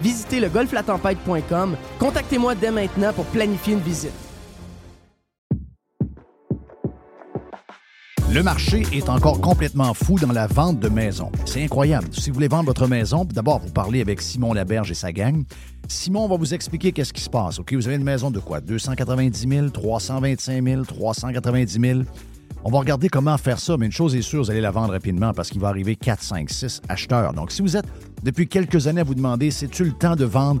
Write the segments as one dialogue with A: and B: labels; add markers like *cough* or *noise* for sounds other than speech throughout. A: Visitez le golflatempête.com. Contactez-moi dès maintenant pour planifier une visite.
B: Le marché est encore complètement fou dans la vente de maisons. C'est incroyable. Si vous voulez vendre votre maison, d'abord, vous parlez avec Simon Laberge et sa gang. Simon va vous expliquer qu'est-ce qui se passe. OK, vous avez une maison de quoi? 290 000, 325 000, 390 000. On va regarder comment faire ça, mais une chose est sûre, vous allez la vendre rapidement parce qu'il va arriver 4, 5, 6 acheteurs. Donc, si vous êtes depuis quelques années à vous demander, c'est-tu le temps de vendre?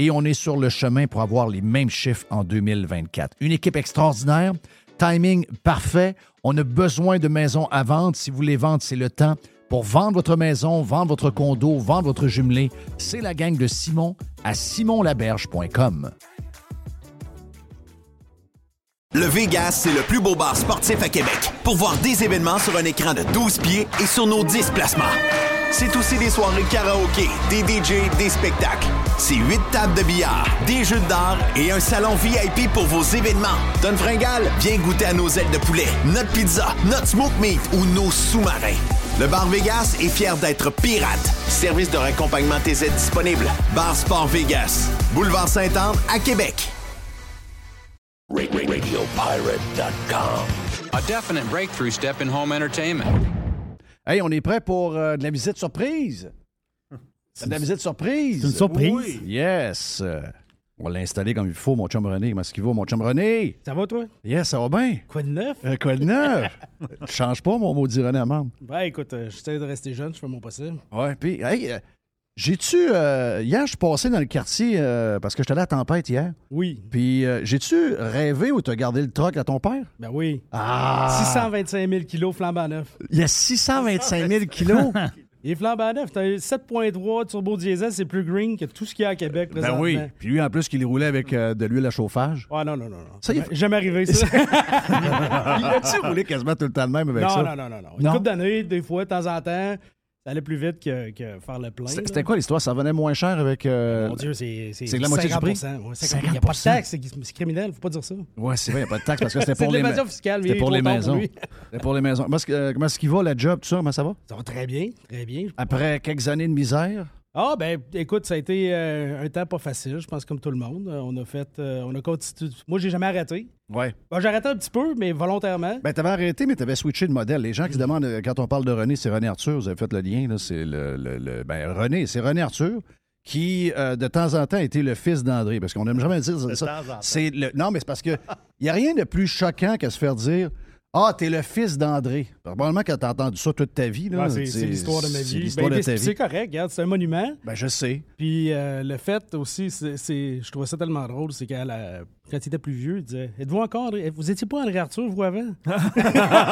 B: et on est sur le chemin pour avoir les mêmes chiffres en 2024. Une équipe extraordinaire, timing parfait. On a besoin de maisons à vendre. Si vous voulez vendre, c'est le temps. Pour vendre votre maison, vendre votre condo, vendre votre jumelé, c'est la gang de Simon à simonlaberge.com.
C: Le Vegas, c'est le plus beau bar sportif à Québec. Pour voir des événements sur un écran de 12 pieds et sur nos 10 placements. C'est aussi des soirées karaoké, des DJ, des spectacles. C'est 8 tables de billard, des jeux d'art et un salon VIP pour vos événements. Donne fringale, viens goûter à nos ailes de poulet, notre pizza, notre smoke meat ou nos sous-marins. Le Bar Vegas est fier d'être pirate. Service de raccompagnement TZ disponible. Bar Sport Vegas. Boulevard Saint-Anne à Québec.
D: RadioPirate.com.
E: A definite breakthrough step in home entertainment.
B: Hey, on est prêt pour euh, de la visite surprise? De la visite surprise?
F: C'est une surprise?
B: Yes! Euh, On l'a installé comme il faut, mon chum René. Comment est-ce qu'il va, mon chum René?
F: Ça va, toi?
B: Yes, ça va bien?
F: Quoi de neuf?
B: Euh, quoi de neuf? *laughs* Tu changes pas, mon maudit René Amande.
F: Ben, écoute, euh, j'essaie de rester jeune, je fais mon possible.
B: Ouais, puis, hey, euh, j'ai-tu. euh, hier, je suis passé dans le quartier euh, parce que j'étais allé à la tempête hier.
F: Oui,
B: Puis, euh, j'ai-tu rêvé ou t'as gardé le troc à ton père?
F: ben oui.
B: Ah!
F: 625 000 kilos flambant neuf.
B: Il y a 625 *laughs* 000 kilos!
F: Et flambant neuf, t'as eu 7.3 turbo diesel, c'est plus green que tout ce qu'il y a à Québec
B: ben
F: présentement.
B: oui. Puis lui, en plus, qu'il roulait avec euh, de l'huile à chauffage.
F: Ah non, non, non, non.
B: Ça, il-
F: Ben, Jamais arrivé, ça. *laughs*
B: Il a-tu roulé quasiment tout le temps de même avec ça?
F: non, non, non, non, non. Une
B: Ah. Non?
F: couple d'années, des fois, de temps en temps, ça allait plus vite que, que faire le plein.
B: C'était-
F: là.
B: C'était quoi l'histoire? Ça venait moins cher avec. euh,
F: Mon Dieu, c'est c'est
B: C'est la moitié du
F: 50%.
B: prix?
F: Ouais, 50%. Il n'y a pas de
B: 50%.
F: taxe, c'est c'est criminel, faut pas dire ça.
B: Ouais, c'est vrai, il n'y a pas de taxe parce *laughs* que c'était
F: *laughs* C'est
B: pour
F: de
B: les
F: l'évasion
B: ma-
F: fiscale, mais
B: C'était
F: il est
B: pour les
F: content pour
B: maisons.
F: lui.
B: C'était pour les maisons. Comment est-ce que- euh, comment est-ce qu'il va, la job, tout ça? Comment ça va?
F: Ça va très bien, très bien.
B: Après quelques années de misère,
F: Ah, ben, écoute, ça a été euh, un temps pas facile, je pense, comme tout le monde. Euh, on a fait. euh, on a continué. Moi, j'ai jamais arrêté.
B: ouais.
F: Ben, j'ai arrêté un petit peu, mais volontairement.
B: Ben, t'avais arrêté, mais t'avais switché de modèle. Les gens qui se demandent, euh, quand on parle de René, c'est René Arthur, vous avez fait le lien, là, c'est le, le- le- Ben, René, c'est René Arthur qui, euh, de temps en temps, a été le fils d'André, parce qu'on n'aime jamais dire ça. C'est le... Non, mais c'est parce que il n'y a rien de plus choquant que se faire dire « Ah, t'es le fils d'André ». Probablement que t'as entendu ça toute ta vie. là.
F: Ben, c'est c'est l'histoire de ma
B: C'est
F: vie.
B: l'histoire
F: Ben,
B: de
F: c'est-
B: ta vie.
F: C'est correct, regarde, c'est un monument.
B: Ben, je sais.
F: Puis euh, le fait aussi, c'est, c'est- je trouvais ça tellement drôle, c'est qu'à la- quand il était plus vieux, il disait Êtes-vous encore André- Vous étiez pas André Arthur, vous, avant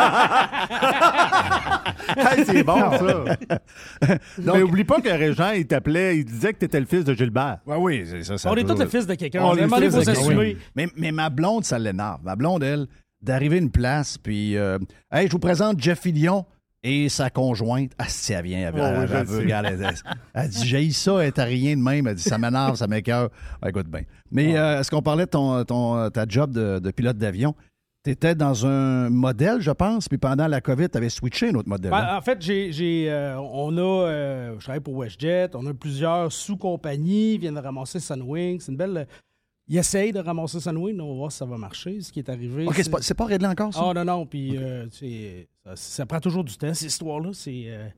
G: Ah,
B: *laughs*
G: c'est bon, ça. *laughs* Mais oublie pas que Régent, il t'appelait, il disait que t'étais le fils de Gilbert.
B: Ouais, oui, c'est- ça, ça a
F: On est tous
B: toujours-
F: le fils de quelqu'un.
G: On
F: On
G: est le
F: est
G: Oh, fils
F: pour
G: de quelqu'un.
F: s'assumer.
B: Mais, mais ma blonde, ça l'énerve. Ma blonde, elle, d'arriver à une place, puis euh, Hey, je vous présente Jeff Fillion et sa conjointe. Ah, si elle vient, elle,
G: Oh,
B: elle-
G: je
B: elle veut,
G: sais.
B: regarde, elle, elle- elle dit J'ai ça, elle est à rien de même. Elle dit Ça m'énerve, ça m'écœure. Ah, écoute bien. Mais
G: Ah.
B: euh, est-ce qu'on parlait de ton, ton- ta job de, de pilote d'avion Tu étais dans un modèle, je pense, puis pendant la COVID, tu avais switché un autre modèle. hein?
F: Ben, en fait, j'ai, j'ai, euh, on a, euh, je travaille pour WestJet, on a plusieurs sous-compagnies, ils viennent de ramasser Sunwing. C'est une belle. Ils essayent de ramasser Sunwing, on va voir si ça va marcher, ce qui est arrivé.
B: OK, c'est pas, c'est pas réglé encore, ça
F: Ah non, non, puis euh, tu sais, ça, ça prend toujours du temps, cette histoire-là. C'est, euh,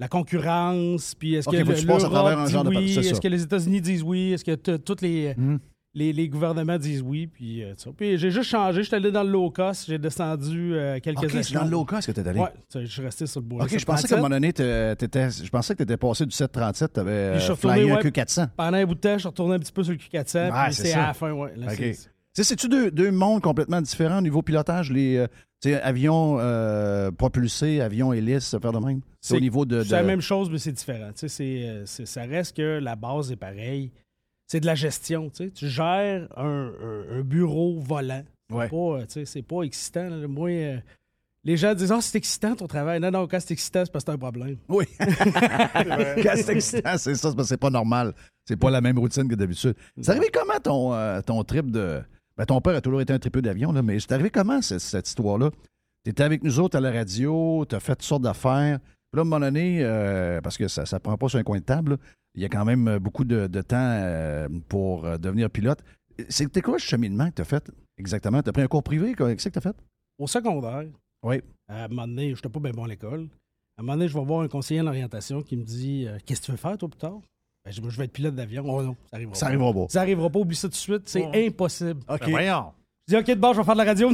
F: la concurrence, puis est-ce
B: Ok,
F: que
B: faut que
F: le-
B: tu passes à
F: l'Europe
B: travers un
F: dit
B: genre de pa-
F: oui,
B: c'est
F: est-ce
B: ça. Hmm.
F: que les États-Unis disent oui, est-ce que t- tous les,
G: Mm.
F: les, les gouvernements disent oui, puis euh, tout ça. Puis j'ai juste changé, j'étais allé dans le low cost, j'ai descendu euh, quelques
B: OK, c'est dans le low cost que t'es allé.
F: Ouais, tu sais, je suis resté sur le bois.
B: OK, je pensais qu'à un moment donné, t'es- t'étais- je pensais que tu étais passé du 737, tu avais
F: Puis je suis retourné,
B: euh, flyé un
F: ouais.
B: Q400.
F: Pendant un bout de temps, je suis retourné un petit peu sur le Q400,
B: Ouais,
F: puis
B: c'est
F: c'est
B: ça.
F: à la fin, ouais. là,
B: OK. Tu
F: c'est-
B: sais, C'est-tu deux, deux mondes complètement différents au niveau pilotage? Les euh, tu sais, avions euh, propulsés, avions hélices, faire de même? C'est au
F: C'est-
B: niveau de.
F: C'est
B: de-
F: la même chose, mais c'est différent. Tu sais, c'est, euh, c'est- ça reste que la base est pareille. C'est de la gestion. Tu, sais. Tu gères un, un- un bureau volant.
B: Ouais.
F: C'est, pas, euh, tu sais, c'est pas excitant. là. Moi, euh, les gens disent Ah, c'est excitant ton travail. Non, non, quand c'est excitant, c'est parce que c'est un problème.
B: Oui. *laughs* Quand c'est excitant, c'est ça, c'est parce que c'est pas normal. C'est pas la même routine que d'habitude. C'est arrivé comment ton, euh, ton trip de. Ben, ton père a toujours été un tripeux d'avion, là, mais c'est arrivé comment cette, cette histoire-là? T'étais avec nous autres à la radio, t'as fait toutes sortes d'affaires. Puis là, à un moment donné, euh, parce que ça, ça prend pas sur un coin de table, là, il y a quand même euh, beaucoup de, de temps euh, pour euh, devenir pilote. C'était quoi le cheminement que t'as fait exactement? T'as pris un cours privé? quoi? Qu'est-ce que t'as fait?
F: Au secondaire,
B: Oui.
F: à un moment donné, je n'étais pas bien bon à l'école. À un moment donné, je vais voir un conseiller en orientation qui me dit euh, Qu'est-ce que tu veux faire, toi, plus tard Ben, Je dis, Moi, je vais être pilote d'avion. Oh non, ça arrivera
B: Ça
F: pas.
B: arrivera pas.
F: Ça arrivera pas, oublie ça tout de suite, c'est impossible.
G: Ben voyons.
F: Je dis, OK, de bord, je vais faire de la radio.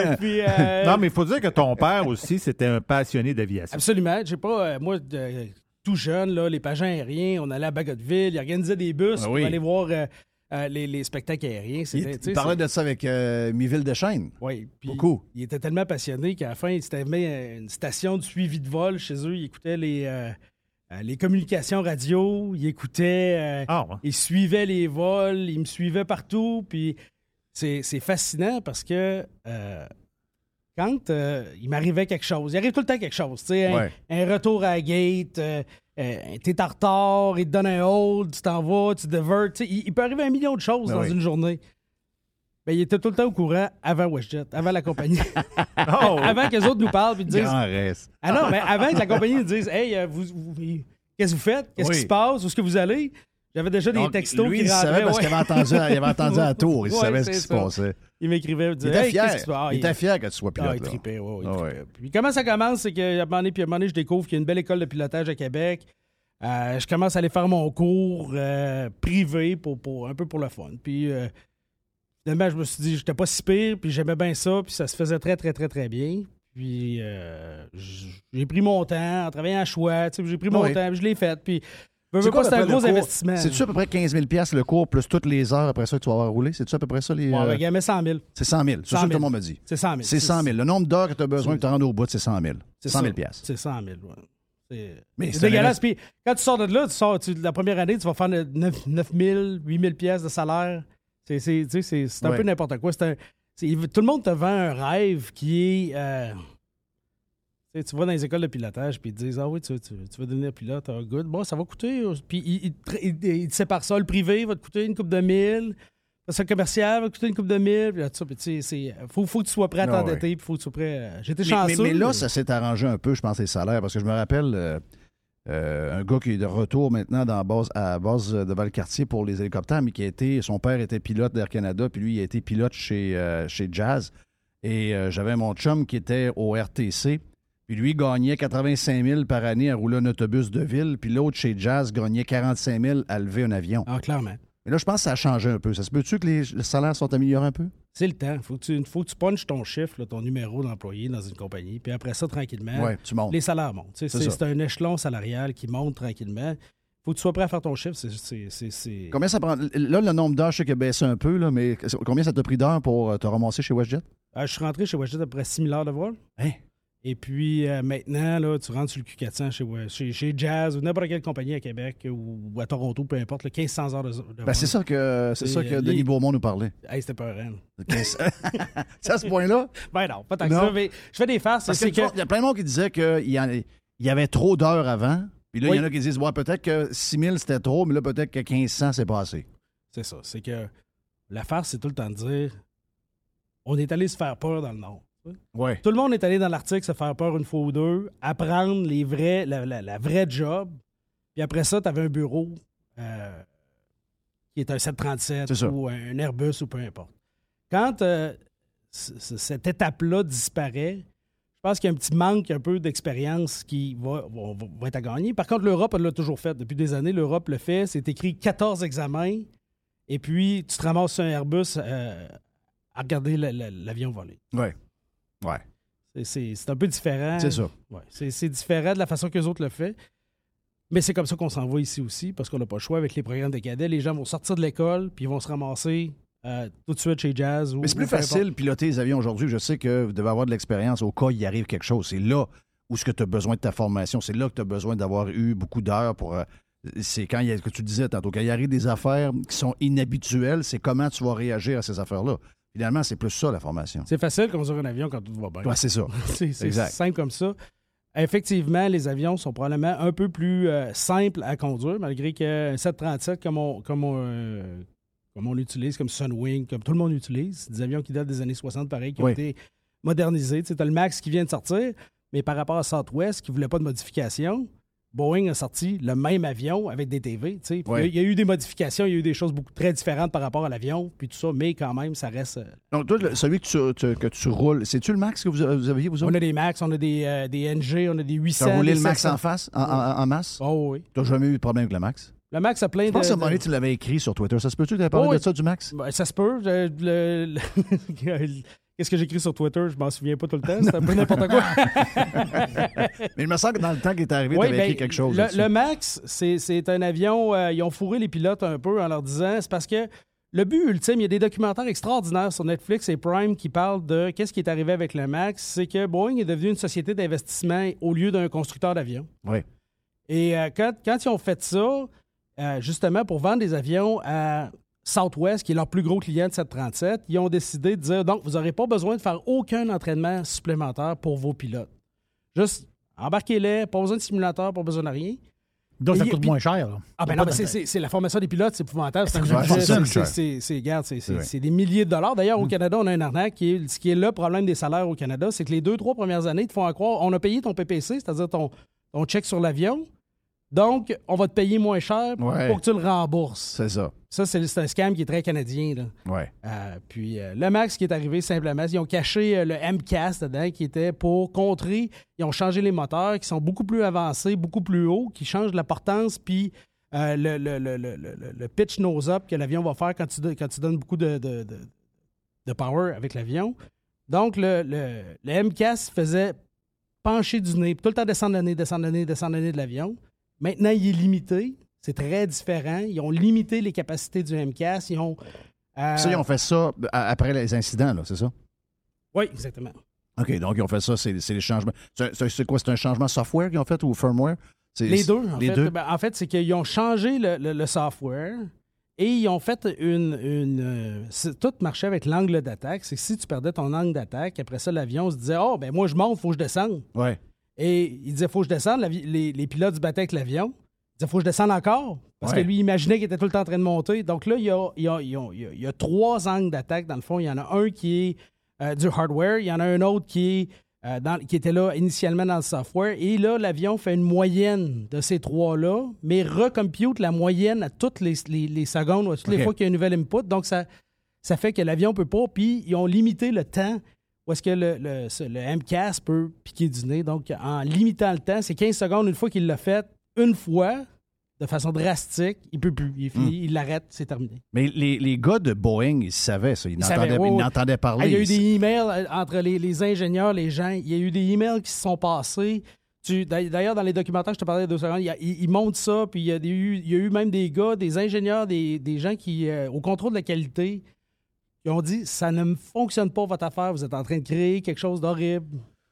B: *laughs*
F: Et puis, euh,
G: Non, mais il faut dire que ton père aussi, c'était un passionné d'aviation.
F: Absolument. J'ai pas. euh, moi, de- tout jeune, là, les pageants aériens, on allait à Bagotville, ils organisaient des bus
B: Ah
F: pour
B: oui.
F: aller voir euh, euh, les, les spectacles aériens.
B: Il,
F: C'était,
B: il
F: Ah, ben, tu sais,
B: parlait de ça avec euh, Miville Deschênes.
F: c'est- ouais, puis
B: Beaucoup.
F: Il était tellement passionné qu'à la fin, il s'était mis à une station de suivi de vol chez eux. Il écoutait les, euh, euh, les communications radio, il écoutait. euh,
G: Ah, ouais.
F: il suivait les vols, il me suivait partout. Puis c'est c'est fascinant parce que euh, quand euh, il m'arrivait quelque chose, il arrive tout le temps quelque chose. tu sais, Un,
B: Ouais.
F: un retour à la gate, euh, euh, t'es en retard, il te donne un hold, tu t'en vas, tu divertes. tu sais, Il, il peut arriver un million de choses
B: Ben
F: dans
B: oui.
F: une journée. Ben, il était tout le temps au courant avant WestJet, avant
B: *laughs*
F: la compagnie.
G: Oh!
F: *laughs* avant que les autres nous parlent et disent
B: Grand reste. *laughs*
F: ah non, mais avant que la compagnie nous dise Hey, euh, vous, vous- vous- qu'est-ce que vous faites Qu'est-ce
B: Oui.
F: qui se passe Où est-ce que vous allez J'avais déjà des
B: Donc,
F: textos
B: lui,
F: qui
B: il savait
F: rentraient,
B: parce
F: ouais.
B: qu'il avait entendu, il avait entendu à la tour. Il
F: *laughs* Ouais,
B: savait ce
F: c'est
B: qui se
F: ça.
B: passait.
F: *laughs* Il m'écrivait, il me
B: Il
F: disait
B: était
F: Hey,
B: fier.
F: qu'est-ce qui se passe Ah,
B: il était fier que tu sois pilote.
F: ah, il
B: là.
F: tripait, ouais, il
B: Ah ouais.
F: tripait. Puis comment ça commence, c'est qu'à un moment donné, puis à un moment donné, je découvre qu'il y a une belle école de pilotage à Québec. Euh, je commence à aller faire mon cours euh, privé pour, pour un peu pour le fun. Puis euh, finalement, je me suis dit, j'étais pas si pire, puis j'aimais bien ça, puis ça se faisait très, très, très, très bien. Puis euh, j- j'ai pris mon temps en travaillant à choix, tu sais, j'ai pris mon
B: Ouais.
F: temps, puis je l'ai fait. Puis je
B: Ah C'est
F: veux
B: quoi
F: pas,
B: à peu
F: c'est un
B: près le
F: gros
B: cours?
F: investissement.
B: C'est-tu à peu près 15 000 le cours, plus toutes les heures après ça que tu vas avoir roulé? C'est-tu à peu près ça? Les,
F: Ouais,
B: euh,
F: ben, il y avait 100 000.
B: c'est 100 000. C'est
F: 100
B: ça
F: 000.
B: que tout le monde me dit.
F: C'est 100 000.
B: C'est 100 000. Le nombre d'heures que tu as besoin que tu rendes au bout, c'est 100 000. C'est 100 000
F: C'est 100 000, ouais. C'est-
B: Mais
F: C'est
B: c'est
F: dégueulasse. Puis quand tu sors de là, tu sors, tu- la première année, tu vas faire 9, 000, 8 000 pièces de salaire. C'est c'est- tu sais, c'est- c'est un
B: Ouais.
F: peu n'importe quoi. C'est un- c'est- il- tout le monde te vend un rêve qui est... euh, tu sais, tu vas dans les écoles de pilotage, puis ils te disent « Ah oui, tu, tu, tu veux devenir pilote, ah, good. Bon, ça va coûter. euh, Puis ils ils te- ils- ils te séparent ça. Le privé va te coûter une coupe de mille. Ça, le commercial va te coûter une coupe de mille. Puis là, tout ça, puis tu sais, c'est- faut, faut que tu sois prêt à
B: Ah ouais.
F: t'endetter, puis faut que tu sois prêt... à- J'étais
B: Mais-
F: chanceux.
B: Mais, mais là, ça s'est arrangé un peu, je pense, les salaires, parce que je me rappelle euh, euh, un gars qui est de retour maintenant dans la base, à la base de Valcartier pour les hélicoptères, mais qui a été, son père était pilote d'Air Canada, puis lui, il a été pilote chez, euh, chez Jazz. Et euh, j'avais mon chum qui était au RTC, puis lui gagnait 85 000 par année à rouler un autobus de ville, puis l'autre chez Jazz gagnait 45 000 à lever un avion.
F: Ah, clairement.
B: Mais là, je pense que ça a changé un peu. Ça se peut-tu que les les salaires sont améliorés un peu?
F: C'est le temps. Faut que tu, faut que tu punches ton chiffre, là, ton numéro d'employé dans une compagnie. Puis après ça, tranquillement,
B: Ouais, tu montes.
F: les salaires montent. Tu sais,
B: C'est
F: C'est
B: ça.
F: c'est un échelon salarial qui monte tranquillement. faut que tu sois prêt à faire ton chiffre. C'est- c'est- c'est- c'est-
B: Combien ça prend? Là, le nombre d'heures, je sais qu'il a baissé un peu, là, mais combien ça t'a pris d'heures pour euh, te ramasser chez WestJet?
F: Ah, je suis rentré chez Wajid après 6 000 heures de vol.
B: Hein?
F: Et puis euh, maintenant, là, tu rentres sur le Q400 chez, Wa- chez, chez Jazz ou n'importe quelle compagnie à Québec ou, ou à Toronto, peu importe, là, 1500 heures de, de
B: Ben,
F: vol.
B: c'est ça que, c'est
F: C'est,
B: ça que
F: euh,
B: Denis
F: les-
B: Beaumont nous parlait.
F: Hey, c'était pas rien. *laughs*
B: C'est *laughs* à ce point-là?
F: Ben non, pas tant que
B: Non.
F: ça. mais je fais des farces.
B: Parce
F: c'est
B: qu'il
F: que-
B: y a plein de monde qui disait qu'il y, en- il y avait trop d'heures avant. Puis là, il y en
F: Oui.
B: a qui disent, ouais, peut-être que 6 000, c'était trop, mais là, peut-être que 1500, c'est pas assez.
F: C'est ça. C'est que la farce, c'est tout le temps de dire on est allé se faire peur dans le Nord.
B: Oui.
F: Tout le monde est allé dans l'Arctique se faire peur une fois ou deux, apprendre les vrais, la, la- la vraie job. Puis après ça, tu avais un bureau euh, qui est un
B: C'est
F: 737
B: ça.
F: ou un Airbus ou peu importe. Quand euh, c- c- cette étape-là disparaît, je pense qu'il y a un petit manque un peu d'expérience qui va, va- va être à gagner. Par contre, l'Europe, elle l'a toujours fait. Depuis des années, l'Europe le fait. C'est écrit 14 examens, et puis tu te ramasses sur un Airbus euh, à regarder la- la- l'avion voler.
B: Ouais. Ouais.
F: C'est- C'est c'est un peu différent.
B: C'est ça.
F: Ouais, c'est c'est différent de la façon que les autres le font. Mais c'est comme ça qu'on s'en va ici aussi, parce qu'on n'a pas le choix avec les programmes de cadets. Les gens vont sortir de l'école, puis ils vont se ramasser euh, tout de suite chez Jazz. Ou,
B: Mais c'est
F: ou
B: plus
F: peu importe.
B: facile de piloter les avions aujourd'hui. Je sais que vous devez avoir de l'expérience au cas où il arrive quelque chose. C'est là où ce que tu as besoin de ta formation. C'est là que tu as besoin d'avoir eu beaucoup d'heures pour. euh, c'est quand il y a, que tu disais tantôt, quand il arrive des affaires qui sont inhabituelles, c'est comment tu vas réagir à ces affaires-là. Finalement, c'est plus ça la formation.
F: C'est facile comme sur un avion quand tout va bien.
B: Ouais, c'est ça.
F: C'est- c'est
B: Exact.
F: simple comme ça. Effectivement, les avions sont probablement un peu plus euh, simples à conduire, malgré qu'un 737, comme on, comme, on, euh, comme on l'utilise, comme Sunwing, comme tout le monde utilise, c'est des avions qui datent des années 60, pareil, qui ont
B: Oui.
F: été modernisés. Tu as le MAX qui vient de sortir, mais par rapport à Southwest, qui ne voulait pas de modification, Boeing a sorti le même avion avec des TV. tu sais. Puis
B: Oui.
F: Il y a eu des modifications, il y a eu des choses beaucoup très différentes par rapport à l'avion, puis tout ça, mais quand même, ça reste. euh,
B: Donc, toi, le- celui que tu, tu- que tu roules, c'est-tu le max que vous, vous aviez, vous
F: On
B: autres?
F: a des MAX, on a des, euh, des NG, on a des 800.
B: T'as roulé
F: des
B: le max
F: 700.
B: en face, en, en- en masse?
F: Oh oui.
B: T'as jamais eu de problème avec le max?
F: Le Max a plein
B: Je pense
F: de.
B: qu'à un moment donné,
F: de-
B: tu l'avais écrit sur Twitter. Ça se peut-tu que t'avais parlé
F: Euh, Oui.
B: de ça, du
F: *laughs*
B: max?
F: Ben, ça se peut. je- le- le- *laughs* Qu'est-ce que j'écris sur Twitter? Je m'en souviens pas tout le temps. C'est un peu n'importe
B: *laughs*
F: quoi.
B: Mais il me semble que dans le temps qui est arrivé,
F: Oui,
B: t'avais
F: ben,
B: écrit quelque chose.
F: Le,
B: là-dessus.
F: le Max, c'est c'est un avion. euh, ils ont fourré les pilotes un peu en leur disant c'est parce que le but ultime, il y a des documentaires extraordinaires sur Netflix et Prime qui parlent de qu'est-ce qui est arrivé avec le Max. C'est que Boeing est devenu une société d'investissement au lieu d'un constructeur d'avions.
B: Oui.
F: Et euh, quand, quand ils ont fait ça, euh, justement pour vendre des avions à Southwest, qui est leur plus gros client de 737, ils ont décidé de dire donc, vous n'aurez pas besoin de faire aucun entraînement supplémentaire pour vos pilotes. Juste embarquez-les, pas besoin de simulateur, pas besoin de rien.
H: Donc,
F: Et
H: ça
F: il-
H: coûte
F: puis-
H: moins cher. là.
F: Ah ben non, mais c'est- c'est c'est la formation des pilotes, c'est épouvantable. C'est un
B: Ouais,
F: budget,
B: c'est ça, Mm. le
F: c'est- c'est-
B: cher.
F: c'est- c'est- regarde, c'est-
B: vrai.
F: c'est c'est des milliers de dollars. D'ailleurs, au Canada, on a un arnaque qui est, ce qui est le problème des salaires au Canada, c'est que les deux, trois premières années, ils te font à croire on a payé ton PPC, c'est-à-dire ton, ton check sur l'avion. Donc, on va te payer moins cher
B: Ouais.
F: pour que tu le rembourses.
B: C'est ça.
F: Ça, c'est c'est un scam qui est très canadien. Là.
B: Ouais.
F: Euh, puis euh, le max qui est arrivé simplement, ils ont caché euh, le MCAS dedans qui était pour contrer. Ils ont changé les moteurs qui sont beaucoup plus avancés, beaucoup plus hauts, qui changent la portance, puis euh, le, le- le- le- le- le pitch nose-up que l'avion va faire quand tu, do- quand tu donnes beaucoup de, de- de- de power avec l'avion. Donc le, le, le MCAS faisait pencher du nez, tout le temps descendre le nez, descendre le nez, descendre le nez de l'avion. Maintenant, il est limité. C'est très différent. Ils ont limité les capacités du MCAS. Ils ont. euh,
B: Ça, ils ont fait ça à- après les incidents, là, c'est ça?
F: oui, exactement.
B: OK, donc ils ont fait ça, c'est c'est les changements. c'est- C'est c'est quoi? C'est un changement software qu'ils ont fait ou firmware? C'est-
F: Les
B: c'est-
F: deux, en
B: les
F: fait.
B: deux.
F: Ben, en fait, c'est qu'ils ont changé le, le- le software et ils ont fait une. une, euh, c'est- tout marchait avec l'angle d'attaque. C'est que si tu perdais ton angle d'attaque, après ça, l'avion se disait Oh, ben moi, je monte, faut que je descende.
B: Ouais.
F: Et il disait Faut que je descende. L'avi- Les, les pilotes se battaient avec l'avion. Il disait Faut que je descende encore. Parce
B: Ouais.
F: que lui, il imaginait qu'il était tout le temps en train de monter. Donc là, il y a, il y a- il y a- il y a- il y a trois angles d'attaque, dans le fond. Il y en a un qui est euh, du hardware il y en a un autre qui est. euh, dans- qui était là initialement dans le software. Et là, l'avion fait une moyenne de ces trois-là, mais recompute la moyenne à toutes les, les- les secondes, ou à toutes
B: OK.
F: les fois qu'il y a un nouvel input. Donc, ça, ça fait que l'avion peut pas. Puis, ils ont limité le temps où est-ce que le, le, ce- le MCAS peut piquer du nez. Donc, en limitant le temps, c'est 15 secondes une fois qu'il l'a fait, une fois, de façon drastique, il peut plus. Il, est
B: Hmm.
F: fini, il l'arrête, c'est terminé.
B: Mais les, les gars de Boeing, ils savaient ça. Ils, n'entendaient-
F: savaient, ouais,
B: ils
F: ouais.
B: n'entendaient
F: Ah,
B: parler.
F: il y a eu des emails euh, entre les, les ingénieurs, les gens. Il y a eu des emails qui se sont passés. Tu- d'ail- D'ailleurs, dans les documentaires, je te parlais de deux secondes, il y a- ils ils montrent ça, puis il y, a des- eu, il y a eu même des gars, des ingénieurs, des, des gens qui, euh, au contrôle de la qualité, ils ont dit ça ne me fonctionne pas votre affaire, vous êtes en train de créer quelque chose d'horrible.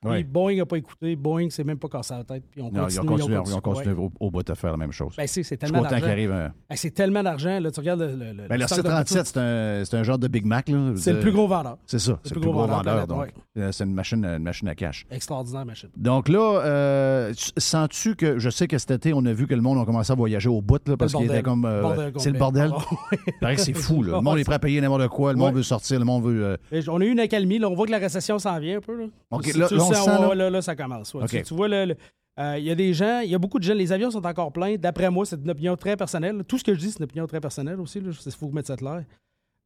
B: Ouais.
F: Puis Boeing n'a pas écouté, Boeing s'est même pas cassé la tête, puis on
B: Non, ils ont
F: continue.
B: continué, ils ont continué
F: ouais.
B: au, au bout de faire la même chose.
F: Ben, c'est c'est
B: Je suis
F: tellement
B: content qu'il
F: d'argent.
B: arrive un...
F: Ah, c'est tellement d'argent. Là, tu regardes le. le, le
B: Ben, le
F: stock de-
B: 737, c'est un, c'est un genre de Big Mac. là.
F: C'est le plus gros vendeur.
B: C'est ça, c'est le plus gros vendeur.
F: de la
B: donc.
F: planète,
B: Euh, C'est une machine, une machine à cash.
F: Extraordinaire machine.
B: Donc là, euh, tu- sens-tu que, je sais que cet été, on a vu que le monde a commencé à voyager au bout, là, parce
F: Le
B: qu'il était
F: bordel.
B: comme... euh,
F: Bordel
B: c'est le
F: complet.
B: bordel.
F: Ah ouais.
B: Il paraît que c'est fou,
F: *laughs*
B: là. Le monde est prêt à payer n'importe quoi, le monde
F: Ouais.
B: veut sortir, le monde veut... euh,
F: Et On a eu une accalmie. Là, on voit que la récession s'en vient un peu. Là.
B: OK,
F: Si
B: là,
F: tu
B: là,
F: le
B: on
F: sens,
B: sent,
F: ouais,
B: là?
F: là, là, ça commence. ouais.
B: OK.
F: Tu, tu vois, le- le- euh, il y a des gens, il y a beaucoup de gens. Les avions sont encore pleins. D'après moi, c'est une opinion très personnelle. Tout ce que je dis, c'est une opinion très personnelle aussi. Il faut mettre ça clair.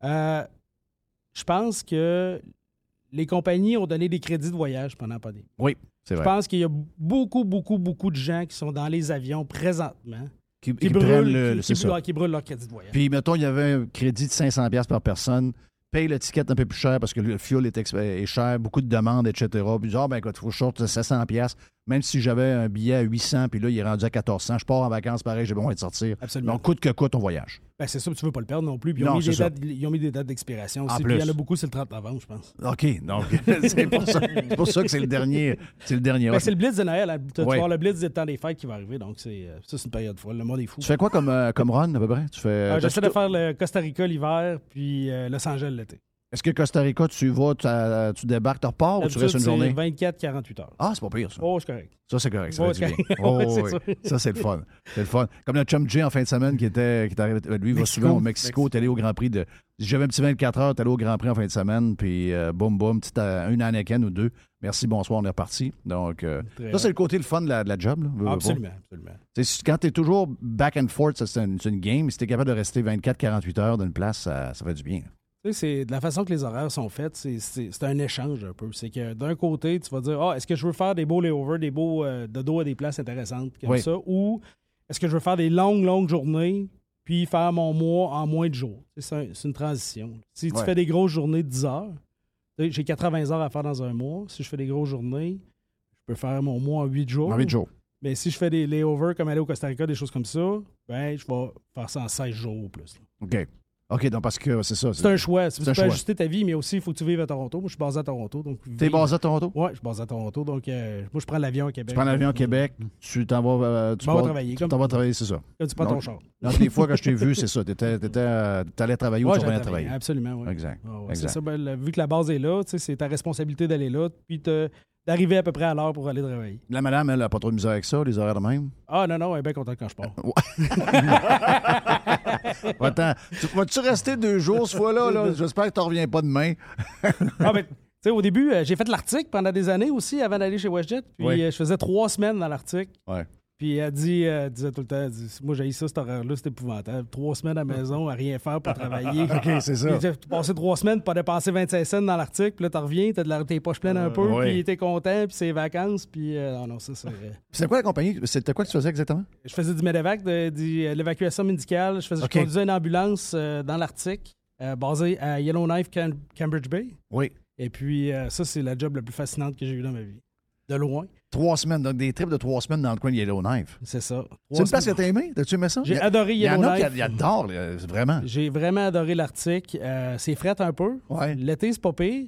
F: Euh, je pense que les compagnies ont donné des crédits de voyage pendant la pandémie.
B: Oui, c'est
F: Je
B: vrai.
F: pense qu'il y a beaucoup, beaucoup, beaucoup de gens qui sont dans les avions présentement
B: Qui,
F: qui,
B: qui prennent
F: brûlent,
B: le-
F: qui-
B: le-
F: qui
B: c'est ça.
F: brûlent- qui brûlent leur crédit de voyage.
B: Puis, mettons, il y avait un crédit de 500 piastres par personne. Paye l'étiquette un peu plus cher parce que le fuel est, ex- est cher, beaucoup de demandes, etc. Puis, ah, ben écoute, faut que je sorte 700 piastres. Même si j'avais un billet à 800, puis là, il est rendu à 1400, je pars en vacances, pareil, j'ai besoin de sortir.
F: Absolument.
B: Donc, coûte que coûte, on voyage.
F: Ben, c'est sûr que tu veux pas le perdre non plus. Puis Ils ont,
B: Non,
F: mis,
B: c'est
F: des
B: ça.
F: dates, ils ont mis des dates d'expiration
B: En
F: aussi. Puis il y en
B: plus.
F: a beaucoup, c'est le 30 novembre, je pense.
B: OK, *laughs* donc, c'est pour, ça- c'est pour ça que c'est le dernier. C'est le dernier.
F: Ben, c'est le blitz de Noël. hein. Tu- Tu vas
B: Ouais.
F: voir le blitz des temps des fêtes qui va arriver. Donc, c'est, euh, ça, c'est une période folle. Le monde est fou.
B: Tu fais quoi comme, euh, comme run, à peu près? Tu fais.
F: Euh, J'essaie de
B: est-ce que-
F: faire le Costa Rica l'hiver, puis euh, Los Angeles l'été.
B: Est-ce que Costa Rica, tu vas, tu, euh, tu débarques, tu repars ou tu
F: D'habitude,
B: restes une
F: c'est
B: journée?
F: 24-48 heures.
B: Ah, c'est pas pire, ça.
F: Oh, c'est correct.
B: Ça, c'est correct. Ça
F: *laughs* Ouais,
B: fait du
F: c'est-
B: bien. Oh,
F: ouais, c'est
B: oui.
F: ça.
B: Ça, c'est le fun. C'est le fun. Comme le chum Jay en fin de semaine qui était qui est arrivé. euh, Lui, il va souvent au Mexico. T'es allé au Grand Prix de. J'avais un petit 24 heures, t'es allé au Grand Prix en fin de semaine, puis euh, boum, boum, petite, euh, une Anakin ou deux. Merci, bonsoir, on est reparti. Donc, euh,
F: Très Ah,
B: ça, c'est le côté le fun de la, de la job. Là, veux, veux pas.
F: Absolument, absolument.
B: C'est- c'est- Quand t'es toujours back and forth, ça, c'est une, c'est une game. Si t'es capable de rester 24-48 heures d'une place, ça, ça fait du bien.
F: Tu sais, c'est de la façon que les horaires sont faits, c'est- c'est c'est un échange un peu. C'est que d'un côté, tu vas dire Ah, est-ce que je veux faire des beaux layovers, des beaux euh, dodo à des places intéressantes comme
B: Oui.
F: ça, ou est-ce que je veux faire des longues, longues journées, puis faire mon mois en moins de jours? Tu sais, C'est un- c'est une transition. Si tu
B: Ouais.
F: fais des grosses journées de 10 heures, tu sais, j'ai 80 heures à faire dans un mois. Si je fais des grosses journées, je peux faire mon mois en 8 jours.
B: J'ai envie de jouer.
F: Mais si je fais des layovers comme aller au Costa Rica, des choses comme ça, ben je vais faire ça en 16 jours ou plus. là.
B: OK. OK, donc parce que c'est ça.
F: C'est un choix. Tu
B: C'est un
F: peux
B: choix.
F: ajuster ta vie, mais aussi, il faut que tu vives à Toronto. Moi, je suis basé à Toronto. Donc
B: T'es
F: vivre-
B: basé à Toronto?
F: Ouais, je suis basé à Toronto. Donc, euh, moi, je prends l'avion à Québec.
B: Tu prends l'avion au Québec, tu t'en vas, euh, tu
F: Bon,
B: pars-
F: travailler,
B: tu
F: comme-
B: t'en vas travailler, c'est ça.
F: Là, tu prends
B: Non.
F: ton char.
B: Non, les fois que je t'ai vu, c'est ça. Tu allais travailler ou
F: Ouais,
B: tu revenais
F: j'allais
B: travailler.
F: Absolument, oui.
B: Exact.
F: c'est
B: exact.
F: ça. Ben, là, vu que la base est là, tu sais, c'est ta responsabilité d'aller là, puis te- d'arriver à peu près à l'heure pour aller travailler.
B: La madame, elle n'a pas trop de misère avec ça, les horaires de même.
F: Ah non, non, elle est bien contente quand je
B: *laughs*
F: pars.
B: Attends, tu- vas-tu rester deux jours ce fois-là? là? J'espère que tu ne reviens pas demain.
F: Ah, ben, tu sais, au début, euh, j'ai fait l'Arctique pendant des années aussi, avant d'aller chez WestJet. Puis
B: Oui.
F: euh, je faisais trois semaines dans l'Arctique.
B: Ouais.
F: Puis elle dit, euh, elle disait tout le temps, elle dit, moi j'ai ça, cet horaire-là, c'est épouvantable. Trois semaines à la maison, à rien faire pour
B: *laughs*
F: travailler.
B: OK, c'est ça.
F: Puis t'as passé trois semaines, pas dépensé 25 cents dans l'Arctique, puis là, t'en reviens, t'as de la- tes poches pleines un peu,
B: oui.
F: puis t'es content, puis c'est vacances, puis euh, non, non, ça, c'est. euh,
B: C'était quoi la compagnie? C'était quoi que tu faisais exactement?
F: je faisais du médevac, de, du- euh, de l'évacuation médicale, je, faisais,
B: OK.
F: je conduisais une ambulance euh, dans l'Arctique, euh, basée à Yellowknife, Cam- Cambridge Bay.
B: Oui.
F: Et puis, euh, ça, c'est la job la plus fascinante que j'ai eue dans ma vie. De loin,
B: Trois semaines, donc des trips de trois semaines dans le coin de Yellowknife.
F: c'est ça.
B: C'est
F: Trois
B: une place que
F: semaines.
B: t'as aimée? T'as-tu aimé ça?
F: J'ai
B: Il y a-
F: adoré
B: Il y en a qui
F: Yellowknife.
B: a- qui adorent, là, vraiment.
F: J'ai vraiment adoré l'Arctique. Euh, c'est fret un peu.
B: Ouais. *laughs*
F: L'été, c'est pas pire.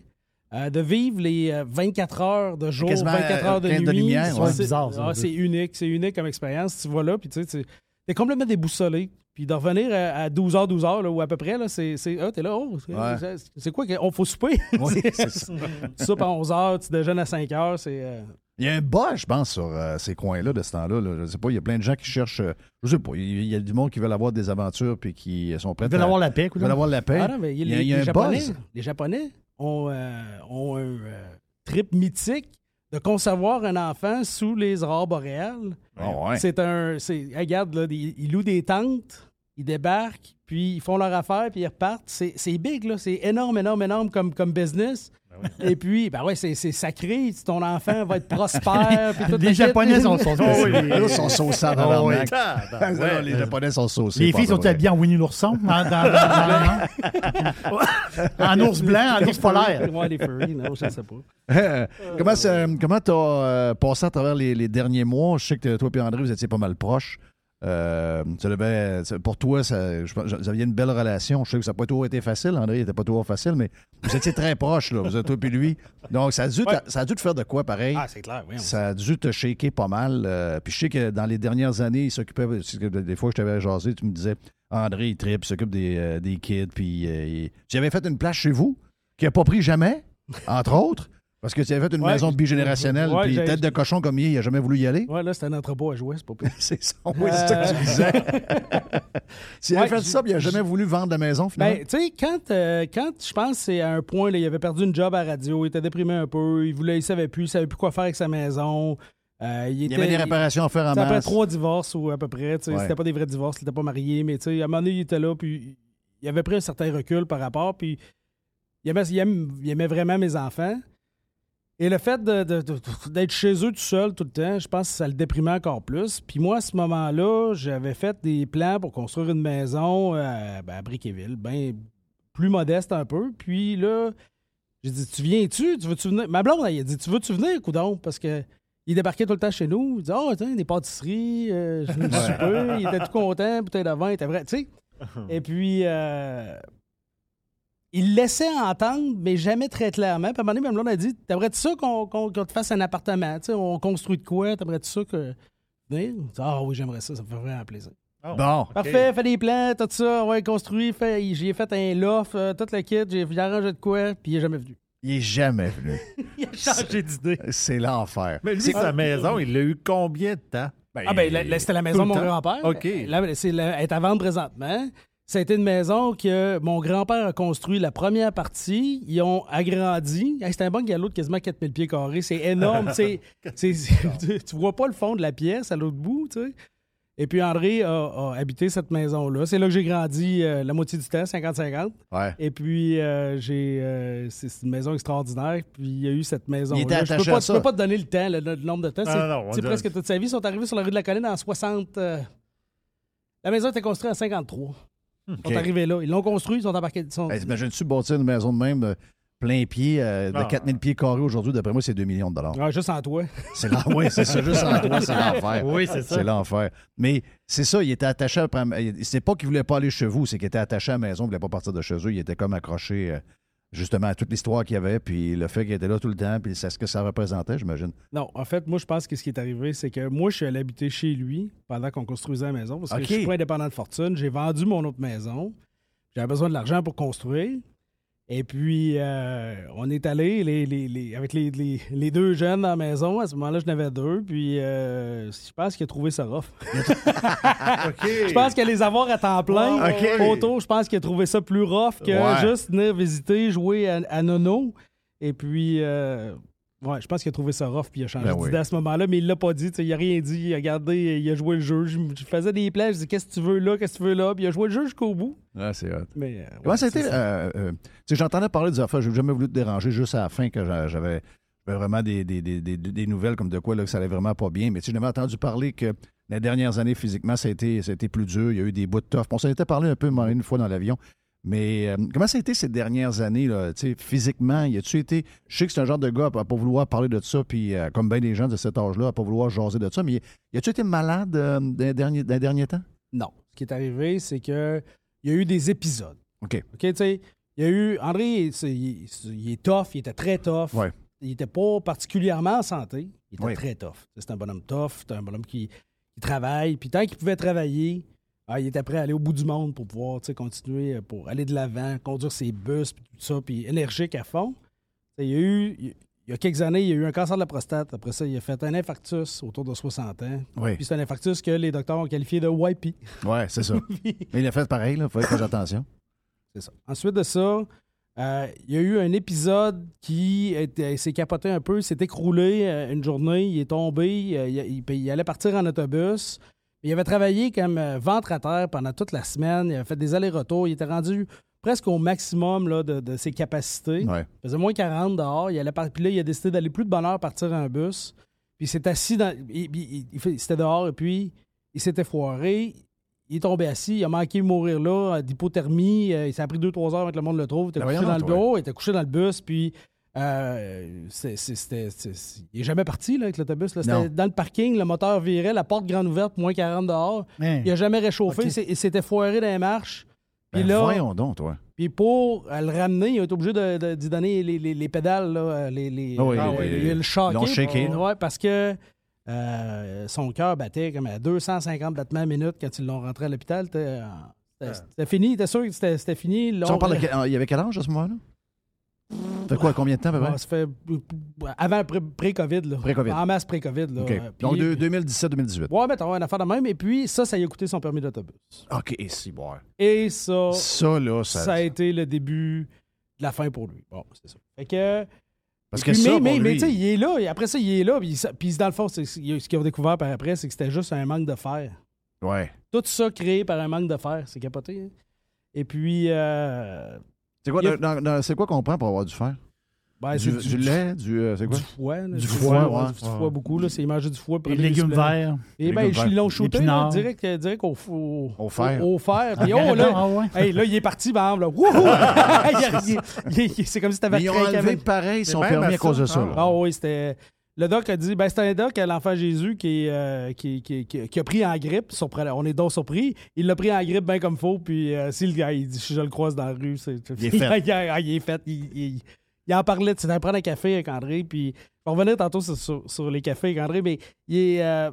F: Euh, de vivre les euh, 24 heures de jour,
B: Quasiment,
F: 24
B: euh,
F: heures de
B: 15
F: nuit.
B: de lumière,
F: c'est-
B: ouais.
F: c'est-
H: Bizarre, ça,
F: ah,
H: un peu.
F: c'est unique. C'est unique comme expérience. Tu vas là, puis tu sais, tu- t'es complètement déboussolé. Puis de revenir à, à 12 h 12 h ou à peu près, là, c'est. c'est- Ah, t'es là, oh, c'est
B: Ouais.
F: c'est- c'est quoi qu'on faut souper? *laughs*
B: Oui, c'est ça.
F: tu soupes à 11 h, tu déjeunes à 5 h, c'est. euh,
B: Il y a un bas, je pense, sur euh, ces coins-là de ce temps-là. là. Je sais pas, il y a plein de gens qui cherchent. euh, je sais pas, il il y a du monde qui veulent avoir des aventures puis qui sont prêts
H: Ils veulent
B: à-
H: avoir la paix,
B: ils veulent avoir la paix.
F: Ah non, mais
B: Ben, il y a,
F: les,
B: il y a
F: les
B: un
F: Japonais,
B: buzz.
F: les Japonais ont, euh, ont un euh, trip mythique de concevoir un enfant sous les aurores boréales.
B: Ah ouais.
F: C'est un. c'est- Regarde, là, ils, ils louent des tentes, ils débarquent, puis ils font leur affaire, puis ils repartent. C'est c'est big, là. C'est énorme, énorme, énorme comme, comme business. Et puis, ben ouais, c'est c'est sacré. Ton enfant va
B: *laughs*
F: être prospère. puis tout le
H: Les
F: kit.
H: Japonais
F: *laughs*
H: sont, sont
B: Les Japonais
H: spéciaux.
B: sont saucés en Ah
H: *laughs*
B: tabarnak.
H: Tabarnak.
B: Non, Les Japonais sont saucés.
H: Oh Les
B: pas
H: filles
B: vrai.
H: sont habillées en
B: *laughs*
H: Winnie l'ourson, en, dans- dans- dans- hein? en ours blanc, en ours polaire.
F: Ouais, les furries, non, je sais pas.
B: Euh, comment ça- comment t'as euh, passé à travers les, les derniers mois? Je sais que toi et André, vous étiez pas mal proches. Euh, ça devait- ça- pour toi, ça, je pense- vous aviez une belle relation. Je sais que ça n'a pas toujours été facile. André n'était pas toujours facile, mais vous étiez très proches, là, vous êtes toi et lui. Donc, ça a, dû te- ça a dû te faire de quoi pareil?
F: Ah, c'est clair, oui. on-
B: Ça a dû te shaker pas mal. euh, puis je sais que dans les dernières années, il s'occupait. c'est que Des fois, je t'avais jasé, tu me disais André, il tripe, il s'occupe des, euh, des kids. Puis euh, il- j'avais fait une place chez vous qu'il n'a pas pris jamais,
F: *laughs*
B: entre autres, parce que tu avais fait une
F: Ouais,
B: maison
F: je-
B: bigénérationnelle.
F: ouais,
B: puis
F: j'ai-
B: tête de cochon comme il, il n'a jamais voulu y aller.
F: Ouais, là, c'est un entrepôt à jouer, c'est pas pire.
B: *laughs* c'est ça, oui, c'est ça que tu
F: *laughs*
B: disais. S'il avait
F: Ouais,
B: fait ça, puis il n'a jamais voulu vendre la maison, finalement.
F: Ben, tu sais, quand, euh, quand je pense que c'est à un point, là, il avait perdu une job à radio, il était déprimé un peu, il voulait, il savait plus, il savait plus quoi faire avec sa maison. Euh, il,
B: il y
F: était-
B: avait des réparations à faire en
F: Ça fait
B: masse.
F: trois divorces ou à peu près. tu sais,
B: Ouais.
F: C'était pas des vrais divorces, il était pas marié, mais tu sais, à un moment donné, il était là, puis il avait pris un certain recul par rapport, puis Il aimait, il aime- il aimait vraiment mes enfants. Et le fait de- de- de- d'être chez eux tout seul tout le temps, je pense que ça le déprimait encore plus. Puis moi, à ce moment-là, j'avais fait des plans pour construire une maison euh, ben, à Briqueville, ben, plus modeste un peu. Puis là, j'ai dit Tu viens-tu Tu veux-tu venir Ma blonde, elle a dit Tu veux-tu venir, coudon Parce que. Il débarquait tout le temps chez nous. Il disait Ah, tiens, des pâtisseries, euh, je me souper. Il était tout content, bouteille de vin, il était vrai. Tu sais, et puis, euh, il laissait entendre, mais jamais très clairement. Puis à un moment donné, même là, on a dit T'aimerais-tu ça qu'on qu'on- qu'on te fasse un appartement Tu sais, On construit de quoi T'aimerais-tu ça que. Venir? On dit, Ah oui, j'aimerais ça, ça me fait vraiment plaisir.
B: Bon.
F: Parfait, fais des plans, tout ça, ouais, construit, fait, j'ai fait un loft, euh, tout le kit, j'ai j'ai arrangé de quoi, puis il est jamais *laughs* venu.
B: Il est jamais venu.
F: Il a changé d'idée.
B: C'est l'enfer. Ah.
G: Mais lui, sa maison, il l'a eu combien de temps?
F: Ah ben là, là, c'était la maison
G: Tout
F: de mon
G: le temps.
F: grand-père.
G: OK.
F: Là, c'est la- elle est à vendre présentement. Ça a été une maison que mon grand-père a construit la première partie. Ils ont agrandi. Hey, c'est un bon galop de quasiment 4000 pieds carrés. C'est énorme.
G: *laughs*
F: c'est, c'est- tu, *laughs* tu vois pas le fond de la pièce à l'autre bout. tu sais. Et puis André a, a habité cette maison-là. C'est là que j'ai grandi euh, la moitié du temps, 50-50.
B: Ouais.
F: Et puis, euh, j'ai, euh, c'est c'est une maison extraordinaire. Puis, il y a eu cette maison-là.
B: Il était
F: je
B: attaché
F: peux pas,
B: à
F: je
B: ça.
F: peux pas te donner le temps, le, le nombre de temps.
G: Ah
F: c'est
G: non, on
F: c'est
G: dirait-
F: presque toute sa vie. Ils sont arrivés sur la rue de la Colline en 60. euh, La maison était construite en 53. Ils
B: OK.
F: sont arrivés là. Ils l'ont construite, ils sont embarqués. ils sont-
B: Hey, T'imagines-tu Ben, bâtir une maison de même, euh, plein pied, euh, de
G: Ah.
B: 4000 pieds carrés aujourd'hui? D'après moi, c'est 2 millions de dollars.
F: Ouais, Ah, juste en toi.
B: C'est là, oui, c'est ça, juste en toi, c'est l'enfer. Oui, c'est ça. C'est l'enfer. Mais c'est ça, il était attaché à. C'est pas qu'il voulait pas aller chez vous, c'est qu'il était attaché à la maison, il voulait pas partir de chez eux. Il était comme accroché, euh, justement, à toute l'histoire qu'il y avait, puis le fait qu'il était là tout le temps, puis c'est ce que ça représentait, j'imagine.
F: Non, en fait, moi, je pense que ce qui est arrivé, c'est que moi, je suis allé habiter chez lui pendant qu'on construisait la maison parce que
B: OK.
F: je suis pas indépendant de fortune. J'ai vendu mon autre maison. J'avais besoin de l'argent pour construire. Et puis, euh, on est allé les, les- les- avec les, les- les deux jeunes dans la maison. À ce moment-là, je n'avais deux. Puis, euh, je pense qu'il a trouvé
B: *laughs*
F: ça rough. *laughs* Je pense que les avoir à temps plein,
B: Ah, ok.
F: photo, je pense qu'il a trouvé ça plus rough que
B: Ouais.
F: juste venir visiter, jouer à, à Nono. Et puis, euh, ouais, je pense qu'il a trouvé ça rough, puis il a changé
B: Ben
F: d'idée
B: oui.
F: à ce moment-là, mais il l'a pas dit, tu sais, il a rien dit, il a gardé, il a joué le jeu. Je, je faisais des plans, je dis qu'est-ce que tu veux là, qu'est-ce que tu veux là, puis il a joué le jeu jusqu'au bout.
B: Ah, c'est hot.
F: Mais, euh,
B: Comment
F: ouais,
B: ça a été?
F: c'est
B: euh, euh, tu sais, J'entendais parler des affaires, j'ai jamais voulu te déranger juste à la fin que j'a- j'avais j'avais vraiment des, des, des, des, des nouvelles comme de quoi là, que ça allait vraiment pas bien. Mais tu sais, j'avais entendu parler que les dernières années, physiquement, ça a été, ça a été plus dur. Il y a eu des bouts de tough. On s'en était parlé un peu Maureen, une fois dans l'avion. Mais euh, comment ça a été ces dernières années, là, tu sais, physiquement? Y a-tu été. Je sais que c'est un genre de gars à pas vouloir parler de ça, puis euh, comme bien des gens de cet âge-là, à pas vouloir jaser de ça, mais y a-tu été malade euh, dans les derniers, dans les derniers temps?
F: Non. Ce qui est arrivé, c'est que il y a eu des épisodes.
B: OK.
F: OK, tu sais, il y a eu. André, c'est- il, c'est- il est tough, il était très tough.
B: Ouais.
F: Il était pas particulièrement en santé. Il était
B: Ouais.
F: très tough. C'est un bonhomme tough, c'est un bonhomme qui, qui travaille. Puis tant qu'il pouvait travailler, ah, il était prêt à aller au bout du monde pour pouvoir tu sais, continuer, euh, pour aller de l'avant, conduire ses bus, puis tout ça, puis énergique à fond. Tu sais, Il y a eu. Il il y a quelques années, il y a eu un cancer de la prostate. Après ça, il a fait un infarctus autour de 60 ans.
B: Oui.
F: Puis c'est un infarctus que les docteurs ont qualifié de YP.
B: Ouais, c'est
F: *laughs*
B: ça. Mais il a fait pareil, là. Fallait faire attention.
F: C'est ça. Ensuite de ça, euh, il y a eu un épisode qui était- s'est capoté un peu, s'est écroulé euh, une journée, il est tombé, euh, il, il- il allait partir en autobus. Il avait travaillé comme euh, ventre à terre pendant toute la semaine, il avait fait des allers-retours, il était rendu presque au maximum là, de, de ses capacités.
B: Ouais.
F: Il faisait moins 40 dehors, il allait par- puis là, il a décidé d'aller plus de bonne heure partir en bus. Puis il s'est assis dans. il- il- il fait- C'était dehors et puis il s'était foiré. Il est tombé assis, il a manqué de mourir là, euh, d'hypothermie. euh, ça a pris 2-3 heures avec le monde le trouve. Il était
B: Ben
F: couché
B: voyons
F: dans le
B: donc,
F: bureau, il était couché dans le bus, puis euh, c'est- c'est- c'était- c'est- c'est- il est jamais parti là, avec l'autobus. là.
B: Non.
F: C'était dans le parking, le moteur virait, la porte grande ouverte, moins 40 dehors.
H: Hein.
F: Il a jamais réchauffé, c'est- il s'était foiré dans les marches. Puis
B: Ben,
F: là,
B: voyons donc, toi.
F: puis pour euh, le ramener, il a été obligé de, de- d'y donner les, les- les pédales, là, euh, les, les,
B: Ah oui,
F: euh,
B: les-
F: les- le choqué.
B: ils l'ont shaké.
F: Ouais, parce que euh, son cœur battait comme à 250 battements minutes quand ils l'ont rentré à l'hôpital. C'était, euh, C'était c'était fini, t'es sûr que c'était c'était fini. Ils
B: Tu sais,
F: l'ont-
B: on parle de quel- il y avait quel âge à ce moment-là? Ça fait quoi, combien de temps à peu près?
F: Ouais, euh, Ah, ça fait avant pré- pré-COVID. là.
B: Pré-Covid.
F: En masse pré-COVID. là.
B: OK.
F: Euh, puis-
B: Donc, de- 2017-2018.
F: Ouais, mettons, une affaire de même. Et puis, ça, ça lui a coûté son permis d'autobus.
B: OK, et si, bon.
F: Et ça,
B: Ça, là, ça.
F: Oh, ça a été le début de la fin pour lui. Bon, c'est ça. Fait que.
B: Parce
F: Et
B: que
F: puis,
B: ça,
F: mais,
B: pour
F: mais,
B: lui-
F: mais tu sais, il est là, et après ça, il est là, puis, il sa- puis dans le fond, c'est- c'est- ce qu'ils ont découvert par après, c'est que c'était juste un manque de fer.
B: Ouais.
F: Tout ça créé par un manque de fer, c'est capoté. hein. Et puis, euh,
G: C'est quoi,
F: Il y a-
G: dans- dans- c'est quoi qu'on prend pour avoir du fer?
F: Ben, c'est
G: Du, du lait? Du, euh, c'est quoi?
F: Du foie. là,
G: Du foie,
F: ouais,
G: ouais,
F: Du
G: ouais.
F: foie beaucoup, là. C'est manger du foie.
H: Les
F: prendre des
H: légumes
F: suppléments.
H: verts.
F: Et ben,
G: légumes
F: je
G: verts.
F: l'ai l'ont shooté, là,
H: Épinards.
F: direct, euh, direct au, au,
G: Au fer.
F: Au, au fer. Puis,
H: *laughs* Ah,
F: oh, là,
H: ah ouais.
F: hey, là, il est parti, par exemple, là. Wouhou! *laughs* Il a- il- il- il- C'est comme si t'avais
B: Mais ils ont
F: craqué
B: enlevé
F: avec-
B: pareil son
G: même
B: permis
G: à
B: à cause de ça.
G: ça,
B: là.
F: Ah oui, c'était. Le doc a dit, ben, c'était un doc à l'enfant Jésus qui, est, euh, qui, qui, qui- qui a pris en grippe. surprenant. On est donc surpris. Il l'a pris en grippe bien comme faut. Puis euh, si le gars, il dit, si je le croise dans la rue, c'est.
B: Il est fait.
F: Ah, *laughs* il est fait. Il, il- il en parlait. C'était à prendre un café avec André. Puis on revenait tantôt sur, sur- sur les cafés avec André, mais il est. euh,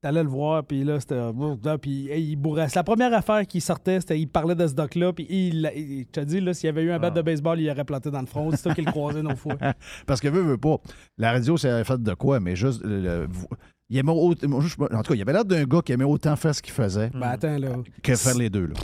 F: T'allais le voir, puis là, c'était. euh, bouf, là, Puis hey, il bourrasse. La première affaire qui sortait, c'était. Il parlait de ce doc-là, puis il. il- Je te dis, là, s'il y avait eu un
B: Ah.
F: bat de baseball, il l'aurait planté dans le front. C'est ça qu'il le croisait nos fois.
B: Parce que veut, veut pas. La radio, c'est la fête de quoi, mais juste. le- le- il aimait au- moi, je- en tout cas, il avait l'air d'un gars qui aimait autant faire ce qu'il faisait
F: Ben attends, là.
B: que faire les deux. là.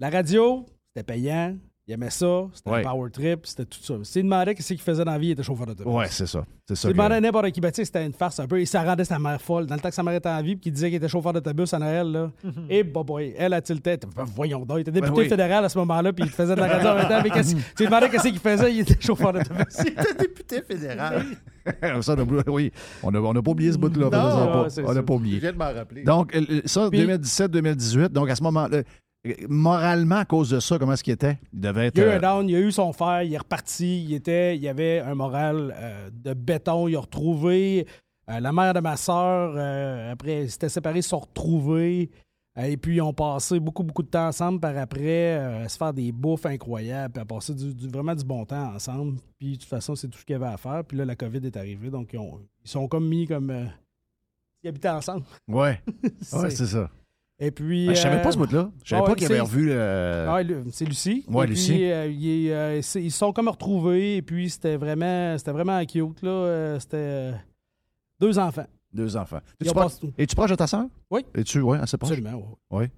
F: La radio, c'était payant. Il aimait ça. C'était
B: Ouais.
F: un power trip. C'était tout ça. S'il demandait qu'est-ce qu'il faisait dans la vie, il était chauffeur d'autobus.
B: Ouais, c'est ça. C'est ça.
F: S'il
B: que-
F: demandait à n'importe qui, ben, tu sais, c'était une farce un peu. Et ça rendait sa mère folle. Dans le temps que sa mère était en vie, puis qu'il disait qu'il était chauffeur d'autobus à Noël, là. Et bah, boy, elle a-t-il le tête? Ben, voyons donc. Il était député
B: oui.
F: fédéral à ce moment-là, puis il faisait de la radio en même temps.
B: *laughs*
F: Mais qu'est-ce tu lui demandais qu'est-ce qu'il faisait, il était chauffeur d'autobus.
G: député fédéral.
B: *laughs* Ça, on a- oui, on n'a pas oublié ce bout-là. faisons
F: ouais,
B: pas.
F: c'est
B: on n'a
F: ça.
B: pas oublié.
G: viens de m'en rappeler.
B: Donc, euh, ça,
F: Puis-
B: 2017-2018, donc à ce moment-là, euh, moralement, à cause de ça, comment est-ce qu'il était? Il devait être...
F: Il y a eu
B: euh,
F: un down, il a eu son fer, il est reparti, il était, il avait un moral euh, de béton, il a retrouvé euh, la mère de ma sœur, euh, après ils s'étaient séparés, ils se sont retrouvés, euh, et puis ils ont passé beaucoup, beaucoup de temps ensemble par après, euh, à se faire des bouffes incroyables, puis à passer du, du- vraiment du bon temps ensemble, puis de toute façon c'est tout ce qu'il y avait à faire, puis là la COVID est arrivée, donc ils, ont- ils sont comme mis comme... euh, ils habitaient ensemble.
B: Ouais, ouais
F: *laughs* C'est-
B: c'est ça.
F: et puis...
B: euh, Ben, Je savais pas
F: euh,
B: ce bout-là. Je savais
F: ouais,
B: pas qu'il avait
F: c'est-
B: revu... euh,
F: ah, le- c'est Lucie.
B: Ouais,
F: Et puis,
B: Lucie.
F: euh, il est, euh, c'est- ils se sont comme retrouvés et puis c'était vraiment, c'était vraiment cute. Là. Euh, c'était euh, deux enfants.
B: Deux enfants.
F: Ils
B: Es-tu
F: ont
B: proche,
F: passé-
B: es-tu proche de ta sœur?
F: Oui.
B: Es-tu, oui, assez proche?
F: Absolument. ouais.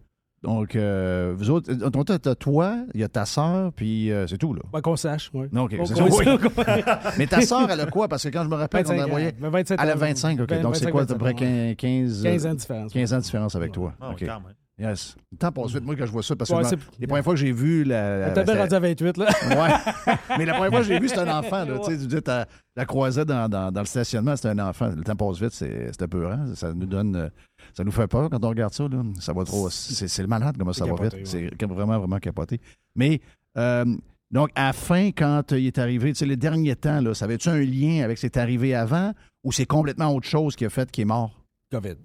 B: Donc, euh, vous autres, euh, ton- t'as t'as toi, il y a ta sœur, puis euh, c'est tout, là.
F: Ouais, qu'on sache. Ouais.
B: Non, OK,
F: Qu'on-
B: c'est ça.
F: qu'on-
B: Oui. *laughs*
F: *laughs* qu'on-
B: Mais ta sœur, elle a quoi? Parce que quand je me rappelle qu'on
F: 25
B: la voyait...
F: ans. 27
B: Elle a
F: ans.
B: 25, OK.
F: Ben,
B: Donc, c'est
F: 25,
B: quoi, à peu près euh,
F: 25,
B: 15, 15,
F: 15 ans de différence.
B: 15 ans de différence avec
F: Ouais.
B: toi.
I: Ah, ouais,
B: OK.
I: quand même.
B: Yes. Le temps passe vite, moi, quand je vois ça, parce que
F: Ouais,
B: je me-
F: c'est-
B: les premières fois que j'ai vu la...
F: Elle
B: la-
F: t'avait
B: la-
F: rendu à 28, là.
B: Ouais. *laughs* Mais la première fois que j'ai vu, c'était un enfant.
F: *laughs*
B: Là, Tu sais, tu dis, t'as- la croisais dans, dans- dans le stationnement, c'était un enfant. Le temps passe vite, c'est c'est épeurant. Ça nous donne. euh, Ça nous fait peur quand on regarde ça. Là. Ça va trop. C'est c'est le malade comment ça va
F: capoté,
B: vite. C'est ca- vraiment, vraiment capoté. Mais euh, donc, à la fin, quand euh, il est arrivé, tu sais, les derniers temps, là, ça avait-tu un lien avec ce qui est arrivé avant ou c'est complètement autre chose qui a fait qu'il est mort?
F: *laughs* COVID.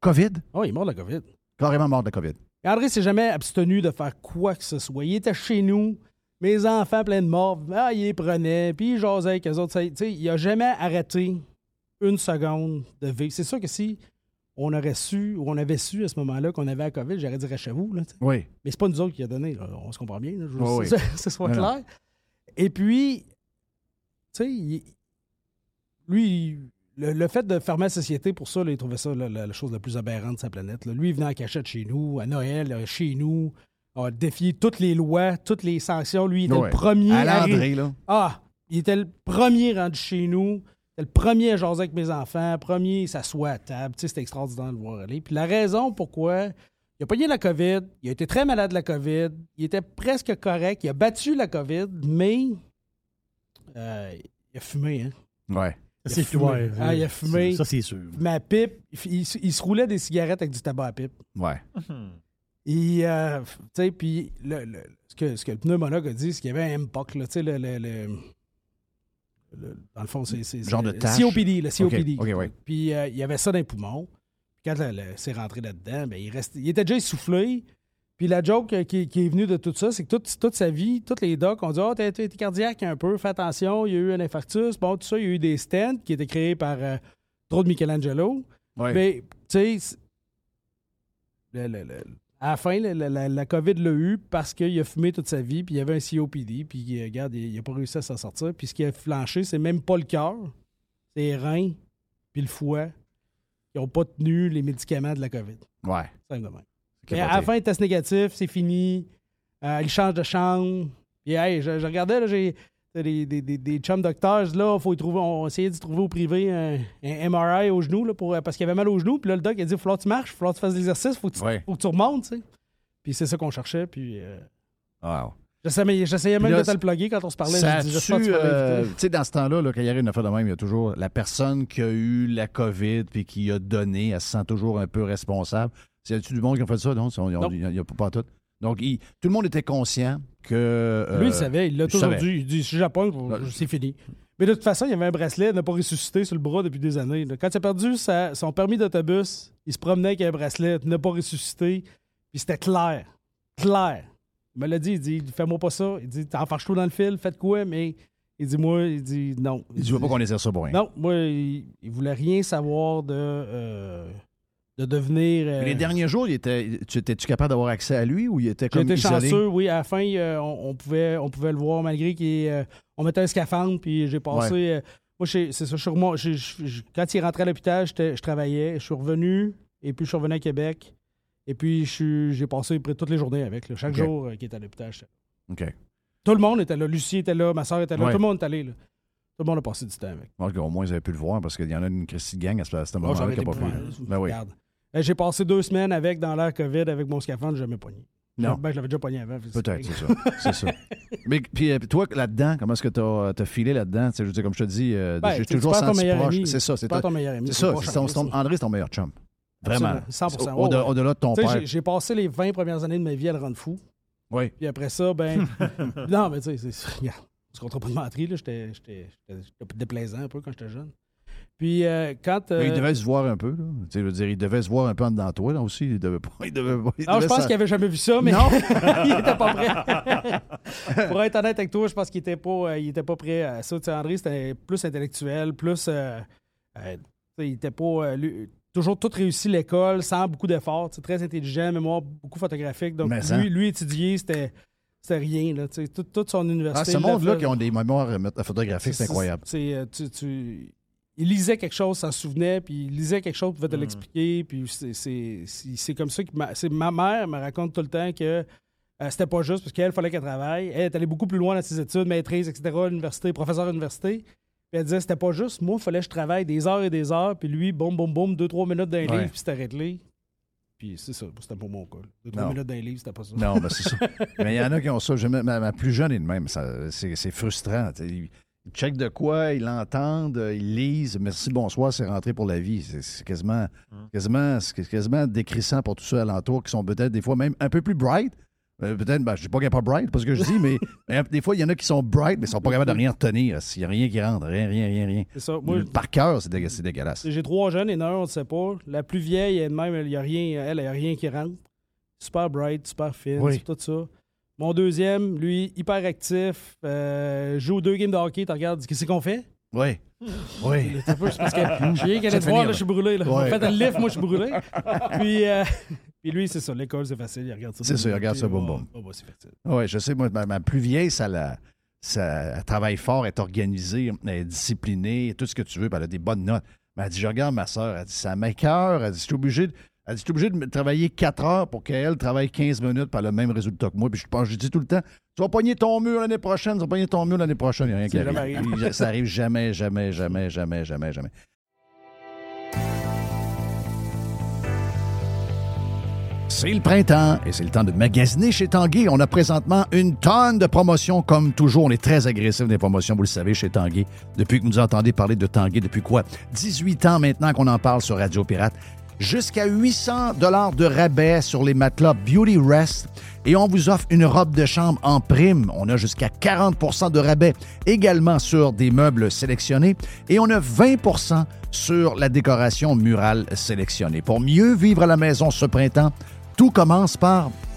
B: COVID?
F: Oh, il est mort de la COVID.
B: Carrément mort de la COVID.
F: Et André s'est jamais abstenu de faire quoi que ce soit. Il était chez nous, mes enfants pleins de morts, ah, il les prenait, puis il jasait avec eux autres. Ça, tu sais, il a jamais arrêté une seconde de vivre. C'est sûr que si on aurait su, ou on avait su à ce moment-là qu'on avait la COVID, j'aurais dit chez vous. Là, tu sais.
B: Oui.
F: Mais c'est pas nous autres qui a donné, là. on se comprend bien, là. Je veux
B: Oui,
F: *laughs* que ça- ça soit
B: Non,
F: clair. Et puis, tu sais, il- lui, il- le, le fait de fermer la société, pour ça, là, il trouvait ça là, la, la chose la plus aberrante de sa planète. là. Lui, il venait en cachette chez nous, à Noël, euh, chez nous, a défié toutes les lois, toutes les sanctions. Lui, il était
B: Ouais.
F: le premier
B: À
F: à,
B: l'André, là.
F: ah, il était le premier rendu chez nous. C'était le premier à jaser avec mes enfants. Premier, il s'assoit à table. Tu sais, c'était extraordinaire de le voir aller. Puis la raison pourquoi il a pogné la COVID, il a été très malade de la COVID, il était presque correct, il a battu la COVID, mais euh, il a fumé. Hein?
B: Ouais.
F: Il a
H: C'est
F: fumé.
H: ouais,
F: Ah, il a fumé.
H: Ça, c'est sûr.
F: Ma pipe, il, il se- il se roulait des cigarettes avec du tabac à pipe.
B: Ouais.
F: Et, euh, tu sais, puis le- le- ce, que, ce que le pneumologue a dit, c'est qu'il y avait un MPOC, là, tu sais, le, le- le- le- Dans le fond, c'est. c'est-
B: Genre de
F: c'est-
B: tache.
F: COPD, le COPD.
B: OK, OK, ouais.
F: Puis euh, il y avait ça dans les poumons. Puis quand le- le- c'est rentré là-dedans, ben, il, reste, il était déjà essoufflé. Puis la joke euh, qui, qui est venue de tout ça, c'est que toute, toute sa vie, tous les docs ont dit Ah, t'as été cardiaque un peu, fais attention, il y a eu un infarctus. Bon, tout ça, il y a eu des stents qui étaient créés par euh, trop de Michelangelo.
B: Ouais.
F: Mais, tu sais, c'est- le- le- le- à la fin, le- le- la, la COVID l'a eu parce qu'il a fumé toute sa vie, puis il avait un COPD, puis euh, regarde, il n'a pas réussi à s'en sortir. Puis ce qui a flanché, c'est même pas le cœur, c'est les reins, puis le foie. Ils n'ont pas tenu les médicaments de la COVID.
B: Ouais.
F: Simple de même.
B: Capoté.
F: Mais à la fin, test négatif, c'est fini. Euh, il change de chambre. Puis, hey, je, je regardais, là, j'ai t'as des, des, des, des chums docteurs. je dis, Là, faut y trouver, on essayait d'y trouver au privé un, un MRI au genou là, pour, euh, parce qu'il avait mal au genou. Puis là, le doc, il a dit, il faut que tu marches, il faut que tu fasses de l'exercice, il faut, que tu-
B: Ouais.
F: faut que tu remontes. tu sais. Puis c'est ça qu'on cherchait. Puis, euh,
B: Wow.
F: J'essayais j'essayais même
B: Puis là,
F: de te le plugger quand on se parlait.
B: Ah, Ça
F: je dis,
B: tue,
F: j'espère que tu vas
B: euh,
F: l'inviter.
B: tu sais, dans ce temps-là, là, quand il y a une affaire de même, il y a toujours la personne qui a eu la COVID puis qui a donné, elle se sent toujours un peu responsable. C'est-tu du monde qui a fait ça? Non, il
F: Non.
B: n'y a, pas tout. Donc, il- tout le monde était conscient que. euh,
F: Lui, il savait, il l'a
B: je
F: toujours
B: savais.
F: dit. Il dit si Japon,
B: Ouais.
F: c'est fini. Mais de toute façon, il y avait un bracelet, il n'a pas ressuscité sur le bras depuis des années. là. Quand il a perdu sa- son permis d'autobus, il se promenait avec un bracelet, il n'a pas ressuscité. Puis c'était clair. Clair. Il me l'a dit, il dit fais-moi pas ça. Il dit enfarche-toi dans le fil, faites quoi, mais il dit moi, il dit non.
B: Il ne veut pas qu'on les ait ça pour rien.
F: Non, moi, il, il voulait rien savoir de, euh, de devenir. euh,
B: Mais Les derniers jours, il était, tu étais-tu capable d'avoir accès à lui ou il était comme
F: J'étais
B: isolé?
F: chanceux, oui. À la fin, euh, on, on pouvait, on pouvait le voir malgré qu'on mettait un scaphandre, puis j'ai passé. euh, moi, j'ai- c'est ça, je suis remon- j'ai- je- je- quand il rentrait à l'hôpital, j'étais- je travaillais. Je suis revenu, et puis je suis revenu à Québec. Et puis, je suis- j'ai passé près de toutes les journées avec. là. chaque
B: Ok.
F: jour euh, qu'il était à l'hôpital, j'étais-
B: OK.
F: Tout le monde était là. Lucie était là, ma soeur était là,
B: Ouais.
F: tout le monde est allé. là. Tout le monde a passé du temps avec.
B: Moi, au moins, ils avaient pu le voir parce qu'il y en a une Christie de gang à ce, à ce
F: Moi,
B: moment-là
F: j'aurais
B: qui n'a
F: été
B: pas
F: plus-
B: pu. Ben oui.
F: Regarde. Euh, J'ai passé deux semaines avec dans l'air COVID avec mon scaphandre, j'ai jamais pogné.
B: Non.
F: Ben, je l'avais déjà pogné avant.
B: Peut-être, c'est ça. C'est ça.
F: *laughs*
B: Mais puis euh, toi, là-dedans, comment est-ce que t'as as filé là-dedans? Tu sais, Je veux dire, comme je te dis, euh,
F: Ben,
B: j'ai
F: tu sais, tu
B: toujours
F: perds ton
B: senti
F: meilleur
B: proche.
F: ami.
B: C'est ça, c'est
F: pas
B: ton-
F: ton meilleur ami.
B: c'est
F: tu
B: ça.
F: peux pas
B: c'est
F: changer
B: ton- ton- André, c'est ton meilleur chum. Vraiment.
F: Absolument, 100%,
B: Au- au-
F: ouais, ouais.
B: Au-delà de ton
F: Tu sais,
B: père.
F: j'ai- J'ai passé les 20 premières années de ma vie à le rendre fou.
B: Oui.
F: Puis après ça, ben. *laughs* non, mais tu sais, c'est- regarde, on se comptera pas de mentir, là. J'étais j'étais- j'étais- j'étais déplaisant un peu quand j'étais jeune. Puis euh, quand. euh,
B: Mais il devait se voir un peu. Là. Tu sais, Je veux dire, il devait se voir un peu en dedans de toi là, aussi. Il devait pas. *laughs* Il devait pas- il
F: Ah, je
B: devait
F: pense
B: s'en-
F: qu'il avait jamais vu ça, mais *laughs* il était pas prêt. *laughs* Pour être honnête avec toi, je pense qu'il était pas, euh, il était pas prêt à ça. Tu sais, André, c'était plus intellectuel, plus. euh, euh, tu sais, il était pas. euh, lui- toujours tout réussi l'école, sans beaucoup d'efforts. tu sais, Très intelligent, mémoire beaucoup photographique. Donc,
B: Mais ça.
F: lui, lui, étudier, c'était. C'était rien, là. tu sais, Tout, toute son université.
B: Ah, ce
F: il l'a
B: monde-là
F: fait.
B: qui ont des mémoires euh, mét- photographiques, c'est incroyable.
F: c'est- euh, tu- tu- il lisait quelque chose, s'en souvenait, puis il lisait quelque chose, pouvait
B: Mm.
F: te l'expliquer. Puis c'est- c'est c'est- c'est comme ça que ma, c'est- ma mère me raconte tout le temps que euh, c'était pas juste parce qu'elle fallait qu'elle travaille. Elle est allée beaucoup plus loin dans ses études, maîtrise, etc., université, professeur à l'université. Puis elle disait c'était pas juste, moi, il fallait que je travaille des heures et des heures, puis lui, boum, boum, boum, deux, trois minutes d'un
B: Ouais.
F: livre, puis c'était réglé. Puis c'est ça, c'était pas mon cas. là. Deux, trois
B: Non.
F: minutes d'un livre, c'était pas ça.
B: Non, mais
F: *laughs*
B: c'est ça. mais il y en a qui ont ça. J'ai- Ma, ma plus jeune est de même. Ça, C'est c'est frustrant. Tu sais, Ils ils checkent de quoi, ils l'entendent, euh, ils lisent. Merci, bonsoir, c'est rentré pour la vie. C'est- C'est quasiment,
F: Hum.
B: quasiment, c'est quasiment décrissant pour tous ceux alentour qui sont peut-être des fois même un peu plus bright. Euh, peut-être, ben, je ne dis pas qu'il n'y a pas bright, parce que je dis,
F: *laughs*
B: mais mais des fois, il y en a qui sont bright, mais ils sont pas capables de rien retenir. Il n'y a rien qui rentre. Rien, rien, rien, rien.
F: C'est ça. Moi,
B: Par cœur, c'est dégue- c'est dégueulasse.
F: J'ai trois jeunes et un, on ne sait pas. La plus vieille, elle même, il n'y a rien, elle, il y a rien qui rentre. Super bright, super fine,
B: Oui.
F: c'est tout ça. Mon deuxième, lui, hyper actif, euh, joue deux games de hockey, tu regardes, qu'est-ce qu'on fait? *laughs*
B: Oui. Oui.
F: C'est un peu-
B: *laughs*
F: c'est parce que je viens qu'elle
B: Ça
F: est
B: te
F: te
B: fait
F: voir,
B: rire,
F: là, je suis brûlé. Là.
B: Ouais.
F: Faites le lift, moi, je suis brûlé.
B: *laughs*
F: Puis, euh, *laughs* puis lui, c'est ça, l'école, c'est facile, il regarde ça.
B: C'est ça, il regarde ça, boum,
F: bon
B: boum.
F: c'est facile.
B: Oui, je sais, moi, ma, ma plus vieille, ça la. Ça, elle travaille fort, elle est organisée, elle est disciplinée, tout ce que tu veux, puis elle a des bonnes notes. Mais elle dit Je regarde ma soeur, elle dit Ça m'écœure, elle dit Je suis obligé de. Elle dit, Je suis obligé de me travailler 4 heures pour qu'elle travaille 15 minutes par le même résultat que moi. Puis je pense, je dis tout le temps Tu vas pogner ton mur l'année prochaine, tu vas pogner ton mur l'année prochaine. Il n'y a rien qui
F: Ça jamais
B: arrive. Ça arrive jamais, jamais, jamais, jamais, jamais, jamais. C'est le printemps et c'est le temps de magasiner chez Tanguy. On a présentement une tonne de promotions comme toujours. On est très agressif des promotions, vous le savez, chez Tanguy. Depuis que vous nous entendez parler de Tanguy, depuis quoi? 18 ans maintenant qu'on en parle sur Radio Pirate. Jusqu'à 800 dollars de rabais sur les matelas Beauty Rest. Et on vous offre une robe de chambre en prime. On a jusqu'à 40 de rabais également sur des meubles sélectionnés. Et on a 20 sur la décoration murale sélectionnée. Pour mieux vivre à la maison ce printemps, tout commence par,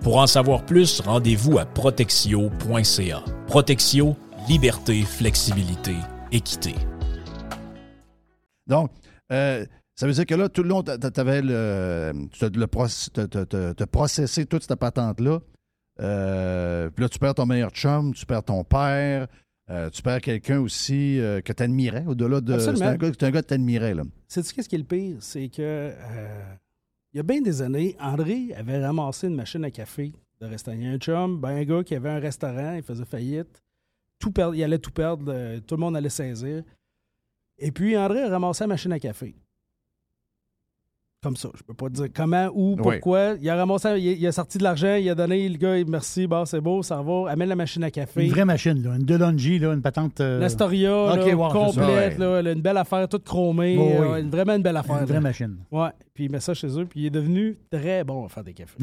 I: Pour en savoir plus, rendez-vous à protexio.ca. Protexio, liberté, flexibilité, équité.
B: Donc, euh, ça veut dire que là, tout le long, tu avais le, t'as- le proc- t'as- t'as- t'as- t'as processé toute cette patente-là. Euh, puis là, tu perds ton meilleur chum, tu perds ton père, euh, tu perds quelqu'un aussi euh, que tu admirais, au-delà de. C'est
F: Absolument.
B: un, gars- c'est un gars que tu admirais, là.
F: Sais-tu qu'est-ce qui est le pire? C'est que euh, il y a bien des années, André avait ramassé une machine à café de restaurant. Il y a un chum, ben un gars qui avait un restaurant, il faisait faillite. Tout perdre, il allait tout perdre, le- tout le monde allait saisir. Et puis André a ramassé la machine à café. Comme ça, je peux pas te dire comment, où, pourquoi. Il a ramassé, il, il a sorti de l'argent, il a donné, le gars, il- merci, bah c'est beau, ça va, amène la machine à café.
H: Une vraie machine, là. Une DeLonghi, là, une patente. euh,
F: L'Astoria,
H: Ok,
F: là,
H: ouais, c'est ça,
F: complète,
B: ouais.
F: là, elle a une belle affaire, toute chromée.
H: Oui, oui.
F: euh, une- Vraiment une belle affaire.
H: une
F: là.
H: vraie machine.
F: Ouais, puis il met ça chez eux, puis il est devenu très bon à faire des cafés.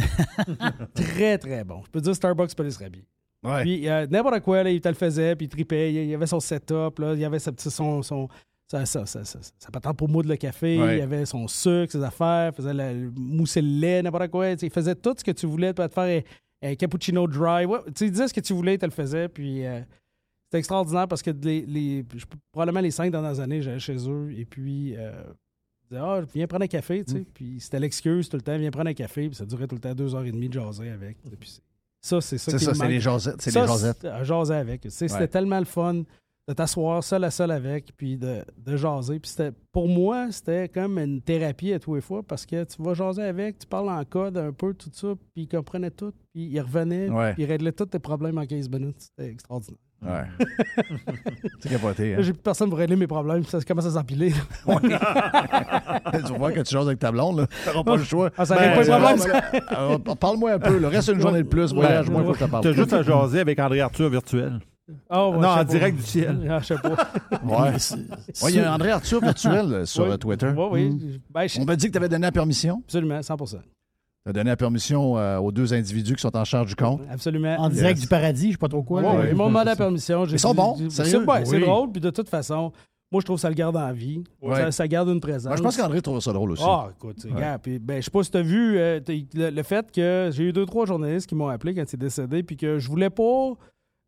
F: très, très bon. Je peux dire Starbucks peut les rabis.
B: Ouais.
F: Puis euh, n'importe quoi, là, il te le faisait, puis il tripait, il, il avait son setup, là, il avait sa petite son. son ça, ça, ça, ça, ça patente pour moudre le café,
B: Ouais.
F: il avait son sucre, ses affaires, il faisait la, le- mousser le lait, n'importe quoi. tu sais, Il faisait tout ce que tu voulais, peut te faire euh, un, un cappuccino dry. Ouais, tu sais, il disait ce que tu voulais, il te le faisait, puis euh, c'était extraordinaire parce que les, les- je- probablement les cinq dernières années, j'allais chez eux, et puis euh, je disais, ah, viens prendre un café,
B: Mm.
F: tu sais. Puis c'était l'excuse tout le temps, viens prendre un café. Puis ça durait tout le temps deux heures et demie de jaser avec. Et puis c'est- ça, c'est ça
B: C'est
F: qui
B: ça,
F: me
B: c'est
F: manque.
B: les Josettes. C'est
F: Ça,
B: les Josettes.
F: c'est- euh, jaser avec. tu sais, C'était
B: Ouais.
F: tellement le fun de t'asseoir seul à seul avec, puis de, de jaser. Puis c'était, pour moi, c'était comme une thérapie à tous les fois parce que tu vas jaser avec, tu parles en code un peu, tout ça, puis ils comprenaient tout, puis ils revenaient,
B: Ouais.
F: puis ils réglaient tous tes problèmes en 15 minutes. C'était extraordinaire. *laughs*
B: Ouais. c'est capoté, hein?
F: Là, j'ai plus personne pour régler mes problèmes, ça commence à s'empiler. là.
B: tu vois que tu jases avec ta blonde, là. T'auras pas le choix.
F: *laughs* Ah, ça règle pas le
B: c'est
F: problème,
B: bon, mais- Alors, *laughs* Parle-moi un peu, là. Reste une journée de plus, voyage, moi, faut que je te parle.
G: T'as juste à jaser avec André Arthur virtuel.
F: Ah, ouais,
G: Non,
F: je sais
G: en
F: pas.
G: direct du ciel.
F: Ah, je sais pas.
B: Ouais. Ouais, il y a un André Arthur virtuel euh, sur
F: Oui.
B: euh, Twitter.
F: Oui, oui. Ben, je-
B: On m'a dit que tu avais donné la permission.
F: Absolument, 100
B: Tu as donné la permission euh, aux deux individus qui sont en charge du compte.
F: Absolument.
H: En direct du paradis, je sais pas trop quoi.
F: Ouais,
H: là.
F: Ils m'ont demandé la permission. j'ai
B: Ils sont
F: dit-
B: bons,
F: j'ai-
B: sérieux?
F: C'est ouais, c'est
B: Oui.
F: drôle, puis de toute façon, moi, je trouve que ça le garde en vie.
B: Ouais.
F: Ça, ça garde une présence.
B: Moi, je pense qu'André trouve ça drôle aussi.
F: Ah, écoute, regarde, puis, ben, je sais pas si t'as vu euh, t'as- le, le fait que j'ai eu deux, trois journalistes qui m'ont appelé quand il est décédé, puis que je voulais pas.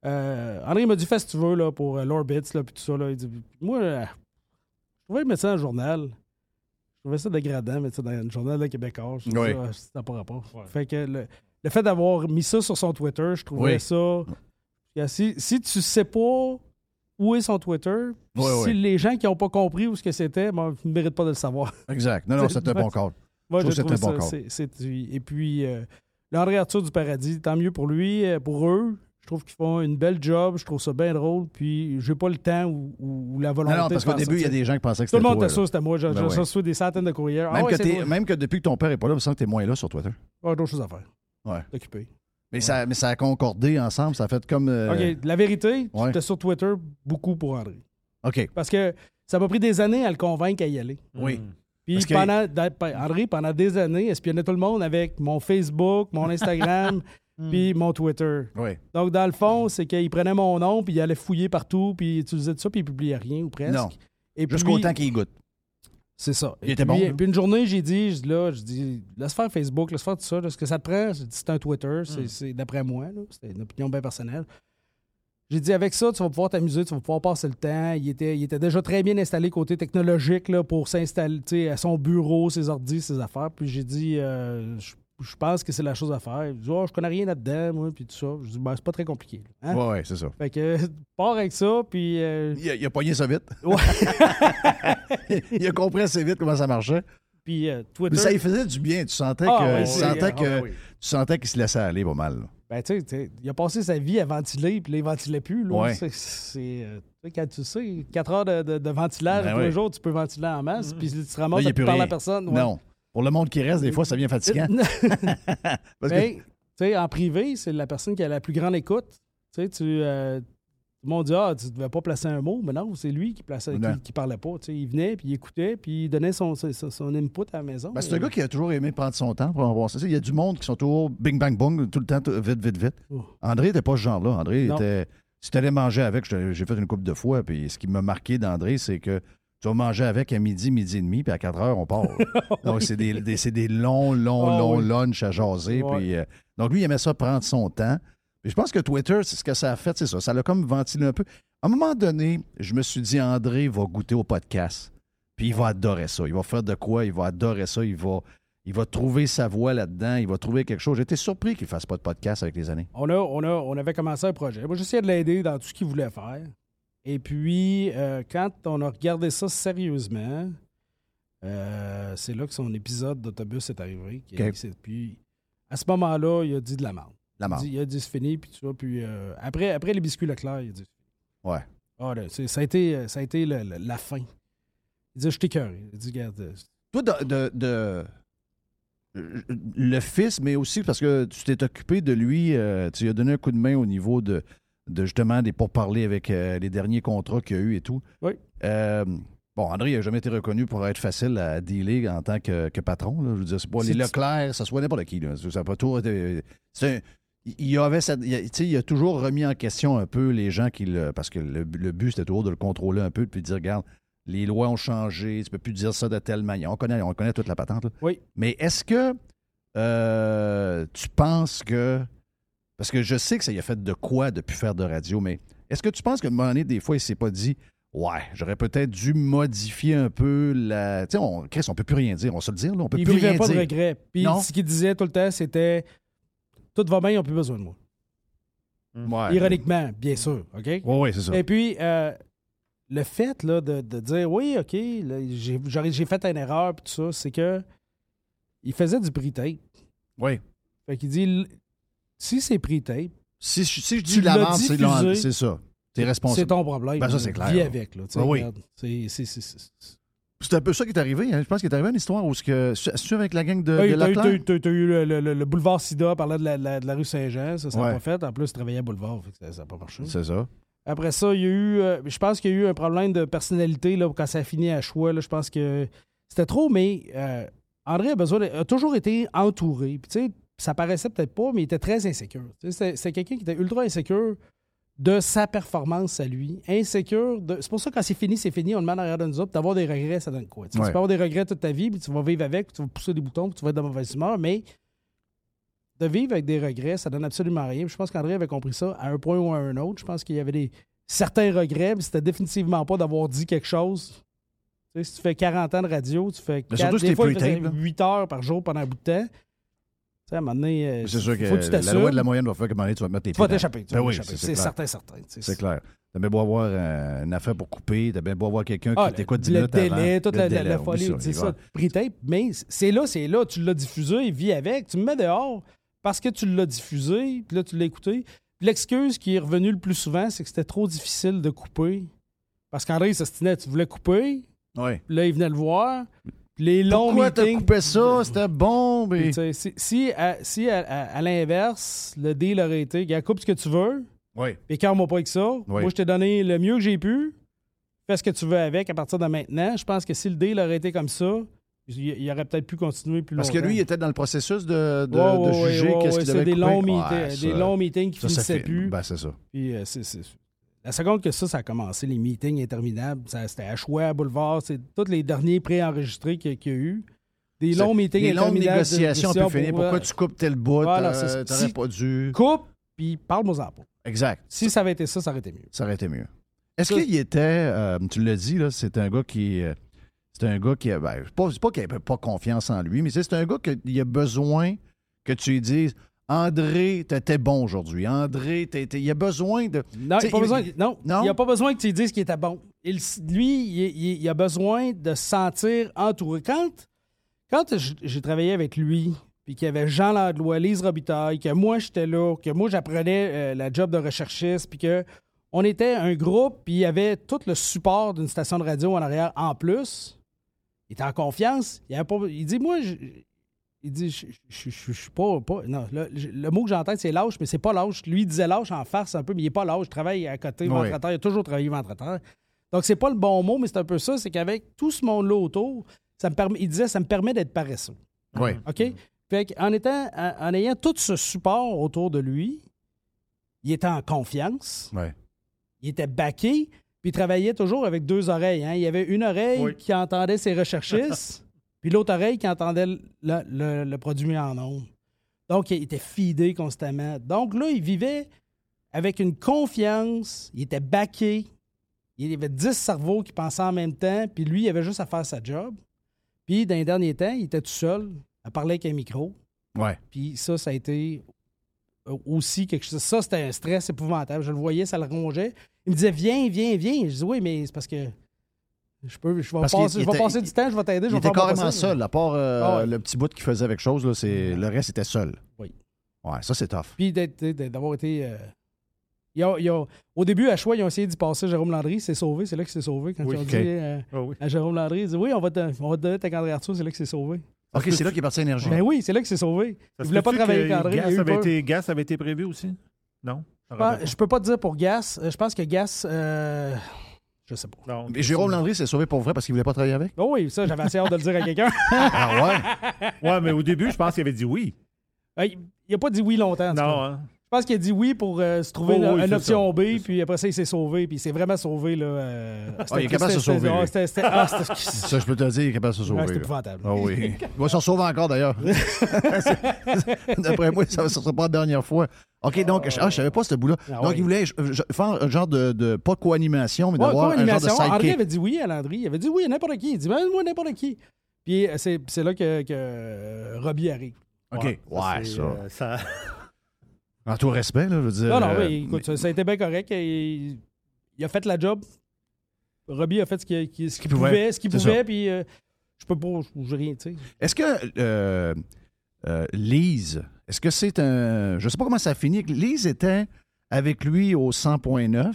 F: euh, André il m'a dit fais ce que tu veux là, pour euh, l'Orbitz, là, puis tout ça. Là. Il dit, moi, euh, je trouvais mettre ça dans le journal. Je trouvais ça dégradant, mettre ça dans le journal de Québécois. Je trouvais
B: Oui.
F: ça, ça n'a pas rapport. Fait que le, le fait d'avoir mis ça sur son Twitter, je trouvais
B: Oui.
F: ça. Puis, euh, Si, si tu sais pas où est son Twitter, puis
B: Oui,
F: si
B: oui.
F: les gens qui n'ont pas compris où ce que c'était, ben, tu ne mérites pas de le savoir.
B: Exact. Non, non, c'est un bon call.
F: Moi,
B: Je
F: je,
B: trouve que
F: trouve
B: c'est un bon
F: ça, c'est- c'est du- Et puis, euh, l'André Arthur du Paradis, tant mieux pour lui, euh, pour eux. Je trouve qu'ils font une belle job. Je trouve ça bien drôle. Puis, j'ai pas le temps ou, ou- ou la volonté.
B: Non, non, parce
F: de
B: qu'au
F: faire ça,
B: début, il y a
F: tu sais.
B: des gens qui pensaient que c'était
F: Tout le monde
B: toi,
F: était
B: là.
F: sûr, c'était moi. Je,
B: Ben
F: je
B: ouais.
F: reçois des centaines de courriels.
B: Même,
F: ah,
B: que
F: ouais,
B: t'es-
F: c'est drôle.
B: même que depuis que ton père n'est pas là, on sent que t'es moins là sur Twitter.
F: Ah, d'autres choses à faire.
B: Ouais.
F: T'occuper.
B: Mais, ça, mais ça a concordé ensemble, ça a fait comme. euh,
F: OK, la vérité,
B: ouais.
F: j'étais sur Twitter beaucoup pour André.
B: OK.
F: Parce que ça m'a pris des années à le convaincre à y aller.
B: Oui.
F: Puis
B: Parce que-
F: pendant, dans- pe- André, pendant des années, espionnait tout le monde avec mon Facebook, mon
B: *laughs*
F: Instagram,
B: Hmm.
F: puis mon Twitter.
B: Oui.
F: Donc, dans le fond, c'est qu'il prenait mon nom, puis il allait fouiller partout, puis il utilisait tout ça, puis il publiait rien, ou presque.
B: Non.
F: Et puis-
B: Jusqu'au temps qu'il y goûte.
F: C'est ça.
B: Il
F: Et
B: était
F: puis,
B: bon, là.
F: puis une journée, j'ai dit, je dis là, je dis, laisse faire Facebook, laisse faire tout ça, là, ce que ça te prend, j'ai dit, c'est un Twitter,
B: Hmm.
F: c'est, c'est d'après moi, là, c'était une opinion bien personnelle. J'ai dit, avec ça, tu vas pouvoir t'amuser, tu vas pouvoir passer le temps. Il était, il était déjà très bien installé côté technologique là, pour s'installer tu sais, à son bureau, ses ordi, ses affaires. Puis j'ai dit, euh, je, je pense que c'est la chose à faire. Il dit, oh, je connais rien là-dedans, moi, puis tout ça. Je dis, ben, c'est pas très compliqué. là, hein?
B: Oui, oui, c'est ça.
F: Fait que, *laughs* pars avec ça, puis. euh,
B: Il a, il a pogné ça vite.
F: Ouais.
B: *laughs* il a compris assez vite comment ça marchait.
F: puis euh, Twitter.
B: Mais ça lui faisait du bien. Tu sentais
F: Ah,
B: que-
F: oui,
B: tu
F: c'est-
B: sentais
F: ah,
B: que- tu sentais qu'il se laissait aller pas mal. là.
F: Ben, tu sais, tu sais, il a passé sa vie à ventiler, puis là, il ventilait plus. Là.
B: Ouais.
F: C'est, c'est, euh, tu sais, quand tu sais, 4 heures de, de- de ventilage
B: Ben
F: tous
B: oui.
F: les jours, tu peux ventiler en masse, puis tu te ramasses
B: Là, il y a
F: à
B: plus
F: parler
B: rien.
F: à personne. ouais.
B: Non. Pour le monde qui reste, des fois, ça devient
F: *laughs*
B: fatigant. Parce que-
F: Mais, tu sais, en privé, c'est la personne qui a la plus grande écoute. Tu sais, tu. euh, tout le monde dit Ah, tu devais pas placer un mot, mais non, c'est lui qui, plaçait,
B: Non.
F: qui, qui parlait pas. Tu sais, il venait, puis il écoutait, puis il donnait son, son, son input à la maison.
B: Ben, c'est un gars qui a toujours aimé prendre son temps pour avoir ça. Il y a du monde qui sont toujours bing, bang, bong, tout le temps, tout- vite, vite, vite.
F: Ouh.
B: André n'était pas ce genre-là. André
F: Non.
B: était. Si tu allais manger avec, j'étais- j'ai fait une coupe de fois, puis ce qui m'a marqué d'André, c'est que tu vas manger avec à midi, midi et demi, puis à 4 heures, on
F: *laughs*
B: part. donc, c'est des, des- c'est des longs, longs,
F: Ah,
B: longs
F: oui.
B: lunchs à jaser.
F: Ouais.
B: Puis, euh, donc, lui, il aimait ça prendre son temps. Puis je pense que Twitter, c'est ce que ça a fait, c'est ça. Ça l'a comme ventilé un peu. À un moment donné, je me suis dit, André va goûter au podcast. Puis il va adorer ça. Il va faire de quoi? Il va adorer ça. Il va, il va trouver sa voix là-dedans. Il va trouver quelque chose. J'étais surpris qu'il ne fasse pas de podcast avec les années.
F: On, a, on, a, on avait commencé un projet. Moi, j'essayais de l'aider dans tout ce qu'il voulait faire. Et puis, euh, quand on a regardé ça sérieusement, euh, c'est là que son épisode d'autobus est arrivé. qui-
B: Ok.
F: c'est- Puis, à ce moment-là, il a dit de la merde.
B: La
F: Il a
B: mort.
F: dit- Il a dit c'est fini, puis tu vois. Puis, euh, après, après les biscuits Leclerc, il a dit
B: Ouais.
F: Ah, là, c'est- ça a été, ça a été le- le- la fin. Il dit Je t'écœure. Il dit Regarde, euh,
B: Toi, de, de- de- euh, le fils, mais aussi parce que tu t'es occupé de lui, euh, tu lui as donné un coup de main au niveau de, de justement des pourparlers avec euh, les derniers contrats qu'il y a eu et tout.
F: Oui.
B: Euh, bon, André n'a jamais été reconnu pour être facile à dealer en tant que, que patron. là. Je veux dire, c'est pas les
F: C'est-
B: Leclerc, ça soit n'importe qui. Là. Ça a pas toujours été- c'est un- il- il avait cette- il, a- tu sais, il a toujours remis en question un peu les gens qui le. Parce que le, le but, c'était toujours de le contrôler un peu puis de dire regarde, les lois ont changé, tu peux plus dire ça de telle manière. On connaît, on connaît toute la patente. là.
F: Oui.
B: Mais est-ce que euh, tu penses que. Parce que je sais que ça y a fait de quoi de plus faire de radio, mais est-ce que tu penses que moment donné, des fois, il s'est pas dit Ouais, j'aurais peut-être dû modifier un peu la. Tu sais, on, Chris, on peut plus rien dire, on va se le dire, là, on peut
F: il
B: plus
F: vivait
B: rien
F: pas de
B: dire.
F: regrets. Puis,
B: Non.
F: ce qu'il disait tout le temps, c'était Tout va bien, ils n'ont plus besoin de moi.
B: Ouais.
F: Ironiquement, bien sûr. OK
B: Ouais, ouais, c'est ça.
F: Et puis, euh, le fait là, de, de dire oui, OK, là, j'ai- j'aurais- j'ai fait une erreur, puis tout ça, c'est que il faisait du pre-tape.
B: Oui.
F: Fait qu'il dit l- si c'est pre-tape,
B: Si, je- si je
F: Tu
B: dis
F: l'as
B: la vente, c'est la-
F: diffusé.
B: c'est ça. T'es
F: c'est
B: responsable.
F: ton problème.
B: Ben, ça,
F: là.
B: c'est clair,
F: Vis
B: là.
F: avec. Là, tu sais,
B: Ah oui.
F: regarde. C'est- c'est- c'est- c'est- c'est-
B: C'est un peu ça qui est arrivé. hein. Je pense qu'il est arrivé une histoire où. ce que- C'est-tu avec la gang de,
F: T'as
B: Euh, de
F: eu- t'as eu-
B: Leclerc?
F: t'as eu- t'as eu- t'as eu le, le- le boulevard Sida parlait de la, la- de la rue Saint-Jean, ça, ça n'a
B: Ouais.
F: pas fait. En plus, je travaillais à boulevard, fait que ça n'a pas marché.
B: C'est ça.
F: Après ça, il y a eu. euh, je pense qu'il y a eu un problème de personnalité là, quand ça a fini à choix. là. je pense que c'était trop, mais euh, André a, besoin de- a toujours été entouré. Puis, tu sais, ça paraissait peut-être pas, mais il était très insécure. Tu sais, C'était c'était quelqu'un qui était ultra insécure de sa performance à lui. Insécure de. C'est pour ça que quand c'est fini, c'est fini, on le met en arrière de nous autres. puis D'avoir des regrets, ça donne quoi? Tu sais,
B: Ouais.
F: Tu peux avoir des regrets toute ta vie, puis tu vas vivre avec, puis tu vas pousser des boutons, puis tu vas être de mauvaise humeur, mais de vivre avec des regrets, ça donne absolument rien. Puis je pense qu'André avait compris ça à un point ou à un autre. Je pense qu'il y avait des certains regrets, mais c'était définitivement pas d'avoir dit quelque chose. Tu sais, si tu fais 40 ans de radio, tu fais
B: Mais
F: quatre-
B: surtout hein. si
F: des
B: t'es
F: fois, il
B: pre-tape,
F: faisait
B: là.
F: 8 heures par jour pendant un bout de temps. Tu sais, à un moment donné, euh,
B: C'est sûr que
F: faut que tu
B: la loi de la
F: t'assures.
B: moyenne va faire que à un moment donné, tu vas te mettre les
F: Tu vas
B: pieds dans-
F: t'échapper. tu
B: Ben
F: vas
B: oui,
F: t'échapper.
B: c'est-
F: C'est
B: c'est clair.
F: certain, certain. tu sais.
B: C'est clair. T'as bien beau avoir euh, une affaire pour couper, t'as bien beau avoir quelqu'un
F: Ah,
B: qui t'écoute 10
F: le
B: minutes avant.
F: délai, toute
B: Le
F: la, la-
B: délai,
F: la
B: oublie
F: folie,
B: ça,
F: c'est
B: il
F: ça.
B: va-
F: Pre-tape, mais c'est là, c'est là. Tu l'as diffusé, il vit avec. Tu me mets dehors parce que tu l'as diffusé, puis là, tu l'as écouté. Puis L'excuse qui est revenue le plus souvent, c'est que c'était trop difficile de couper. Parce qu'André, il s'ostinait. Tu voulais couper,
B: Ouais.
F: puis là, il venait le voir. puis Les longs
B: Pourquoi t'as
F: meetings.
B: coupé ça? C'était bon. mais-
F: Tu sais, Si, si, à, si à- à- à l'inverse, le deal aurait été, gars, coupe ce que tu veux,
B: Oui.
F: puis moi pas avec ça. Moi, je t'ai donné le mieux que j'ai pu. Fais ce que tu veux avec à partir de maintenant. Je pense que si le deal aurait été comme ça, il, il aurait peut-être pu continuer plus
B: Parce que
F: longtemps.
B: lui, il était dans le processus de, de,
F: hein. Ouais,
B: de
F: ouais, ouais,
B: juger
F: ouais,
B: qu'est-ce
F: ouais,
B: qu'il
F: c'est
B: avait
F: des
B: coupé.
F: longs meetings,
B: Ouais, ça-
F: des longs meetings qui
B: ça, ça
F: finissaient
B: fait-
F: plus.
B: Ben, c'est ça.
F: Puis, euh, c'est- c'est- La seconde que ça, ça a commencé, les meetings interminables, ça, c'était à Choix, à Boulevard, c'est tous les derniers préenregistrés qu'il y a- qu'il y a eu. Des longs meetings
B: Les longues
F: interminables. de-
B: négociations,
F: de-
B: puis finir. Pourquoi tu coupes tel bout?
F: Voilà, c'est
B: euh,
F: ça.
B: T'aurais
F: Si-
B: pas dû.
F: Coupe, puis parle-moi-en pas.
B: Exact.
F: Si ça avait été ça, ça aurait été mieux.
B: Ça aurait été mieux. Est-ce
F: Ça-
B: qu'il était, euh, tu l'as dit, là, c'est un gars qui. euh, c'est un gars qui. a- Ben, c'est pas, c'est pas qu'il n'avait pas confiance en lui, mais c'est c'est un gars qui a besoin que tu lui dises André, t'étais bon aujourd'hui. André, t'étais. Il a besoin de.
F: Non,
B: T'sais,
F: il a pas
B: il-
F: besoin, non,
B: non?
F: il a pas besoin que tu lui dises qu'il était bon. Il- lui, il, il- il a besoin de se sentir entouré. Quand, quand j- j'ai travaillé avec lui, puis qu'il y avait Jean Landlois, Lise Robitaille, que moi j'étais là, que moi j'apprenais euh, la job de recherchiste, puis que on était un groupe, puis il y avait tout le support d'une station de radio en arrière en plus, Il était en confiance. Il, avait pas- il dit, moi, je, il dit, je, je- je- je suis pas, pas- Non, là, je- le mot que j'entends, c'est lâche, mais c'est pas lâche. Lui, il disait lâche en farce un peu, mais il est pas lâche. Il travaille à côté, ventre
G: Oui.
F: à terre. Il a toujours travaillé ventre à terre. Donc, c'est pas le bon mot, mais c'est un peu ça. C'est qu'avec tout ce monde-là autour, ça me permet, il disait, ça me permet d'être paresseux.
G: Oui.
F: OK? Fait qu'en étant, en, en ayant tout ce support autour de lui, il était en confiance,
G: Ouais.
F: il était baqué, puis il travaillait toujours avec deux oreilles. hein. Il y avait une oreille
G: Oui.
F: qui entendait ses recherchistes, puis l'autre oreille qui entendait le, le- le produit en ondes. Donc, il était fidé constamment. Donc là, il vivait avec une confiance, il était baqué, il y avait 10 cerveaux qui pensaient en même temps, puis lui, il avait juste à faire sa job. Puis, dans les derniers temps, il était tout seul, à parler avec un micro.
G: Ouais.
F: Puis ça, ça a été euh, aussi quelque chose. Ça, c'était un stress épouvantable. Je le voyais, ça le rongeait. Il me disait, viens, viens, viens. Je dis, oui, mais c'est parce que je peux, je vais,
B: Parce qu'il
F: passer, je vais
B: était-
F: passer du temps, je vais t'aider. je
B: Il
F: vais
B: était
F: faire mon
B: carrément
F: possible.
B: seul, à part euh,
F: Ah ouais.
B: le petit bout qu'il faisait avec chose, là, c'est... le reste était seul.
F: Oui.
B: Ouais, ça c'est tough.
F: Puis d'être- d'être- d'avoir été. euh, ils ont- ils ont- au début, à choix, ils ont essayé d'y passer Jérôme Landry. C'est sauvé. C'est là que c'est sauvé. Quand
G: Oui,
F: ils ont
G: ok.
F: dit euh,
G: Ah oui.
F: à Jérôme Landry, ils disent, oui, on va te, on va te donner ta candidature. C'est là que c'est sauvé.
B: OK, c'est là qu'il est parti énergie.
F: Ben oui, c'est là que c'est sauvé.
G: Ça
F: Il
G: se
F: voulait pas
G: peut-tu
F: travailler
G: que
F: avec André. il a
G: Gas
F: eu
G: avait
F: peur.
G: été, Gas avait été prévu aussi? Non? Je me
F: Je
G: rappelle
F: pense- je peux pas te dire pour Gas. Euh, Je pense que Gas. euh, je sais pas.
G: pas. Non.
B: Mais
J: euh,
B: Jérôme Landry s'est sauvé pour vrai parce qu'il voulait pas travailler avec?
F: Oh oui, ça, j'avais assez hâte de le dire à
B: *laughs*
F: quelqu'un.
B: Ah ouais?
G: Ouais, mais au début, je pense qu'il avait dit oui.
F: Euh, il il a pas dit oui longtemps. en tout
G: Non,
F: cas.
G: hein?
F: Je pense qu'il a dit oui pour euh, se trouver
G: Oh,
F: une,
G: oui,
F: une
G: c'est
F: option
G: ça,
F: B,
G: c'est
F: puis après ça, il s'est sauvé, puis il s'est vraiment sauvé. Là, euh, c'était-
B: Ah, il est capable de se
F: c'était-
B: sauver, lui.
F: ah, C'était c'était- ah, c'était-
B: *laughs*
F: c'était-
B: Ça, je peux te le dire, il est capable de se sauver.
F: ah, c'était
B: là.
F: épouvantable.
B: Ah *laughs* oui. Il va s'en sauver encore,
F: *laughs*
B: d'ailleurs. D'après moi, ça ne sera pas la dernière fois. OK, donc, ah, je savais pas ce bout-là.
F: Ah
B: donc,
F: oui.
B: il voulait je- je- faire un genre de, de- pas co-animation, mais
F: Ouais,
B: d'avoir
F: quoi,
B: un genre de
F: animation. André
B: sidekick.
F: avait dit oui à Landry. Il avait dit oui à n'importe qui. Il dit ben, moi, n'importe qui. Puis euh, c'est c'est là que, que euh, Robbie arrive.
B: OK. Ouais,
G: C'est,
B: ça.
G: euh, ça-
B: En tout respect, là, je veux dire.
F: Non, non,
B: euh,
F: mais écoute, ça, ça a été bien correct. Il, il a fait la job. Robbie a fait ce qu'il qu'il- ce qu'il
B: pouvait.
F: pouvait, ce qu'il
B: C'est ça.
F: pouvait, puis euh, je peux pas, je- je rien, tu sais.
B: Est-ce que euh, euh, Lise, est-ce que c'est un. Je sais pas comment ça a fini. Lise était avec lui au 100.9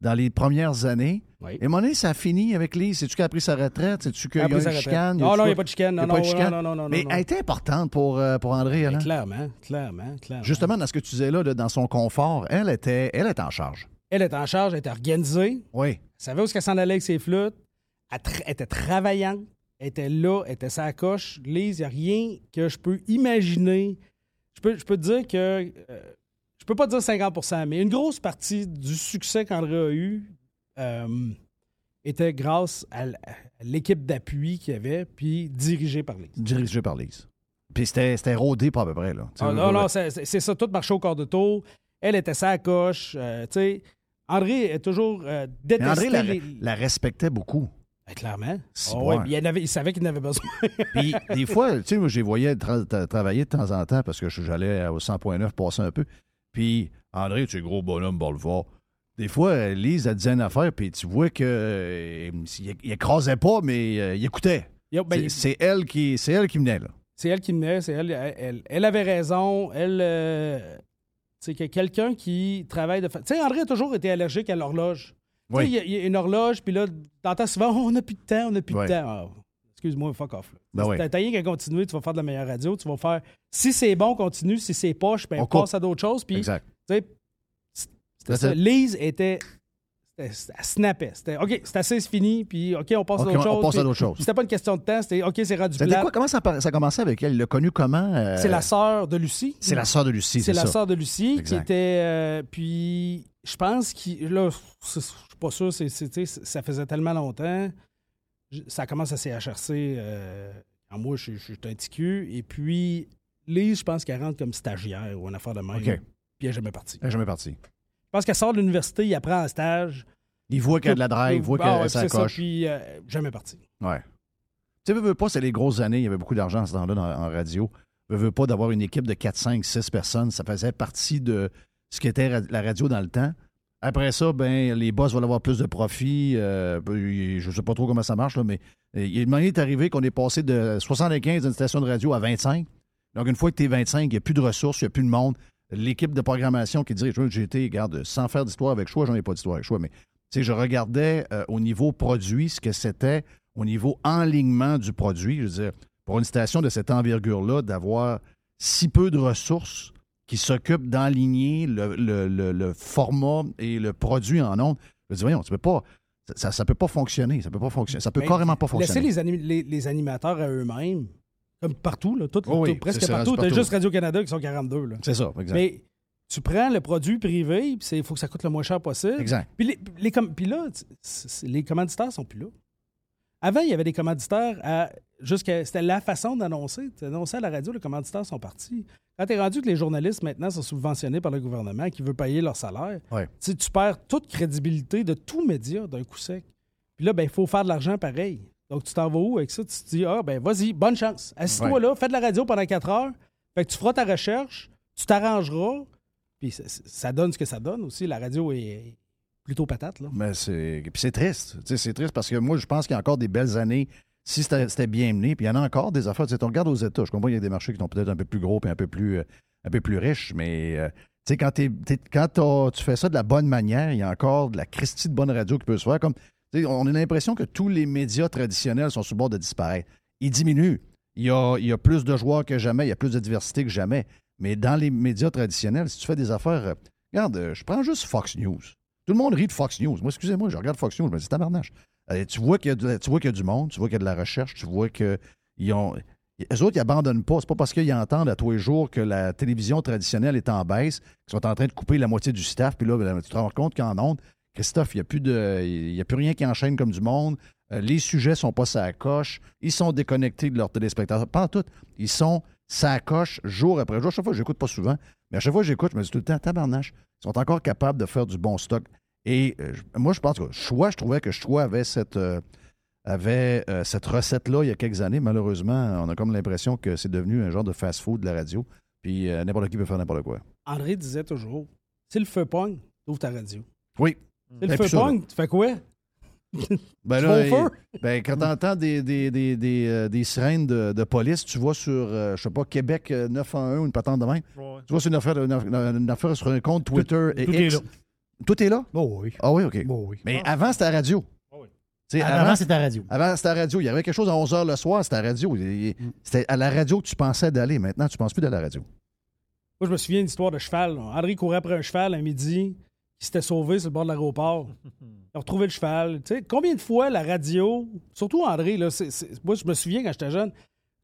B: dans les premières années.
F: Oui.
B: Et à un moment donné, ça a fini avec Lise. C'est-tu qu'elle a pris sa retraite? C'est-tu qu'il y a
F: Après
B: eu
F: sa
B: une
F: retraite.
B: chicane?
F: Ah, Non, non, il n'y a pas
B: de
F: de chicane.
B: Il y a
F: Non,
B: pas
F: non,
B: de chicane.
F: non, non, non,
B: Mais
F: non.
B: elle était importante pour, euh, pour André.
F: Mais
B: Alain.
F: Clairement, clairement, clairement.
B: Justement, dans ce que tu disais là, de- dans son confort, elle était, elle était en charge.
F: Elle était en charge, elle était organisée.
B: Oui.
F: Elle savait où est-ce qu'elle s'en allait avec ses flûtes. Elle, tra- elle était travaillante. Elle était là, elle était sa coche. Lise, il n'y a rien que je peux imaginer. Je peux, je peux te dire que. euh, je peux pas te dire 50 mais une grosse partie du succès qu'André a eu euh, était grâce à l- à l'équipe d'appui qu'il y avait, puis dirigée par Lise.
B: Dirigée par Lise. Puis c'était c'était rodé, pas à peu près. Là. Tu
F: Ah,
B: sais,
F: non,
B: là,
F: non, c'est c'est- c'est ça, tout marchait au corps de tour. Elle était sa coche. euh, tu sais, André a toujours euh,
B: Mais
F: détesté
B: André la,
F: les-
B: la hein. respectait beaucoup.
F: Ben, clairement.
B: Si,
F: Ah
B: ouais.
F: ouais, puis il, y en avait- il savait qu'il en avait besoin. *laughs*
B: Puis des fois, tu sais, moi, je les voyais tra- tra- travailler de temps en temps parce que je- j'allais au 100.9 passer un peu. Puis André, tu es gros bonhomme, bon le voir. Des fois, euh, Lise, elle disait une affaire, puis tu vois que euh, il, il écrasait pas, mais euh, il écoutait.
F: Yo, ben,
B: C'est-
F: il-
B: c'est elle qui c'est elle qui venait, là.
F: c'est elle qui menait, c'est elle, elle, elle- elle avait raison. Elle. euh, c'est que quelqu'un qui travaille de. fa- Tu sais, André a toujours été allergique à l'horloge. Tu sais,
B: Oui.
F: Il, y a, il y a une horloge, puis là, t'entends souvent, *laughs* Oh, on n'a plus de temps, on n'a plus
B: Ouais.
F: de temps. Ah, Excuse-moi, fuck off. là.
B: Ben
F: Si
B: oui.
F: T'as t'as rien qu'à continuer, tu vas faire de la meilleure radio, tu vas faire. Si c'est bon, continue. Si c'est poche, ben,
B: On coupe.
F: passe à d'autres choses. Puis,
B: Exact.
F: tu sais, c'était
B: That's
F: ça.
B: it.
F: Lise était. c'était- Elle snappait. C'était OK, c'est assez, c'est fini, puis OK, on passe
B: Ok,
F: à d'autres
B: on- on
F: choses.
B: passe à
F: puis
B: d'autres choses.
F: C'était pas une question de temps, c'était OK, c'est rendu
B: C'était
F: plat.
B: quoi? Comment ça, par- ça a commencé avec elle? Il l'a connue comment? euh,
F: C'est la sœur de Lucie.
B: c'est la sœur de Lucie,
F: C'est
B: c'est
F: la
B: ça.
F: sœur de Lucie
B: Exact.
F: qui était. euh, puis, je pense qu'il. Là, c'est- je suis pas sûr, c'est- c'est- tu sais, ça faisait tellement longtemps. Je- Ça commence à CHRC. euh, en moi, je je- je suis un petit cul. Et puis, Lise, je pense qu'elle rentre comme stagiaire ou une affaire de même.
B: OK.
F: Puis, elle n'est jamais partie.
B: Elle est jamais partie.
F: Je pense qu'elle sort de l'université, il apprend un stage.
B: Il voit qu'elle a de la drive, il voit
F: Ah ouais,
B: qu'elle
F: puis c'est ça,
B: s'accroche.
F: Puis, euh, jamais parti.
B: Ouais. Tu sais, veux, veux pas, c'est les grosses années, il y avait beaucoup d'argent à ce temps-là dans- en radio. Veux, veux pas d'avoir une équipe de 4, 5, 6 personnes, ça faisait partie de ce qu'était ra- la radio dans le temps. Après ça, ben les boss vont avoir plus de profit. euh, ben, y- je sais pas trop comment ça marche, là, mais euh, il m'en est arrivé qu'on est passé de 75 d'une station de radio à 25. Donc, une fois que tu es 25, il n'y a plus de ressources, il n'y a plus de monde. L'équipe de programmation qui dirige, j'ai été, regarde, sans faire d'histoire avec choix, j'en ai pas d'histoire avec choix, mais tu sais, je regardais euh, au niveau produit ce que c'était au niveau enlignement du produit. Je veux dire, pour une station de cette envergure-là, d'avoir si peu de ressources qui s'occupent d'enligner le, le- le- le format et le produit en ondes, je dis, voyons, tu peux pas. ça- Ça, ça peut pas fonctionner. Ça peut pas fonctionner. Ça peut
F: Ben,
B: carrément pas
F: Laissez
B: fonctionner.
F: les, anim- les- les animateurs à eux-mêmes, comme partout, là, tout-
B: Oh oui,
F: tout- presque
B: c'est ça,
F: partout.
B: c'est
F: T'as
B: partout.
F: juste Radio-Canada qui sont 42. Là.
B: C'est ça, exact.
F: Mais tu prends le produit privé, puis il faut que ça coûte le moins cher possible.
B: Exact.
F: Puis, les, les com- puis là, c- c- les commanditaires sont plus là. Avant, il y avait des commanditaires à. Jusqu'à, c'était la façon d'annoncer. Tu annonçais à la radio, les commanditaires sont partis. Quand tu es rendu que les journalistes maintenant sont subventionnés par le gouvernement qui veut payer leur salaire,
B: Ouais.
F: tu sais, tu perds toute crédibilité de tout média d'un coup sec. Puis là, ben, il faut faire de l'argent pareil. Donc, tu t'en vas où avec ça? Tu te dis, ah, ben, vas-y, bonne chance. Assis-toi
B: Ouais.
F: là, fais de la radio pendant 4 heures. Fait que tu feras ta recherche, tu t'arrangeras. Puis ça, ça donne ce que ça donne aussi. La radio est plutôt patate, là.
B: Mais c'est puis c'est triste. Tu sais, c'est triste parce que moi, je pense qu'il y a encore des belles années. Si c'était c'était bien mené, puis il y en a encore des affaires. Tu sais, on regarde aux États. Je comprends qu'il y a des marchés qui sont peut-être un peu plus gros et un peu plus, euh, un peu plus riches, mais euh, tu sais, quand, t'es- t'es- quand t'as- tu fais ça de la bonne manière, il y a encore de la Christie de bonne radio qui peut se faire. Comme, tu sais, on a l'impression que tous les médias traditionnels sont sur le bord de disparaître. Ils diminuent. Il y, a, il y a plus de joueurs que jamais, il y a plus de diversité que jamais. Mais dans les médias traditionnels, si tu fais des affaires. euh, regarde, euh, je prends juste Fox News. Tout le monde rit de Fox News. Moi, excusez-moi, je regarde Fox News, je me dis tabarnache. Euh, tu vois qu'il y, a de- tu vois qu'il y a du monde, tu vois qu'il y a de la recherche, tu vois que ils ont. Eux autres, ils abandonnent pas. C'est pas parce qu'ils entendent à tous les jours que la télévision traditionnelle est en baisse, qu'ils sont en train de couper la moitié du staff, puis là, ben, tu te rends compte qu'en ondes, Christophe, il n'y a, plus de- il y a plus rien qui enchaîne comme du monde. Euh, les sujets sont pas sa coche. Ils sont déconnectés de leurs téléspectateurs. Pas en tout. Ils sont sa coche jour après jour. À chaque fois, j'écoute pas souvent, mais à chaque fois que j'écoute, je me dis tout le temps, tabarnache, ils sont encore capables de faire du bon stock. Et euh, je- moi, je pense que choix, je trouvais que choix avait cette, euh, avait, euh, cette recette-là il y a quelques années. Malheureusement, on a comme l'impression que c'est devenu un genre de fast-food de la radio. Puis euh, n'importe qui peut faire n'importe quoi.
F: André disait toujours, si le feu pogne, ouvre ta radio.
B: Oui.
F: Si le
B: Ben, puis
F: feu
B: ça,
F: pogne, tu fais quoi?
B: Ben
F: Tu
B: là,
F: vas au
B: il-
F: feu?
B: ben, quand t'entends des, des, des, des, euh, des sirènes de, de police, tu vois sur, euh, je sais pas, Québec euh, 911 ou une patente de même, tu vois sur une affaire, une affaire- une affaire sur un compte Twitter et
H: tout
B: X.
H: est là.
B: Tout est là?
H: Bon, oui.
B: Ah oui, OK.
H: Bon, oui.
B: Mais avant, c'était à la radio. Tu sais,
H: Ah Avant,
B: avant,
H: c'était à la radio.
B: Avant, c'était à la radio. Il y avait quelque chose à 11 h le soir, c'était à la radio. Il- il- C'était à la radio que tu pensais d'aller. Maintenant, tu ne penses plus d'aller à la radio.
F: Moi, je me souviens d'une histoire de cheval. là. André courait après un cheval à midi qui s'était sauvé sur le bord de l'aéroport. Il a retrouvé le cheval. Tu sais, combien de fois la radio, surtout André, là, c'est- c'est- moi, je me souviens quand j'étais jeune,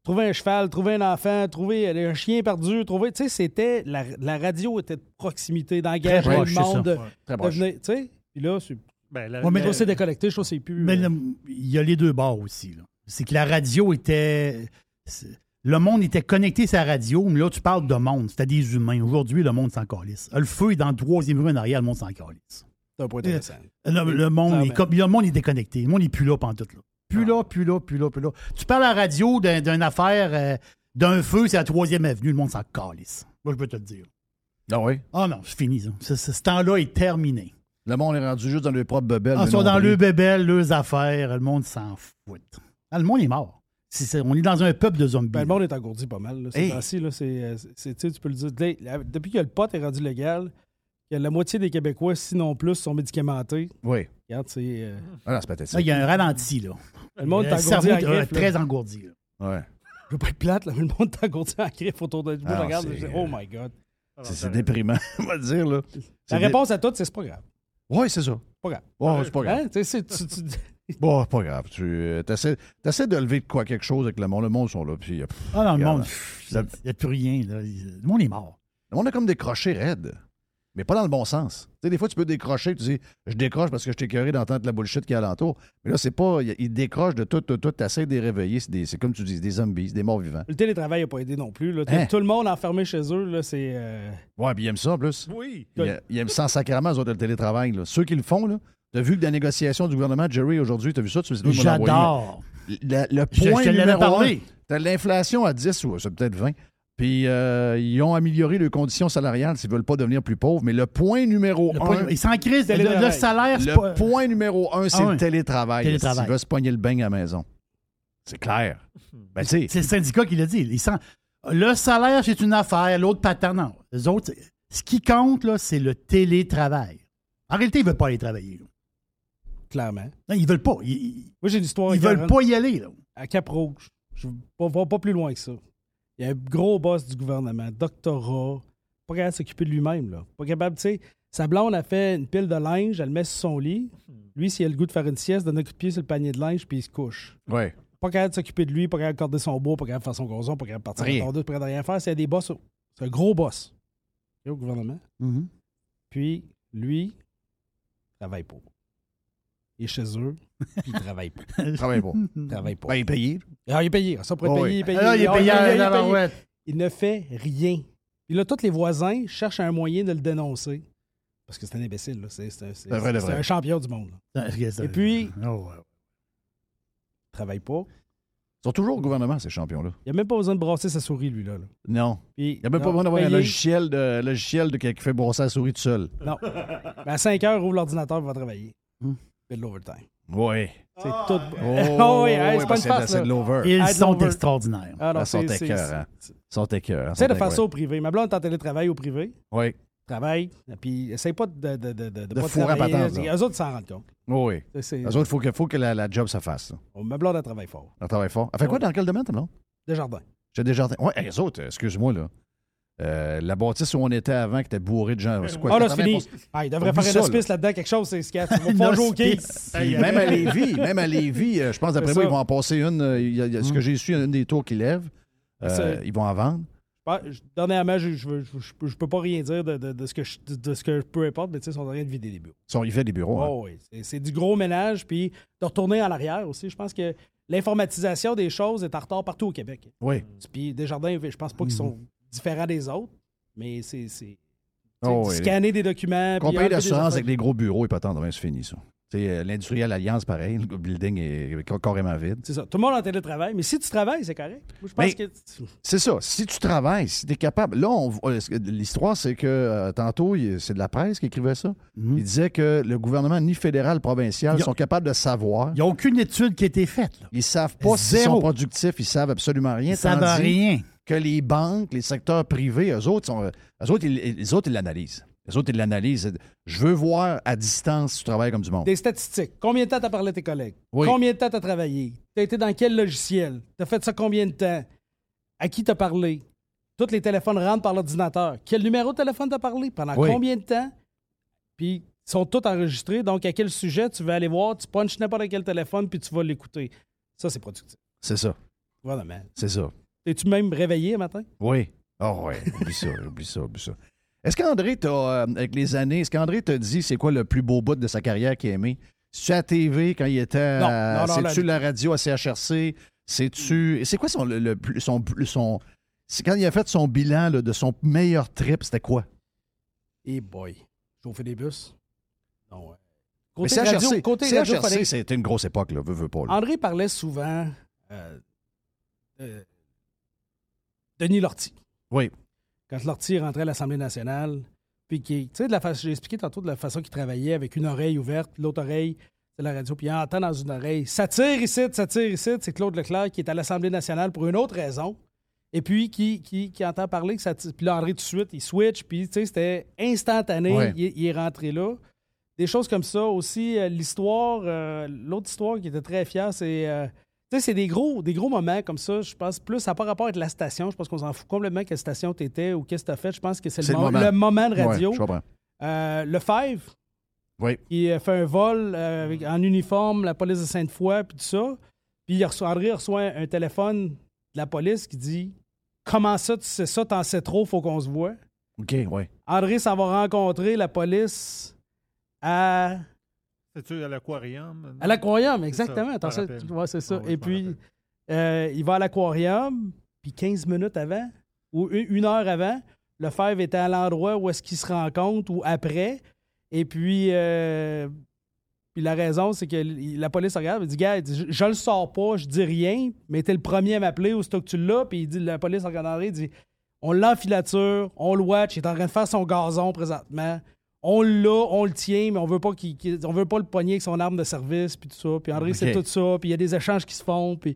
F: trouver un cheval, trouver un enfant, trouver euh, un chien perdu, trouver. Tu sais, c'était. La, la radio était de proximité, d'engager
H: Très
F: le
H: proche, c'est ça.
F: monde. de-
B: Très
F: de
B: proche.
F: venir, Tu sais, puis là, c'est.
G: Ben, la-
H: Ouais, mais
F: Mais
G: la-
F: là, c'est déconnecté, je trouve que c'est plus.
H: Mais
F: euh,
H: le- il y a les deux bords aussi. là. C'est que la radio était. c'est- Le monde était connecté à sa radio, mais là, tu parles de monde. C'était des humains. Aujourd'hui, le monde s'en calisse. Le feu est dans le troisième rue en arrière, le monde s'en calisse.
F: c'est un point intéressant.
H: Le, le monde est
F: Clairement.
H: comme- le monde est déconnecté. Le monde n'est plus là pantoute. Là. Plus là, plus là, plus là, plus là. Tu parles à la radio d'un- d'une affaire, euh, d'un feu, c'est la troisième avenue, le monde s'en calisse. Moi, je peux te le dire.
B: Ah oui?
H: Ah non, c'est fini, ça. Ce- ce- ce temps-là est terminé.
B: Le monde est rendu juste dans le propre bebel.
H: Ah,
B: le
H: sont dans
B: nombril.
H: le bébel, leurs affaires, le monde s'en fout. Ah, le monde est mort. C'est- c'est- on est dans un peuple de zombies.
F: Ben, le monde est engourdi pas mal. Là, ces
B: Hey.
F: temps-ci, là, c'est, euh, c'est- tu sais, tu peux le dire. Dès- la- Depuis que le pot est rendu légal, que la moitié des Québécois, sinon plus, sont médicamentés.
B: Oui.
F: Regarde, c'est. euh,
B: Ah, non, c'est
H: Là, il
B: pathétique.
H: y a un ralenti, là.
F: le monde est engourdi
H: cerveau
F: en
H: est
F: griffe, là.
H: très engourdi. là.
B: Ouais.
F: Je veux pas être plate, là, mais le monde est engourdi en griffe autour de moi.
B: Ah,
F: je regarde,
B: c'est-
F: je dis, oh my God.
J: Ah,
B: C'est, c'est déprimant, *laughs* on va le dire. Là.
F: La réponse à tout, c'est c'est pas grave.
B: Oui, c'est ça.
F: Pas grave.
B: Bon, c'est pas grave.
F: Hein? Tu sais, c'est- tu- tu-
B: Bon, c'est pas grave. Tu euh, t'essaies, t'essaies de lever de quoi quelque chose avec le monde. Le monde sont là. Puis, euh, pff,
H: Ah non, le
B: Regarde,
H: monde,
B: le-
H: il n'y a plus rien. là. Il- Le monde est mort.
B: le monde a comme décroché raide. Mais pas dans le bon sens. Tu sais, des fois, tu peux décrocher, tu dis, je décroche parce que je t'ai écœuré d'entendre la bullshit qui est alentour. Mais là, c'est pas. il- Il décroche de tout, tout, tout. T'essaies de les réveiller. C'est, des- c'est comme tu dis, c'est des zombies, c'est des morts vivants.
F: le télétravail n'a pas aidé non plus. là. Tout-
B: Hein?
F: Tout le monde enfermé chez eux, là, c'est. euh,
B: Ouais, puis ils aiment ça en
J: euh,
B: plus.
G: Oui.
B: Ils, a- ils aiment ça en sacrément, eux autres, le télétravail. là. Ceux qui le font, là. T'as vu que dans la négociation du gouvernement, Jerry, aujourd'hui, t'as vu ça? Tu me dis, moi, m'en envoyer.
H: J'adore.
B: Le, le
H: Je,
B: point
H: je te l'avais
B: numéro
H: parlé.
B: un, T'as l'inflation à 10 ou c'est peut-être 20. Puis euh, ils ont amélioré leurs conditions salariales s'ils veulent pas devenir plus pauvres. Mais le point numéro
H: Le
B: un,
H: point- il s'en crise. Le, le
F: Télétravail. *laughs*
H: salaire, c'est
B: le
H: pas...
B: point numéro un, c'est
H: Ah
B: le
H: ouais.
B: télétravail.
H: Télétravail.
B: S'ils veulent se pogner le bain à la maison. C'est clair. Ben, tu
F: *laughs*
B: sais,
H: C'est le syndicat qui l'a dit. Il s'en- Le salaire, c'est une affaire. L'autre patente, non. Les autres, c'est- ce qui compte, là, c'est le télétravail. En réalité, il ne veut pas aller travailler. là.
F: clairement.
H: Non, ils veulent pas. Ils,
F: Moi, j'ai une histoire
H: ils veulent
F: écœurante.
H: pas y aller, là.
F: à Cap Rouge. Je ne vais pas, pas plus loin que ça. Il y a un gros boss du gouvernement, doctorat, pas capable de s'occuper de lui-même. Là. Pas capable, tu sais. Sa blonde a fait une pile de linge, elle le met sur son lit. Lui, s'il a le goût de faire une sieste, donne un coup de pied sur le panier de linge, puis il se couche.
B: Ouais.
F: Pas capable de s'occuper de lui, pas capable de corder son bois, pas capable de faire son gazon, pas capable de partir
B: Rien.
F: en deux, pas capable de rien faire. C'est des boss. C'est un gros boss. Et au gouvernement. Puis, lui, travaille pas. Il est chez eux, puis il travaille pas.
B: Travaille pas. *laughs*
F: Il travaille pas.
B: Ben, il est payé.
F: Ah, il est payé. Ça pourrait
B: Oh oui.
F: payer, il est payé.
H: Ah, il est
F: Ah,
H: payé à
F: il
H: la
F: est payé.
H: barouette.
F: Il ne fait rien. Puis là, tous les voisins cherchent un moyen de le dénoncer. Parce que c'est un imbécile, là. C'est, c'est- c'est-
B: C'est vrai, de
F: c'est
B: vrai.
F: un champion du monde. là. Et puis-
H: Oh, ouais.
F: Il travaille pas.
B: Ils sont toujours au gouvernement, ces champions-là.
F: Il a même pas besoin de brasser sa souris, lui, là. là.
B: Non.
F: Puis,
B: Il n'y a même pas
F: non,
B: besoin d'avoir un
F: payé.
B: logiciel de, logiciel de qui fait brosser la souris tout seul.
F: Non. Mais à 5 heures, ouvre l'ordinateur, il va travailler.
B: Hmm.
F: Fait de l'overtime.
B: Oui.
F: C'est tout. *laughs*
B: Oh,
F: oui, hey, c'est pas
B: ben,
F: une farce,
B: C'est de
F: là.
B: l'over.
H: Ils
F: I'd
H: sont
F: over-
H: extraordinaires.
F: Ah, non,
B: Ils sont
F: c'est- c'est-
B: écœurants.
F: c'est-
B: Ils sont écœurants.
F: Essaye de faire ça au privé. Ma blonde est en télétravail au privé.
B: Oui.
F: Travaille. Puis essaye pas de. De, de, de,
B: De
F: pas
B: fourrer à
F: travailler.
B: patente, là.
F: Eux autres ils s'en rendent compte.
B: Oui.
F: C'est- c'est-
B: Eux autres, il faut que, faut que la, la job se fasse. là.
F: Ma blonde, elle travaille fort.
B: Elle travaille fort. Elle fait quoi dans quel domaine, ta blonde?
F: Desjardins.
B: J'ai des jardins. Oui, les autres, excuse-moi, là. Euh, la bâtisse où on était avant, qui était bourrée de gens. C'est quoi?
F: Ah là, c'est
B: 80
F: fini. Ah, il devrait
B: Oublie
F: faire
B: ça,
F: un hospice là-dedans, quelque chose, c'est ce qu'il y a.
B: *laughs*
H: *laughs*
F: Tu vas pas jouer au quai.
B: Puis même à Lévis, même à Lévis, euh, je pense d'après moi,
F: C'est ça. Hmm.
B: ils vont en passer une. euh, il y a- il y a- ce que j'ai su, une des tours qui lève. Euh,
F: Ça-
B: ils vont en vendre.
F: Ah, je- Dernièrement, je, je, veux- je, je peux- je peux pas rien dire de, de- de ce, que je, de, de ce que je peux importe, mais tu sais, ils sont en train de vider les bureaux.
B: Ils sont- Ils font des bureaux. hein.
F: Oh, oui. C'est- C'est du gros ménage, puis de retourner à l'arrière aussi. Je pense que l'informatisation des choses est en retard partout au Québec.
B: Oui.
F: Puis Desjardins, je pense pas
B: Mhm.
F: qu'ils sont différents des autres, mais c'est. c'est- tu sais,
B: Oh, oui.
F: Scanner des documents. puis
B: Compagnie
F: enlever des
B: d'assurance
F: affaires.
B: avec les gros bureaux, ils peuvent attendre, demain, c'est fini, ça. Tu sais, euh, L'industriel Alliance, pareil, le building est ca- carrément vide.
F: C'est ça. Tout le monde en télétravail, mais si tu travailles, c'est correct. Moi, je pense
B: Mais-
F: que.
B: C'est ça. Si tu travailles, si tu es capable. Là, on voit- l'histoire, c'est que euh, tantôt, il- c'est de la presse qui écrivait ça.
H: Mhm.
B: Il disait que le gouvernement, ni fédéral, provincial,
H: Il y a-
B: sont capables de savoir.
H: Il n'y a aucune étude qui a été faite. Là.
B: Ils savent pas s'ils
H: Zéro.
B: sont productifs, ils savent absolument rien.
H: Ils savent
B: tandis
H: rien.
B: que les banques, les secteurs privés, eux autres, sont, eux autres ils ils- eux autres, ils l'analysent. Les autres, ils l'analysent. Je veux voir à distance si tu travailles comme du monde.
F: Des statistiques. Combien de temps t'as parlé à tes collègues?
B: Oui.
F: Combien de temps t'as travaillé? T'as été dans quel logiciel? T'as fait ça combien de temps? À qui t'as parlé? Tous les téléphones rentrent par l'ordinateur. Quel numéro de téléphone t'as parlé? Pendant
B: Oui.
F: combien de temps? Puis ils sont tous enregistrés. Donc, à quel sujet tu veux aller voir? Tu punches n'importe quel téléphone puis tu vas l'écouter. Ça, c'est productif.
B: C'est ça.
F: Vraiment.
B: C'est ça.
F: T'es-tu même réveillé le matin?
B: Oui. Ah ouais. Oublie ça, *laughs* oublie ça, oublie ça. Est-ce qu'André, t'as, euh, avec les années, est-ce qu'André t'a dit c'est quoi le plus beau bout de sa carrière qu'il a aimé? C'est-tu à la TV quand il était.
F: Non,
B: à-
F: non, non,
B: C'est-tu la radio à CHRC? C'est-tu. et C'est quoi son. Le, le plus- son, plus- son... C'est quand il a fait son bilan là, de son meilleur trip, c'était quoi?
F: Et Eh boy. Chauffer des bus? Non. ouais.
B: Mais
F: Côté
B: CHRC,
F: radio, côté
B: CHRC,
F: radio, fallait-
B: c'était une grosse époque, là. Veux, veux pas. là.
F: André parlait souvent euh, euh, Denis Lortie.
B: Oui.
F: Quand Lortie rentrait à l'Assemblée nationale, puis qui, tu sais, de la façon, j'ai expliqué tantôt de la façon qu'il travaillait avec une oreille ouverte, puis l'autre oreille, c'est la radio, puis il entend dans une oreille. Ça tire ici, ça tire ici. C'est Claude Leclerc qui est à l'Assemblée nationale pour une autre raison. Et puis, qui, qui, qui entend parler que ça tire. Puis là, André, tout de suite, il switch. Puis, tu sais, c'était instantané.
B: Ouais.
F: Il, est- il est rentré là des choses comme ça. Aussi, euh, l'histoire, euh, l'autre histoire qui était très fière, c'est. euh, tu sais, c'est des gros, des gros moments comme ça. Je pense plus, ça n'a pas rapport avec la station. Je pense qu'on s'en fout complètement quelle station tu étais ou qu'est-ce que tu as fait. Je pense que c'est le,
B: C'est le
F: mo-
B: moment.
F: le moment de radio.
B: Ouais, je comprends.
F: Euh, le Five,
B: Oui.
F: qui a fait un vol euh, avec- en uniforme, la police de Sainte-Foy, puis tout ça. Puis il reçoit- André reçoit un, un téléphone de la police qui dit Comment ça, tu sais ça, t'en sais trop, faut qu'on se voit.
B: OK, oui.
F: André s'en va rencontrer la police à
J: C'est-tu à l'aquarium?
F: À l'aquarium,
J: C'est ça,
F: exactement.
J: je
F: Attends,
J: me
F: ça,
J: rappelle.
F: ouais, c'est ça.
J: Ouais, ouais,
F: Et
J: je me
F: puis,
J: rappelle.
F: euh, il va à l'aquarium, puis 15 minutes avant, ou une, une heure avant, le Lefebvre était à l'endroit où est-ce qu'ils se rencontrent ou après. Et puis, euh, puis la raison, c'est que l- la police regarde, elle dit Gars, elle dit, je, je le sors pas, je dis rien, mais t'es le premier à m'appeler aussitôt que tu l'as. Puis il dit, la police regarde André, elle dit On l'a en filature, on le watch, il est en train de faire son gazon présentement. On l'a, on le tient, mais on veut pas qu'il, qu'il- on veut pas le poigner avec son arme de service, puis tout ça. Puis André, c'est
B: Ok.
F: tout ça, puis il y a des échanges qui se font, puis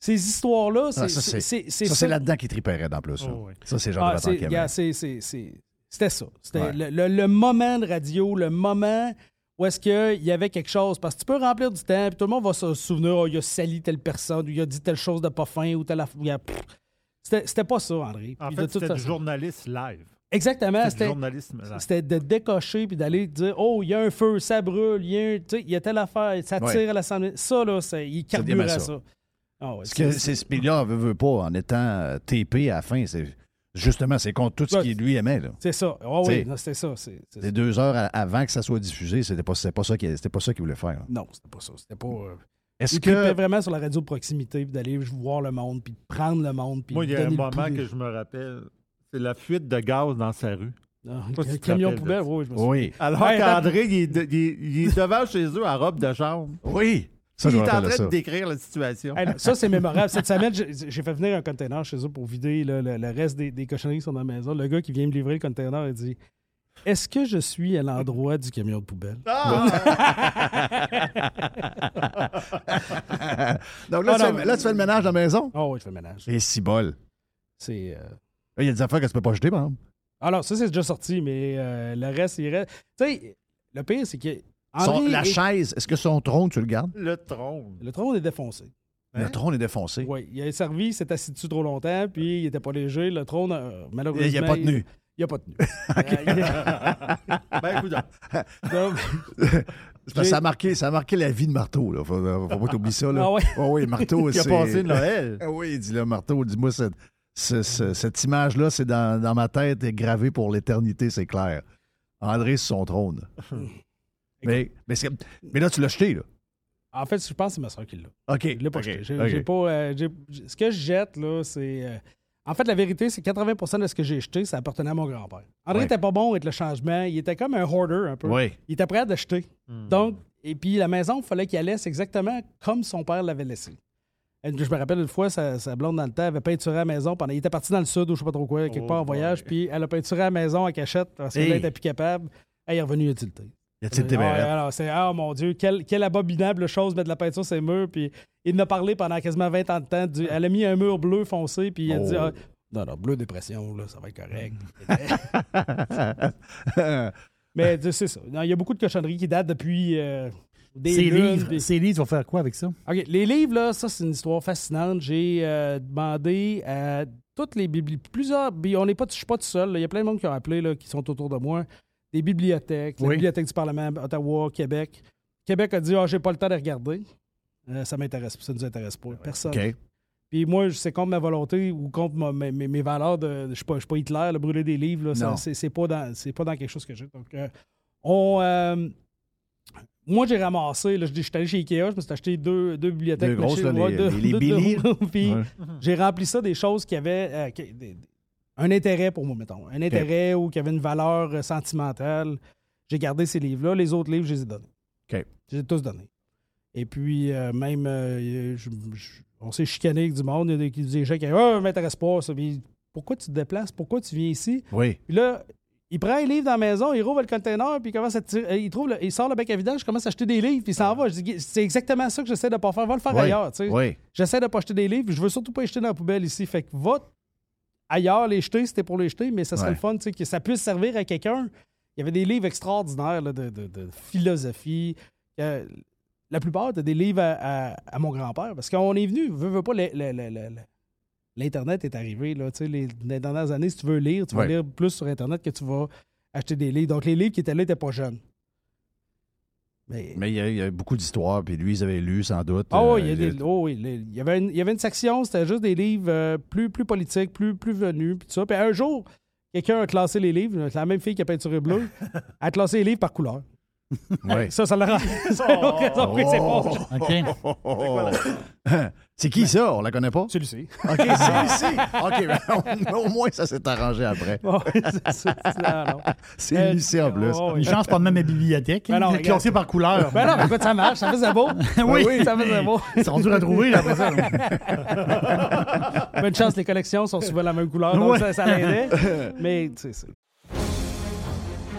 F: ces histoires-là, c'est,
B: Ah, ça, c'est-
F: c'est- c'est
B: Ça,
F: ça-
B: c'est là-dedans qu'il triperait, en plus. là.
J: Oh, oui.
B: Ça, c'est le genre
F: ah,
B: de bataille
F: c'est-
B: qu'il aimait.
F: gars, c'est- c'est- c'est- C'était ça. C'était
B: Ouais.
F: le, le- le moment de radio, le moment Ou est-ce qu'il y avait quelque chose? Parce que tu peux remplir du temps, puis tout le monde va se souvenir, oh, il a sali telle personne, ou il a dit telle chose de pas fin, ou telle affaire. il a- pff. C'était c'était pas ça, André.
J: En
F: Puis
J: fait,
F: de toute
J: c'était du
F: façon-
J: journaliste live.
F: Exactement.
J: C'était du
F: C'était
J: journalisme, là.
F: C'était de décocher puis d'aller dire Oh, il y a un feu, ça brûle, il y a, un- tu sais, il y a telle affaire, ça tire
B: Ouais.
F: à l'Assemblée. Ça, là, c'est- il carbure
B: dément
F: à
B: ça.
F: ça. Ah ouais,
B: Ce que
F: c'est-
B: c'est ce là veut, veut pas en étant euh, TP à la fin, c'est justement c'est contre tout ce qu'il lui aimait là.
F: C'est ça. Ah oui,
B: T'sais,
F: non, c'était ça. c'est- c'est-
B: Les deux heures à- avant que ça soit diffusé, c'était pas c'était pas ça qu'il c'était pas ça qu'il voulait faire. là.
F: Non, c'était pas ça. C'était pas. euh,
B: Est-ce
F: il
B: que-
F: tripait vraiment sur la radio de proximité, puis d'aller voir le monde, puis de prendre le monde. Puis
J: Moi, il y a un
F: donner le
J: moment
F: pouls.
J: que je me rappelle, c'est la fuite de gaz dans sa rue.
F: Ah,
J: Je sais pas si
F: le
J: tu te
F: camion
J: rappelles de
F: poubelle,
J: ça.
F: oui, je me souviens. Oui.
J: Alors
F: Hey,
J: qu'André, il, est de- il est- il est devant chez eux en robe de chambre.
B: Oui. Ça, je
J: il
B: me
J: est en
B: rappelle de ça.
J: train de décrire la situation.
F: Hey, non, ça, c'est mémorable. Cette semaine, j'ai j'ai fait venir un container chez eux pour vider là, le, le reste des, des cochonneries qui sont dans la maison. Le gars qui vient me livrer le container, il dit Est-ce que je suis à l'endroit du camion de poubelle
J: Ah!
B: Donc là,
F: Ah,
B: tu
F: non,
B: fais-
F: mais-
B: là, tu fais le ménage dans la maison.
F: *laughs* Ah oui, je fais le ménage.
B: Et si bol.
F: C'est. euh,
B: Il y a des affaires que tu peux pas jeter, par exemple.
F: Alors, ça, c'est déjà sorti, mais euh, le reste, il reste. Tu sais, le pire, c'est que.
B: Son-
F: Henri
B: la
F: est-
B: chaise, est-ce que son trône, tu le gardes?
J: Le trône.
F: Le trône est défoncé.
J: Hein?
B: Le trône est défoncé.
F: Oui, il a servi, il s'est assis dessus trop longtemps, puis il était pas léger. Le trône, euh, malheureusement.
B: Il a pas tenu.
F: Il n'a pas
B: *laughs*
F: tenu.
J: *laughs*
F: Euh,
J: Ben, écoute,
F: *laughs* Donc,
B: C'est parce que Ça, a marqué, ça a marqué la vie de Marteau. Là. Faut, faut pas t'oublier ça. Là.
F: Ah ouais?
B: Oh oui,
J: *laughs*
B: Marteau,
J: Qui a
B: c'est-
J: passé
F: *laughs*
J: Noël.
B: Ah oui, dis-le, Marteau, dis-moi, cette, ce- ce- cette image-là, c'est dans, dans ma tête, est gravée pour l'éternité, c'est clair. André sur son
F: *laughs*
B: trône. mais, mais, c'est- mais là, tu l'as jeté, là.
F: en fait, je pense que c'est ma soeur qui l'a.
B: OK.
F: Je l'ai pas
B: OK,
F: jeté. J'ai-
B: OK.
F: j'ai pas, euh, j'ai- j'ai- ce que je jette, là, c'est. euh, en fait, la vérité, c'est que 80 de ce que j'ai jeté, ça appartenait à mon grand-père. André
B: Ouais.
F: n'était pas bon avec le changement. Il était comme un hoarder un peu.
B: Ouais. Hmm.
F: Il était prêt à l'acheter. Donc, et puis la maison, il fallait qu'il la laisse exactement comme son père l'avait laissée. Et Je me rappelle une fois, sa, sa blonde dans le temps avait peinturé la maison. Pendant, il était parti dans le sud ou je sais pas trop quoi, quelque
J: Oh
F: part en
J: boy.
F: voyage, puis elle a peinturé la maison à cachette parce qu'elle
B: Hey.
F: n'était plus capable. Elle est revenue utilité.
B: Y a-t-il des
F: Ah,
B: verrettes?
F: alors, c'est Ah mon Dieu, quelle, quelle abominable chose mettre de la peinture sur ses murs. Puis il en a parlé pendant quasiment 20 ans de temps. du- elle a mis un mur bleu foncé, puis il a
B: Oh.
F: dit ah, Non, non, bleu dépression, là, ça va être correct. *laughs* Mais tu sais, c'est ça. Non, Il y a beaucoup de cochonneries qui datent depuis euh, des
H: Ces
F: lunes,
H: livres,
F: des-
H: ces livres, ils vont faire quoi avec ça?
F: OK, les livres, là, ça, c'est une histoire fascinante. J'ai euh, demandé à toutes les bibliothèques, plusieurs, bi- on n'est pas, je suis pas tout seul, là. il y a plein de monde qui ont appelé, là, qui sont autour de moi, des bibliothèques, la
H: Oui.
F: bibliothèque du Parlement, Ottawa, Québec. Québec a dit, ah, j'ai pas le temps de regarder. Euh, ça m'intéresse, ça nous intéresse pas, personne.
B: OK.
F: Puis moi, c'est contre ma volonté ou contre ma- mes, mes- mes valeurs de. Je suis pas, je suis pas Hitler, le brûler des livres, là, ça,
B: Non.
F: c'est, c'est pas dans, c'est pas dans quelque chose que j'ai. Donc, euh, on. euh, moi, j'ai ramassé, là, je dis, je suis allé chez Ikea, je me suis acheté deux, deux bibliothèques.
B: Deux grosses,
F: chez-
B: là, les-
F: ouais, deux-
B: les- les
F: deux-
B: Billy.
F: deux- Puis
B: Ouais.
F: j'ai rempli ça des choses qui avaient euh, qui- des- des- un intérêt pour moi, mettons. Un intérêt ou qui avait une valeur euh, sentimentale. J'ai gardé ces livres-là. Les autres livres, je les ai donnés.
B: OK.
F: Je les ai tous donnés. Et puis, euh, même, euh, je- je- on s'est chicané avec du monde. Il y a des, qui- des gens qui disent Ah, m'intéresse pas, ça. Mais pourquoi tu te déplaces Pourquoi tu viens ici
B: Oui.
F: Puis là, il prend les livres dans la maison, il rouvre le container, puis il commence à tirer- euh, il, trouve le- il sort le bec à vidange, commence à acheter des livres, puis il s'en va. Je dis C'est exactement ça que j'essaie de pas faire. Va le faire
B: Oui.
F: ailleurs. tu sais.
B: Oui.
F: J'essaie de pas acheter des livres, je veux surtout pas les jeter dans la poubelle ici. Fait que va ailleurs les jeter, c'était pour les jeter, mais ça serait
B: Ouais.
F: le fun, tu sais, que ça puisse servir à quelqu'un. Il y avait des livres extraordinaires là, de, de- de philosophie. Euh, la plupart étaient des livres à, à- à mon grand-père, parce qu'on est venu, veux, veux pas, le- le- le- le- le- l'Internet est arrivé, là, tu sais, les, les dernières années, si tu veux lire, tu vas
B: Ouais.
F: lire plus sur Internet que tu vas acheter des livres. Donc les livres qui étaient là n'étaient pas jeunes. Mais
B: Mais il y, a- il y a beaucoup d'histoires, puis lui, ils avaient lu, sans doute.
F: Ah
B: euh,
F: oui, il y, a
B: le-
F: des- oh oui, les- il, y avait une, il y avait une section, c'était juste des livres euh, plus, plus politiques, plus, plus venus, puis tout ça. Puis un jour, quelqu'un a classé les livres, la même fille qui a
B: *laughs*
F: peinturé bleu, a classé les livres par couleur.
B: Ouais.
F: Ça, ça
B: *laughs*
F: l'a ça l'a raison, oui, c'est
B: Oh!
F: bon.
H: OK.
B: C'est qui ça? On la connaît pas?
F: *laughs* Celui-ci.
B: OK, c'est Lucie. OK, mais *laughs* au moins, ça s'est arrangé après.
F: Bon, c'est- c'est- ah, non.
B: C'est
F: Euh,
B: Lucie en plus.
F: oh, oui.
H: Une chance, pas de même à la bibliothèque.
F: *laughs* Ben non,
H: il est classé par couleur.
F: Ben non, mais écoute, ça marche, ça
B: *laughs*
F: faisait beau.
H: *laughs*
F: Ben
H: oui,
F: ça faisait
H: mais-
F: beau.
H: Ils sont durs à trouver,
F: *laughs*
H: là, après ça.
F: Bonne
B: *laughs*
F: chance, les collections sont souvent la même couleur, donc
H: Ouais.
F: ça, ça l'aidait. Mais, tu sais, c'est-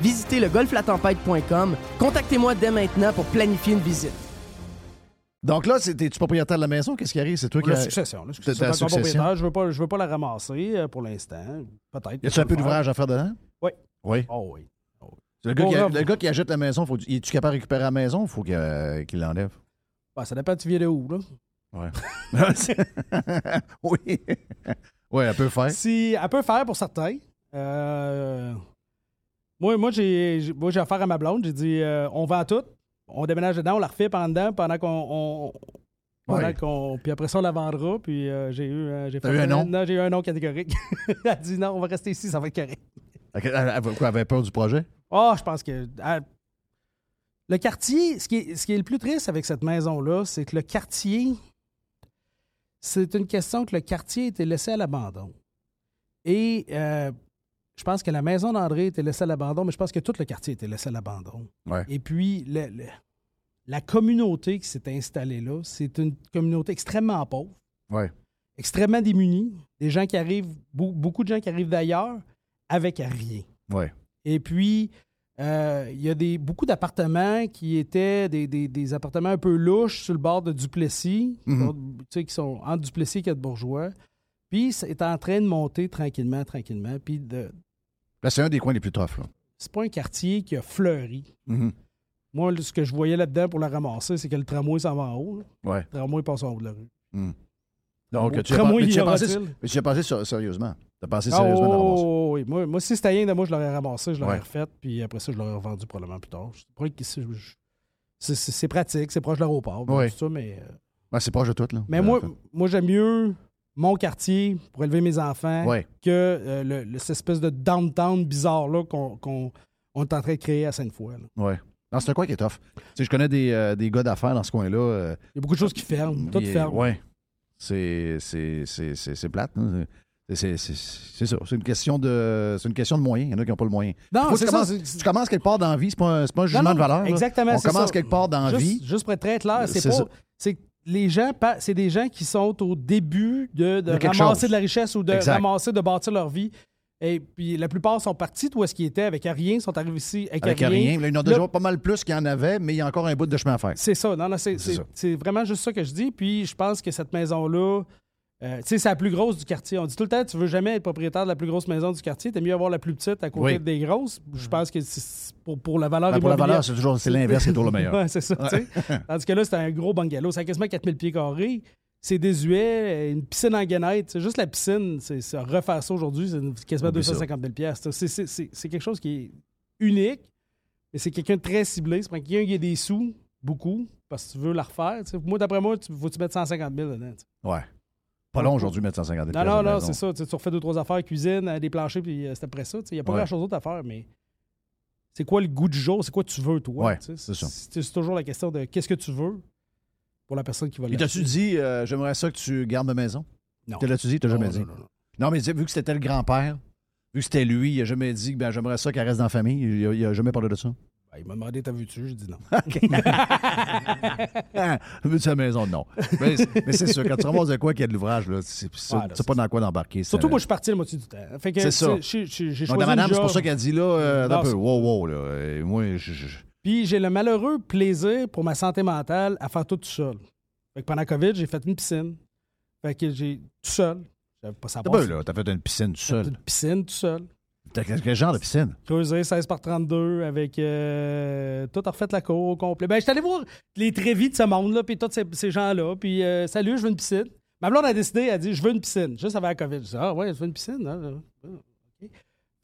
A: Visitez le golflatempête.com. Contactez-moi dès maintenant pour planifier une visite.
B: Donc là, c'était tu propriétaire de la maison, qu'est-ce qui arrive C'est toi qui
F: La
B: as-
F: succession. La
B: t'as- t'as
F: succession.
B: la
F: Tant qu'en
B: succession.
F: propriétaire, Je veux pas, je veux pas la ramasser euh, pour l'instant. Peut-être.
B: Y a-tu un peu d'ouvrage à faire dedans
F: Oui.
B: Oui.
F: Oh oui. Oh oui.
B: Le gars,
F: Bon,
B: qui, a-
F: bravo.
B: le gars qui achète la maison, faut, est tu capable de récupérer la maison ou faut qu'il euh, qu'il
F: *laughs*
B: l'enlève?
F: Bah, ça dépend tu viens de où, là.
B: Ouais. *laughs* oui. Oui, elle peut faire.
F: Si elle peut faire pour certains. Euh, moi, moi j'ai j'ai- moi, j'ai affaire à ma blonde. J'ai dit euh, on vend tout, on déménage dedans, on la refait pendant dedans, pendant qu'on. on- pendant
B: Ouais.
F: qu'on- puis après ça, on la vendra. Puis euh, j'ai eu, euh, j'ai
B: T'as
F: fait-
B: eu un nom?
F: Non, j'ai eu un nom catégorique. *laughs* elle a dit non, on va rester ici, ça va être correct.
B: Elle, elle- elle- quoi, elle avait peur du projet?
F: Ah, je pense que. ah, le quartier, ce qui, est, ce qui est le plus triste avec cette maison-là, c'est que le quartier. C'est une question que le quartier était laissé à l'abandon. Et euh, je pense que la maison d'André était laissée à l'abandon, mais je pense que tout le quartier était laissé à l'abandon.
B: Ouais.
F: Et puis, le- le- la communauté qui s'est installée là, c'est une communauté extrêmement pauvre
B: Ouais.
F: extrêmement démunis, des gens qui arrivent, bou- beaucoup de gens qui arrivent d'ailleurs avec rien.
B: Ouais.
F: Et puis, euh, il y a des, beaucoup d'appartements qui étaient des, des- des appartements un peu louches sur le bord de Duplessis,
B: Mhm.
F: donc, tu sais, qui sont entre Duplessis et bourgeois. Puis, c'est en train de monter tranquillement, tranquillement. Puis, de-
B: Là, c'est un des coins les plus toughs. Là.
F: c'est pas un quartier qui a fleuri.
B: Mhm.
F: Moi, ce que je voyais là-dedans pour la ramasser, c'est que le tramway s'en va en haut. là.
B: Ouais.
F: Le tramway passe en haut de la rue.
B: Donc,
F: Au
B: tu as,
F: tramway,
B: pensé- mais tu
F: y
B: as pensé,
F: aura-t-il?
B: mais tu as pensé ser- sérieusement. Tu as pensé
F: Ah,
B: sérieusement dans la
F: oh,
B: maison.
F: oui, oui. Moi, moi, si c'était rien de moi, je l'aurais ramassé, je l'aurais
B: Ouais.
F: refait, puis après ça, je l'aurais revendu probablement plus tard. Je pourrais que c'est- je- C'est c'est- c'est pratique, c'est proche de l'aéroport, bon,
B: Ouais.
F: tout ça, mais, euh,
B: Ouais, c'est proche de tout. Là,
F: mais moi, moi j'aime mieux mon quartier pour élever mes enfants
B: Ouais.
F: que euh, le, le- cette espèce de downtown bizarre là, qu'on qu'on- on est en train de créer à Sainte-Foy. là.
B: Oui. Non, c'est un coin qui est tough. Tu sais, je connais des, euh, des gars d'affaires dans ce coin-là. euh,
F: Il y a beaucoup de choses qui ferment, tout
B: et-
F: ferme.
B: Ouais. C'est, c'est, c'est, c'est, c'est plate. hein. C'est, c'est, c'est, c'est ça. C'est une question de, c'est une question de moyens. Il y en a qui n'ont pas le moyen.
F: Non,
B: Faut que
F: c'est
B: tu,
F: ça.
B: commences,
F: c'est-
B: tu commences quelque part dans la vie, c'est pas un, c'est pas un jugement
F: Non, non,
B: de valeur. là.
F: Exactement,
B: On
F: c'est
B: commence
F: ça.
B: quelque part dans la
F: juste,
B: vie.
F: Juste pour être très clair, c'est
B: C'est ça.
F: pas. C'est que les gens, pa- c'est des gens qui sont au début de, de
B: De quelque
F: ramasser
B: chose.
F: de la richesse ou de
B: Exact.
F: ramasser, de bâtir leur vie. Et puis la plupart sont partis d'où est-ce qu'ils étaient avec rien, sont arrivés ici avec,
B: Avec
F: rien.
B: rien. Là, il y en a
F: Là-
B: déjà pas mal plus qu'il y en avait, mais il y a encore un bout de chemin à faire.
F: C'est ça, non, non, c'est,
B: C'est
F: c'est-
B: ça.
F: c'est vraiment juste ça que je dis. Puis je pense que cette maison-là, euh, tu sais, c'est la plus grosse du quartier. On dit tout le temps, tu veux jamais être propriétaire de la plus grosse maison du quartier, t'es mieux avoir la plus petite à côté
B: Oui. Mm.
F: des grosses. Je pense que c'est- pour, pour la valeur
B: Ben, pour la
F: immobilière,
B: valeur, c'est toujours c'est l'inverse qui est toujours le meilleur.
F: *laughs* Ouais, c'est ça. tu sais. Tandis que là, c'était un gros bungalow. C'est quasiment 4000 pieds carrés. C'est désuet, euh, une piscine en guenette. C'est Juste la piscine, c'est, ça, refaire ça aujourd'hui, c'est quasiment
B: Oublie ça.
F: 250 000 piastres. C'est, c'est- c'est- c'est quelque chose qui est unique, mais c'est quelqu'un de très ciblé. C'est pour quelqu'un qui a des sous, beaucoup, parce que tu veux la refaire. tu sais. Moi, d'après moi, il faut que tu mettes 150 000 dedans. tu sais.
B: Ouais. Pas long aujourd'hui, mettre 150
F: Non, non, non, c'est ça. Tu sais, tu refais deux, trois affaires, cuisine, euh, des planchers, puis euh, c'est après ça. tu sais. Il n'y a pas
B: Ouais.
F: grand-chose d'autre à faire, mais c'est quoi le goût du jour? C'est quoi tu veux, toi?
B: Ouais,
F: tu sais?
B: c'est ça.
F: C'est c'est toujours la question de qu'est-ce que tu veux pour la personne qui va
B: Et t'as-tu dit, euh, j'aimerais ça que tu gardes ma maison?
F: Non.
B: Tu l'as-tu dit? T'as
F: Non,
B: jamais
F: non,
B: dit?
F: non, non.
B: Non, mais dis- vu que c'était le grand-père, vu que c'était lui, il a jamais dit, ben, j'aimerais ça qu'elle reste dans la famille. Il a, il a jamais parlé de ça.
F: Ben, il m'a demandé, t'as vu-tu? J'ai
B: *laughs*
F: dit non.
B: Ah, vu de sa maison, non. *laughs* Mais, c'est- mais c'est sûr, quand tu ramasses de quoi qu'il y a de l'ouvrage, là, c'est c'est-
F: Ouais, là,
B: c'est pas dans quoi d'embarquer. c'est-
F: *laughs* Surtout, moi, je suis parti la moitié du temps. Fait que,
B: C'est ça.
F: tu sais, J'ai j'ai- j'ai
B: Donc,
F: choisi
B: la
F: une
B: madame, c'est
F: job,
B: pour ça qu'elle dit, là, euh, attends
F: Non,
B: un peu,
F: c'est-
B: wow, wow, là. euh, moi, je- je- je-
F: Puis j'ai le malheureux plaisir pour ma santé mentale à faire tout tout seul. Fait que pendant la COVID, j'ai fait une piscine. Fait que j'ai tout seul. J'avais pas ça
B: T'as pas, là, t'as fait une piscine tout seul.
F: Une piscine tout seul.
B: T'as quel quel genre de piscine?
F: Creusé 16 par 32 avec euh, tout a refait la cour au complet. Ben, j'étais allé voir les trévis de ce monde-là, puis tous ces, ces gens-là, puis euh, salut, je veux une piscine. Ma blonde a décidé, elle a dit, je veux une piscine, juste avant la COVID. Je dis, ah ouais, je veux une piscine. hein, ah, ok.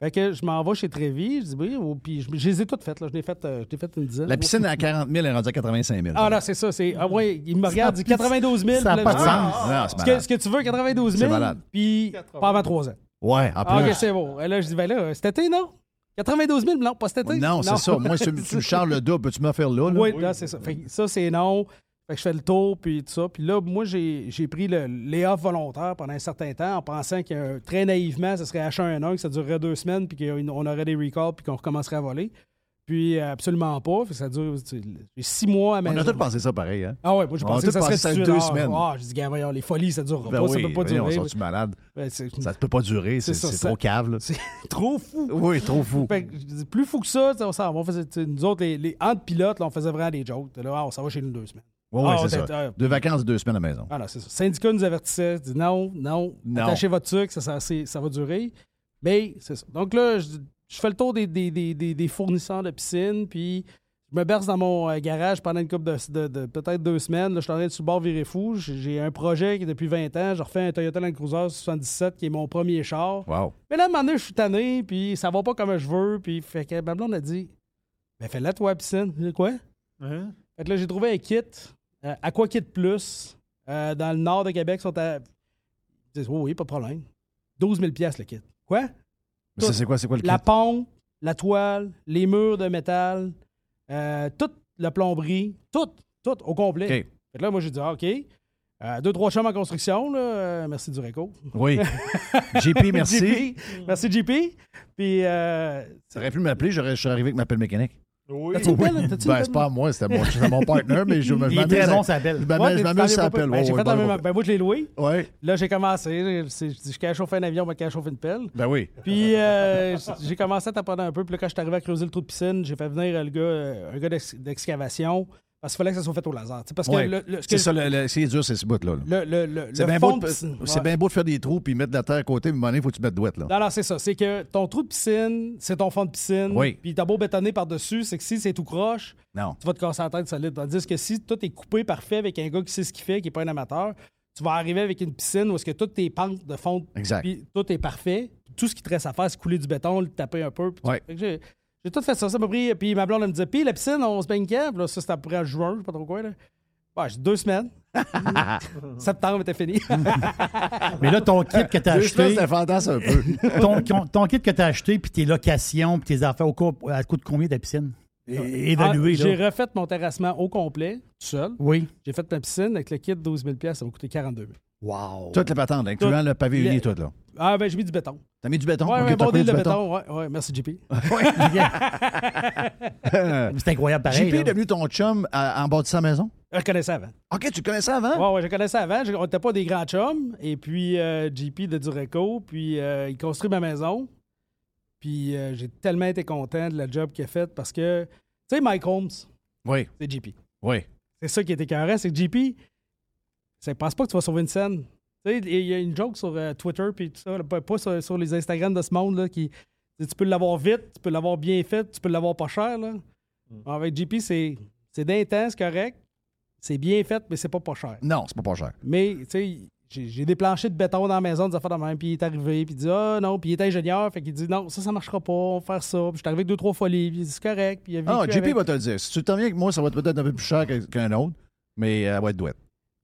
F: Fait que je m'en vais chez Trévis, je dis, oui, oh, puis je, je les ai toutes faites, là, je l'ai fait, euh, je l'ai fait une dizaine.
B: La piscine à 40 000 est rendue à 85 000.
F: Ah non, c'est ça, c'est, ah ouais, il me regarde, il dit 92
B: ça
F: 000. puis
B: n'a
F: là,
B: pas de sens.
F: ah,
B: Non, c'est
F: Ce
B: malade.
F: que, ce que tu veux, 92
B: C'est
F: 000,
B: malade.
F: puis pas avant 3 ans.
B: Ouais, en
F: Ah,
B: plus.
F: ok, c'est bon. Et là, je dis, ben là, euh, cet été, non? 92 000, non, pas cet été.
B: Non, c'est ça.
F: *laughs*
B: Moi, si tu me charges le double, peux-tu me faire là? là?
F: Oui, là, c'est ça. Fait que ça, c'est non. Fait que je fais le tour, puis tout ça. Puis là, moi, j'ai j'ai pris le, les off volontaires pendant un certain temps en pensant que euh, très naïvement, ce serait H1N1, que ça durerait deux semaines, puis qu'on aurait des recalls, puis qu'on recommencerait à voler. Puis euh, absolument pas. Fait que ça dure tu sais, six mois à
B: On
F: maison.
B: a tous pensé ça pareil, hein?
F: Ah ouais, moi, je
B: On a
F: pensais
B: tous
F: que ça
B: pensé
F: serait
B: ça
F: tout de
B: deux
F: suite. Ah,
B: semaines.
F: Ah, je dis, gars, voyons, les folies, ça durera
B: Ben
F: pas,
B: oui,
F: ça peut pas
B: voyons,
F: durer.
B: On sort malade.
F: Ben, c'est-
B: Ça ne peut pas durer, c'est
F: C'est ça,
B: c'est
F: ça-
B: trop cave. là.
F: trop fou.
B: *laughs* Oui, trop fou.
F: Fait que je dis, plus fou que ça, tu sais, on s'en va. On faisait, tu sais, nous autres, les, les entre pilotes, là, on faisait vraiment des jokes. Là, ah, on s'en va chez nous deux semaines.
B: Oui,
F: Ah,
B: oui, c'est
F: t'es-
B: ça.
F: ah,
B: Deux vacances, deux semaines à la maison.
F: Ah non, c'est ça. Le syndicat nous avertissait, dit non, non,
B: Non.
F: attachez votre sucre, ça, ça, c'est- ça va durer. Mais c'est ça. Donc là, je, je fais le tour des, des, des- des- des fournisseurs de piscine, puis je me berce dans mon euh, garage pendant une couple de, de- de- peut-être deux semaines. Là, je suis en train de sur le bord virer fou. J'ai j'ai un projet qui, depuis 20 ans, je refais un Toyota Land Cruiser 77 qui est mon premier char.
B: Wow.
F: Mais là, à un moment donné, je suis tanné, puis ça va pas comme je veux. Puis fait que ma blonde a dit Ben fais-la toi, la piscine. J'ai dit, quoi
J: hein?
F: Fait que là, j'ai trouvé un kit, euh, Aqua Kit Plus, euh, dans le nord de Québec. ils sont à. Ils disent Oui, oui, pas de problème. 12 000 piastres, le kit. Quoi
B: Mais ça, c'est quoi, c'est quoi le
F: La
B: kit?
F: pompe, la toile, les murs de métal, euh, toute la plomberie, tout, tout, au complet.
B: OK.
F: Fait que là, moi, j'ai dit Ah, OK. Euh, deux, trois chambres en construction, là. Euh, merci du *laughs* réco.
B: Oui. JP, merci.
F: JP. Merci, JP. Puis, euh,
B: Tu aurais pu m'appeler, j'aurais- je serais arrivé avec ma pelle mécanique.
F: t'as-tu une
B: Oui.
F: belle-
B: Ben,
F: t'as-tu une
B: c'est
F: belle-
B: pas à moi, c'était mon, c'était mon partner, mais
F: *laughs*
B: je me
H: Il est
B: m'amuse
H: très
B: à-
H: bon, ça
B: Je
H: appelle.
F: Ouais,
B: m'amuse- je
F: t'es- t'en
B: m'amuse
F: viens
B: ça
F: pas
B: appelle.
F: pire. Ben, j'ai fait la même. Ben, moi, je l'ai loué.
B: Oui.
F: Là, j'ai commencé. Je dis, je cache chauffer un avion, mais qu'à chauffer une pelle.
B: Ben oui. *laughs*
F: Puis, euh, j'ai commencé à t'apprendre un peu. Puis, là, quand je suis arrivé à creuser le trou de piscine, j'ai fait venir euh, le gars, euh, un gars d'ex- d'excavation. Parce qu'il fallait que ça soit fait au laser. Tu sais, Parce que
B: Ouais.
F: le, le- ce
B: C'est
F: que-
B: ça, le- le- c'est dur, c'est ce bout-là. là.
F: le- le- le-
B: C'est
F: le
B: bien,
F: fond
B: beau de,
F: de piscine-
B: c'est
F: ouais.
B: bien beau de faire des trous puis mettre de la terre à côté, mais à un moment donné, faut que tu mettes douette, là.
F: Non, non, c'est ça. C'est que ton trou de piscine, c'est ton fond de piscine.
B: Oui.
F: Puis, t'as beau bétonner par-dessus, c'est que si c'est tout croche,
B: Non.
F: tu vas te casser la tête solide. Tandis que si tout est coupé parfait avec un gars qui sait ce qu'il fait, qui n'est pas un amateur, tu vas arriver avec une piscine où est-ce que toutes tes pentes de fond,
B: Exact.
F: puis tout est parfait. Tout ce qui te reste à faire, c'est couler du béton, le taper un peu. puis tout.
B: Ouais.
F: Fait que J'ai j'ai tout fait ça. Ça m'a pris. Puis ma blonde, elle me disait, puis la piscine, on se baigne quand? Puis là, ça, c'était à peu près en juin, je sais pas trop quoi. Là. Ouais, j'ai dit,
B: *laughs*
F: deux semaines. *laughs* Septembre était fini.
H: Mais là, ton kit que t'as
B: Deux semaines,
H: acheté,
B: c'était fantasme un peu.
H: ton, ton- ton kit que t'as acheté, puis tes locations, puis tes affaires, au coût, à coût de combien ta piscine? É- Évalué,
F: Ah, *laughs* J'ai
H: là.
F: refait mon terrassement au complet, tout seul.
H: Oui.
F: J'ai fait ma piscine avec le kit 12 000 piastres, ça m'a coûté 42 000
H: Wow.
B: *laughs* Toutes les patentes, incluant le pavé
F: Le-
B: uni et tout, là.
F: Ah, ben, j'ai mis du béton.
B: T'as mis du béton?
F: Ouais,
B: Ah, Ok,
F: ouais,
B: t'as
F: bon
B: pris
F: deal
B: du
F: de béton. Ouais, ouais, merci, JP. *laughs*
H: C'est incroyable, pareil.
B: JP est
H: là.
B: devenu ton chum à- en bas de sa maison?
F: Je connaissais avant.
B: OK, tu le connaissais avant?
F: Ouais, ouais, je connaissais avant. Je- on n'était pas des grands chums. Et puis, euh, JP de Dureco, puis euh, il construit ma maison. Puis, euh, j'ai tellement été content de la job qu'il a faite parce que, tu sais, Mike Holmes,
B: Oui,
F: c'est JP.
B: oui.
F: C'est ça qui est écœurant, c'est que JP, ça pense pas que tu vas sauver une scène. Tu sais, il y a une joke sur euh, Twitter puis tout ça, là, pas, pas sur, sur les Instagram de ce monde là, qui tu peux l'avoir vite, tu peux l'avoir bien fait, tu peux l'avoir pas cher là. Avec JP, c'est c'est d'intense, correct. C'est bien fait, mais c'est pas pas cher.
B: Non, c'est pas pas cher.
F: Mais, tu sais, j'ai j'ai des planchers de béton dans la maison, des affaires de même, puis il est arrivé, puis il dit Ah non, puis il est ingénieur, fait qu'il dit Non, ça, ça marchera pas, on va faire ça. Puis je suis arrivé avec deux, trois folies, puis il dit C'est correct, puis il a vécu.
B: Ah, JP
F: avec.
B: va te le dire. Si tu t'en viens avec moi, ça va être peut-être un peu plus cher que- qu'un autre, mais euh, elle va être douette.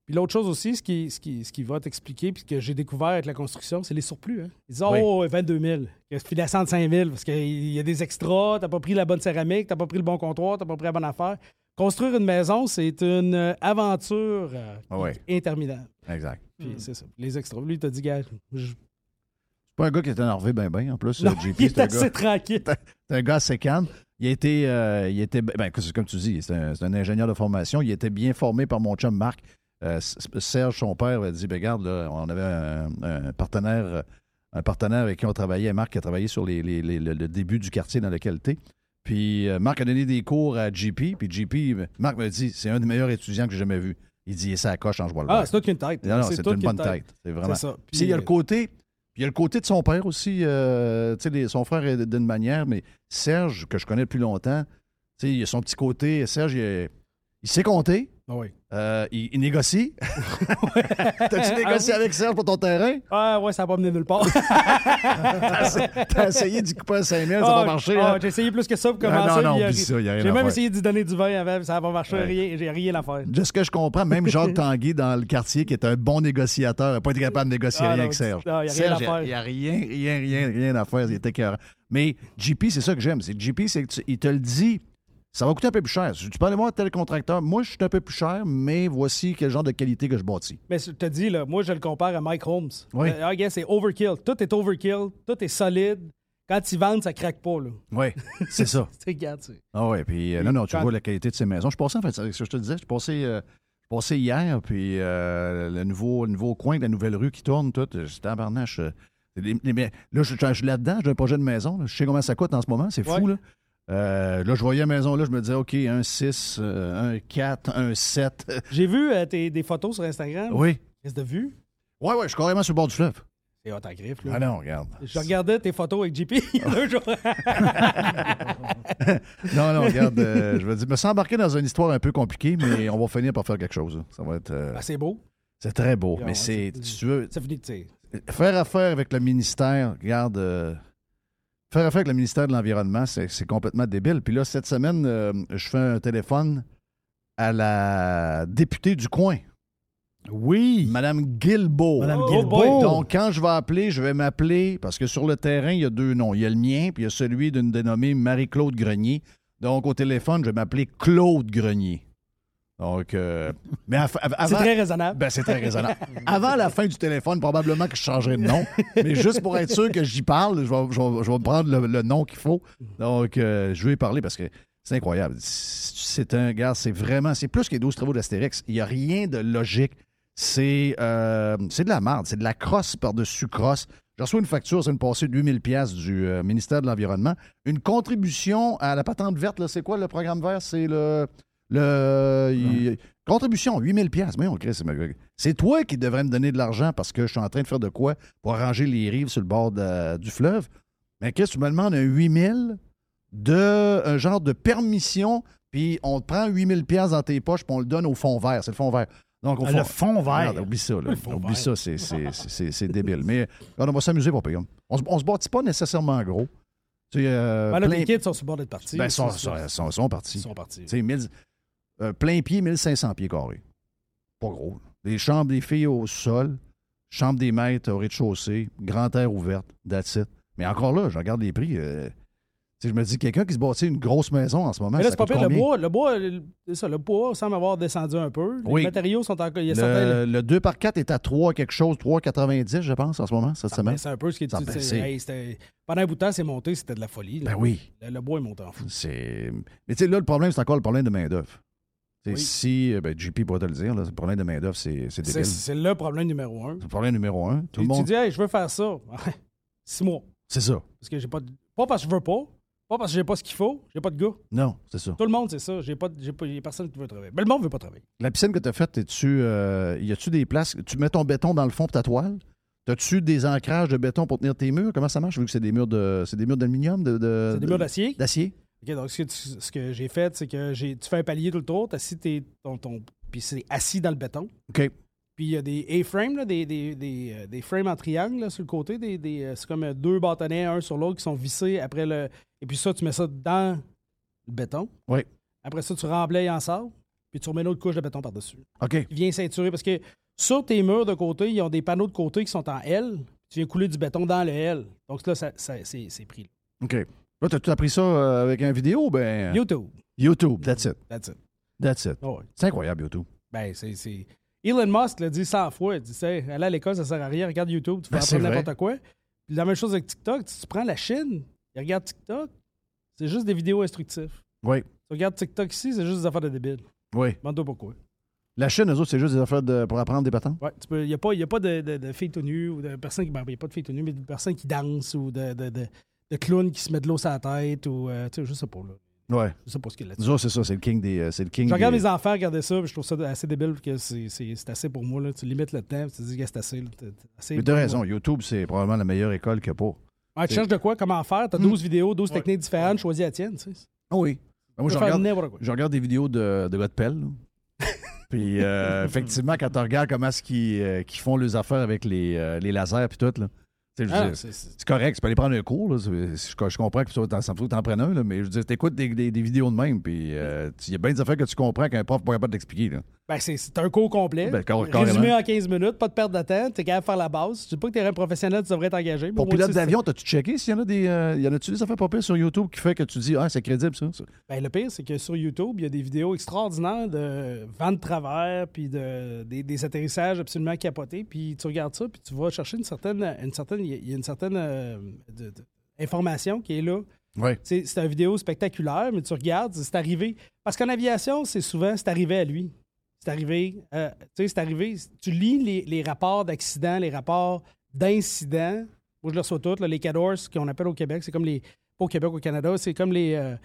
F: Puis l'autre chose aussi, ce qui, ce qui, ce qui va t'expliquer, puis que j'ai découvert avec la construction, c'est les surplus. Hein. Ils disent
B: Oui.
F: Oh, 22 000, que c'est fini à 105 000, parce qu'il y a des extras, t'as pas pris la bonne céramique, t'as pas pris le bon comptoir, t'as pas pris la bonne affaire. Construire une maison, c'est une aventure euh,
B: Ah ouais. Hmm.
F: interminable.
B: Exact.
F: Puis c'est ça. Les extras. Lui, il t'a dit, gars, je-
B: C'est pas un gars qui est énervé ben ben, en plus,
F: Non,
B: euh, JP.
F: il
B: c'est
F: est
B: un gars-
F: assez tranquille.
B: C'est un gars assez calme. Il était, euh, il était ben, c'est comme tu dis, c'est un, c'est un ingénieur de formation. Il était bien formé par mon chum Marc. Euh, S- Serge, son père, a dit, ben, regarde, là, on avait un, un partenaire euh, un partenaire avec qui on travaillait, Marc, qui a travaillé sur les, les- les- le, le début du quartier dans lequel tu Puis euh, Marc a donné des cours à JP. Puis JP, euh, Marc me dit, c'est un des meilleurs étudiants que j'ai jamais vu. Il dit, ça coche en jouant le
F: Ah,
B: verre.
F: c'est toute qu'une tête.
B: Non, non, c'est
F: toute
B: une bonne
F: qu'une
B: tête. C'est vraiment.
F: C'est ça.
B: Puis il y a
F: euh,
B: le côté. puis il y a le côté de son père aussi. euh, tu sais, les- son frère est d'une manière, mais Serge, que je connais depuis longtemps, tu sais, il a son petit côté. Serge, il est, Il sait compter.
F: Ah Oui.
B: Euh, il, il
F: *laughs*
B: négocie. *laughs* T'as-tu négocié
F: Ah oui.
B: avec Serge pour ton terrain?
F: Ah ouais, ça va pas mené nulle
B: *laughs*
F: part.
B: T'as essayé d'y couper un 5 000, ça
F: Ah,
B: va marcher.
F: ah,
B: hein?
F: J'ai essayé plus que ça pour
B: Ah,
F: commencer.
B: non, non,
F: puis, euh,
B: oublie ça, il y a rien
F: J'ai
B: à
F: même
B: faire.
F: essayé d'y donner du vin avant, ça va pas marcher,
B: Ouais.
F: rien- j'ai rien à faire.
B: De ce que je comprends, même
F: *laughs*
B: Jacques Tanguy dans le quartier, qui est un bon négociateur, n'a pas été capable de négocier
F: Ah,
B: rien
F: non,
B: avec Serge.
F: tu- ah, y a rien
B: Serge,
F: à faire.
B: Il n'y a rien, rien, rien, rien à faire. Il était écœurant. Mais JP, c'est ça que j'aime. C'est JP, c'est qu'il te le dit. Ça va coûter un peu plus cher. Si tu parles moi tel contracteur, moi je suis un peu plus cher, mais voici quel genre de qualité que je bâtis.
F: Mais je te dis, là, moi, je le compare à Mike Holmes.
B: Oui.
F: Euh, ah, gars, c'est overkill. Tout est overkill, tout est solide. Quand ils vendent, ça craque pas. Là. *laughs*
B: Oui, c'est ça.
F: C'est regarde, tu sais.
B: Ah ouais, puis euh, non, non, tu vois la qualité de ces maisons. Je pensais, en fait, c'est ce que je te disais, je passais, euh, je passais hier, puis euh, le, nouveau, le nouveau coin de la nouvelle rue qui tourne, tout, euh, j'étais en barnache. euh, les- les- mais là, je je suis là-dedans, j'ai un projet de maison, là. je sais combien ça coûte en ce moment, c'est fou, là. Euh, là, je voyais la maison, là, je me disais, OK, un 6, euh, un 4, un
F: *laughs*
B: 7.
F: J'ai vu euh, tes- des photos sur Instagram.
B: Oui.
F: Qu'est-ce que t'as vu?
B: Ouais, ouais, je suis carrément sur le bord du fleuve.
F: C'est hot à griffe, là.
B: Ah non, regarde.
F: Je regardais tes photos avec JP il y a *laughs* deux
B: *laughs*
F: jours. Ah,
B: Non, non, regarde,
F: *laughs*
B: euh, je veux dire, je me suis embarqué dans une histoire un peu compliquée, mais on va finir par faire quelque chose. là. Ça va être. euh,
F: Ah, c'est beau.
B: c'est très beau,
F: Ah,
B: mais
F: ouais,
B: c'est. Tu veux,
F: Ça finit, tu sais.
B: Faire affaire avec le ministère, regarde, euh, faire affaire avec le ministère de l'Environnement, c'est c'est complètement débile. Puis là, cette semaine, euh, je fais un téléphone à la députée du coin.
H: Oui.
B: Madame Guilbeault.
H: Madame
F: Oh,
H: Guilbeault.
F: boy.
B: Donc, quand je vais appeler, je vais m'appeler, parce que sur le terrain, il y a deux noms. Il y a le mien, puis il y a celui d'une dénommée Marie-Claude Grenier. Donc, au téléphone, je vais m'appeler Claude Grenier. Donc, euh, mais av- av-
F: C'est
B: avant-
F: très raisonnable.
B: ben, c'est très raisonnable. *laughs* Avant la fin du téléphone, probablement que je changerai de *laughs* nom. Mais juste pour être sûr que j'y parle, je vais, je vais- je vais prendre le, le nom qu'il faut. Donc, euh, je vais y parler parce que c'est incroyable. C'est un gars, c'est vraiment, c'est plus que les 12 travaux d'Astérix. Il n'y a rien de logique. C'est euh, c'est de la merde. C'est de la crosse par-dessus crosse. Je reçois une facture, c'est une passée de 8000 pièces du euh, ministère de l'Environnement. Une contribution à la patente verte, là, c'est quoi le programme vert? C'est le... Le, il- contribution, 8000 pièces. Mais on crée, c'est ma gueule. C'est toi qui devrais me donner de l'argent parce que je suis en train de faire de quoi pour arranger les rives sur le bord de- du fleuve. Mais qu'est-ce que tu me demandes un 8000 de un genre de permission, puis on te prend 8000 pièces dans tes poches, puis on le donne au fond vert. C'est le fond vert. Donc, au
H: Ah, le fond vert.
B: Regarde, oublie ça, là. Oublie ça, c'est- c'est- c'est c'est- c'est débile. Mais regarde, on va s'amuser pour payer. On, se- on se bâtit pas nécessairement gros. Tu sais, euh,
F: Ben là,
B: plein-
F: les kids sont sur le bord d'être partis.
B: ben, sont,
F: Ils sont-
B: sont- sont- sont partis.
F: ils sont partis.
B: Tu sais, 1000 euh, plein pied, 1500 pieds carrés. Pas gros. Les chambres des filles au sol, chambre des maîtres au rez-de-chaussée, grand air ouverte, that's it. Mais encore là, je regarde les prix. euh, tu sais, je me dis, quelqu'un qui se bâtit une grosse maison en ce moment,
F: Mais
B: ça
F: là, c'est pas
B: coûte
F: pire. Le
B: combien?
F: bois, le bois, le- c'est ça, le bois semble avoir descendu un peu.
B: Oui.
F: Les matériaux sont encore. Il y a certains-
B: Le, le 2 par 4 est à 3 quelque chose, 3,90 je pense en ce moment, cette semaine.
F: Ben, c'est un peu ce qui
B: Ça a
F: tu sais,
B: baissé.
F: hey, c'était- Pendant un bout de temps, c'est monté, c'était de la folie. là.
B: Ben oui.
F: Le, le bois est monté en fou.
B: C'est... Mais tu sais, là, le problème, c'est encore le problème de main-d'œuvre. Tu sais,
F: Oui.
B: Si, euh, ben, JP pourrait te le dire, là, le problème de main-d'œuvre, c'est, c'est
F: C'est
B: débile. C'est,
F: c'est le problème numéro un.
B: le problème numéro un. Tout
F: Puis
B: le monde.
F: Tu dis, hey, je veux faire ça. *laughs* Six mois.
B: C'est ça.
F: Parce que j'ai pas. de- Pas parce que je veux pas. Pas parce que j'ai pas ce qu'il faut. J'ai pas de gars.
B: Non, c'est ça.
F: Tout le monde, c'est ça. J'ai pas. de- j'ai pas- Il y a personne qui veut travailler. Mais le monde veut pas travailler.
B: La piscine que tu as faite, es-tu, euh, y a-tu des places? Tu mets ton béton dans le fond de ta toile? T'as-tu des ancrages de béton pour tenir tes murs? Comment ça marche? Vu que c'est des murs de. C'est des murs d'aluminium? De, de-
F: C'est des
B: de-
F: murs d'acier.
B: d'acier?
F: OK, donc ce que, tu- ce que j'ai fait, c'est que j'ai, tu fais un palier tout le tour, t'assis tes, ton, ton, puis c'est assis dans le béton.
B: OK.
F: Puis il y a des A-frames, là, des, des, des, euh, des frames en triangle là, sur le côté. Des, des, euh, c'est comme euh, deux bâtonnets, un sur l'autre, qui sont vissés après le. Et puis ça, tu mets ça dans le béton.
B: Oui.
F: Après ça, tu remblayes en sable, puis tu remets une autre couche de béton par-dessus.
B: OK.
F: Qui vient ceinturer parce que sur tes murs de côté, ils ont des panneaux de côté qui sont en L. Tu viens couler du béton dans le L. Donc là, ça, ça- c'est, c'est pris.
B: OK. Là, t'as-tu appris ça euh, avec un vidéo? Ben.
F: YouTube.
B: YouTube. That's it.
F: That's it.
B: That's it.
F: Oh, ouais.
B: C'est incroyable, YouTube.
F: Ben, c'est. c'est- Elon Musk l'a dit 100 fois. Il dit, c'est, aller à l'école, ça sert à rien. Regarde YouTube, tu peux
B: Ben, c'est
F: apprendre
B: vrai.
F: n'importe quoi. Puis la même chose avec TikTok. Tu, tu prends la Chine, il regarde TikTok, c'est juste des vidéos instructives.
B: Oui.
F: Tu regardes TikTok ici, c'est juste des affaires de débiles.
B: Oui.
F: Demande-toi pourquoi.
B: La chaîne, eux autres, c'est juste des affaires de- pour apprendre des patentes?
F: Ouais, tu peux, il n'y a pas, il y a pas de, de, de filles tout nues ou de personnes qui. Ben, il y a pas de filles tout nues, mais de personnes qui dansent ou de, de, de, de clowns qui se mettent de l'eau sur la tête ou. euh, tu sais, je sais pas, là.
B: Oui.
F: Je sais pas ce qu'il y a là-dessus.
B: Nous autres, c'est ça. C'est le king des. euh, c'est le king
F: Je regarde
B: des-
F: mes enfants regarder ça, puis je trouve ça assez débile parce que c'est- c'est c'est assez pour moi. Là. Tu limites le temps, puis tu te dis, gars, c'est assez. là, t'as- t'as assez
B: Mais
F: pour
B: t'as
F: moi. Ah,
B: raison. YouTube, c'est probablement la meilleure école qu'il y a pas. Hmm.
F: Ouais, tu cherches de quoi, comment faire. Tu as 12 vidéos, 12 techniques différentes, choisis la tienne. tu sais.
B: Ah oui. Ben, moi,
F: Tu
B: je
F: peux faire
B: regarde,
F: n'importe quoi.
B: je regarde des vidéos de, de Godpel.
F: *laughs*
B: là. puis, euh, effectivement, quand tu regardes comment est-ce qu'ils euh, qu'ils font leurs affaires avec les, euh, les lasers puis tout, là. Tu sais, je veux
F: Ah,
B: dire,
F: c'est- c'est-
B: c'est correct, tu peux aller prendre un cours. là. C'est- Je, je comprends que ça t'en- ça me faut que tu en prennes un, là, mais je veux dire, t'écoutes des, des- des vidéos de même, puis il y a bien des affaires que tu comprends qu'un prof n'est pas capable d'expliquer. là.
F: Ben, c'est- c'est un cours complet.
B: Ben, car-
F: Eh, résumé
B: carrément.
F: en 15 minutes, pas de perte de temps. T'es capable de faire la base. Je dis pas que t'es un professionnel, tu devrais t'engager. mais
B: Pour
F: au moins,
B: pilote
F: tu sais-
B: d'avion, t'as-tu checké s'il y en a des. euh, y en a-tu des affaires pas pires sur YouTube qui fait que tu dis Ah, c'est crédible ça? ça?
F: Ben, le pire, c'est que sur YouTube, il y a des vidéos extraordinaires de vent de travers, puis de, des, des atterrissages absolument capotés. Puis tu regardes ça, puis tu vas chercher une certaine. une certaine Il y a une certaine euh, de- de- information qui est là.
B: Ouais.
F: C'est c'est une vidéo spectaculaire, mais tu regardes, c'est arrivé. Parce qu'en aviation, c'est souvent, c'est arrivé à lui. C'est arrivé, euh, tu sais, c'est arrivé. Tu lis les, les rapports d'accidents, les rapports d'incidents. Moi, je les reçois toutes, là, les CADORS qu'on appelle au Québec. C'est comme les. Pas au Québec, au Canada, c'est comme les. euh,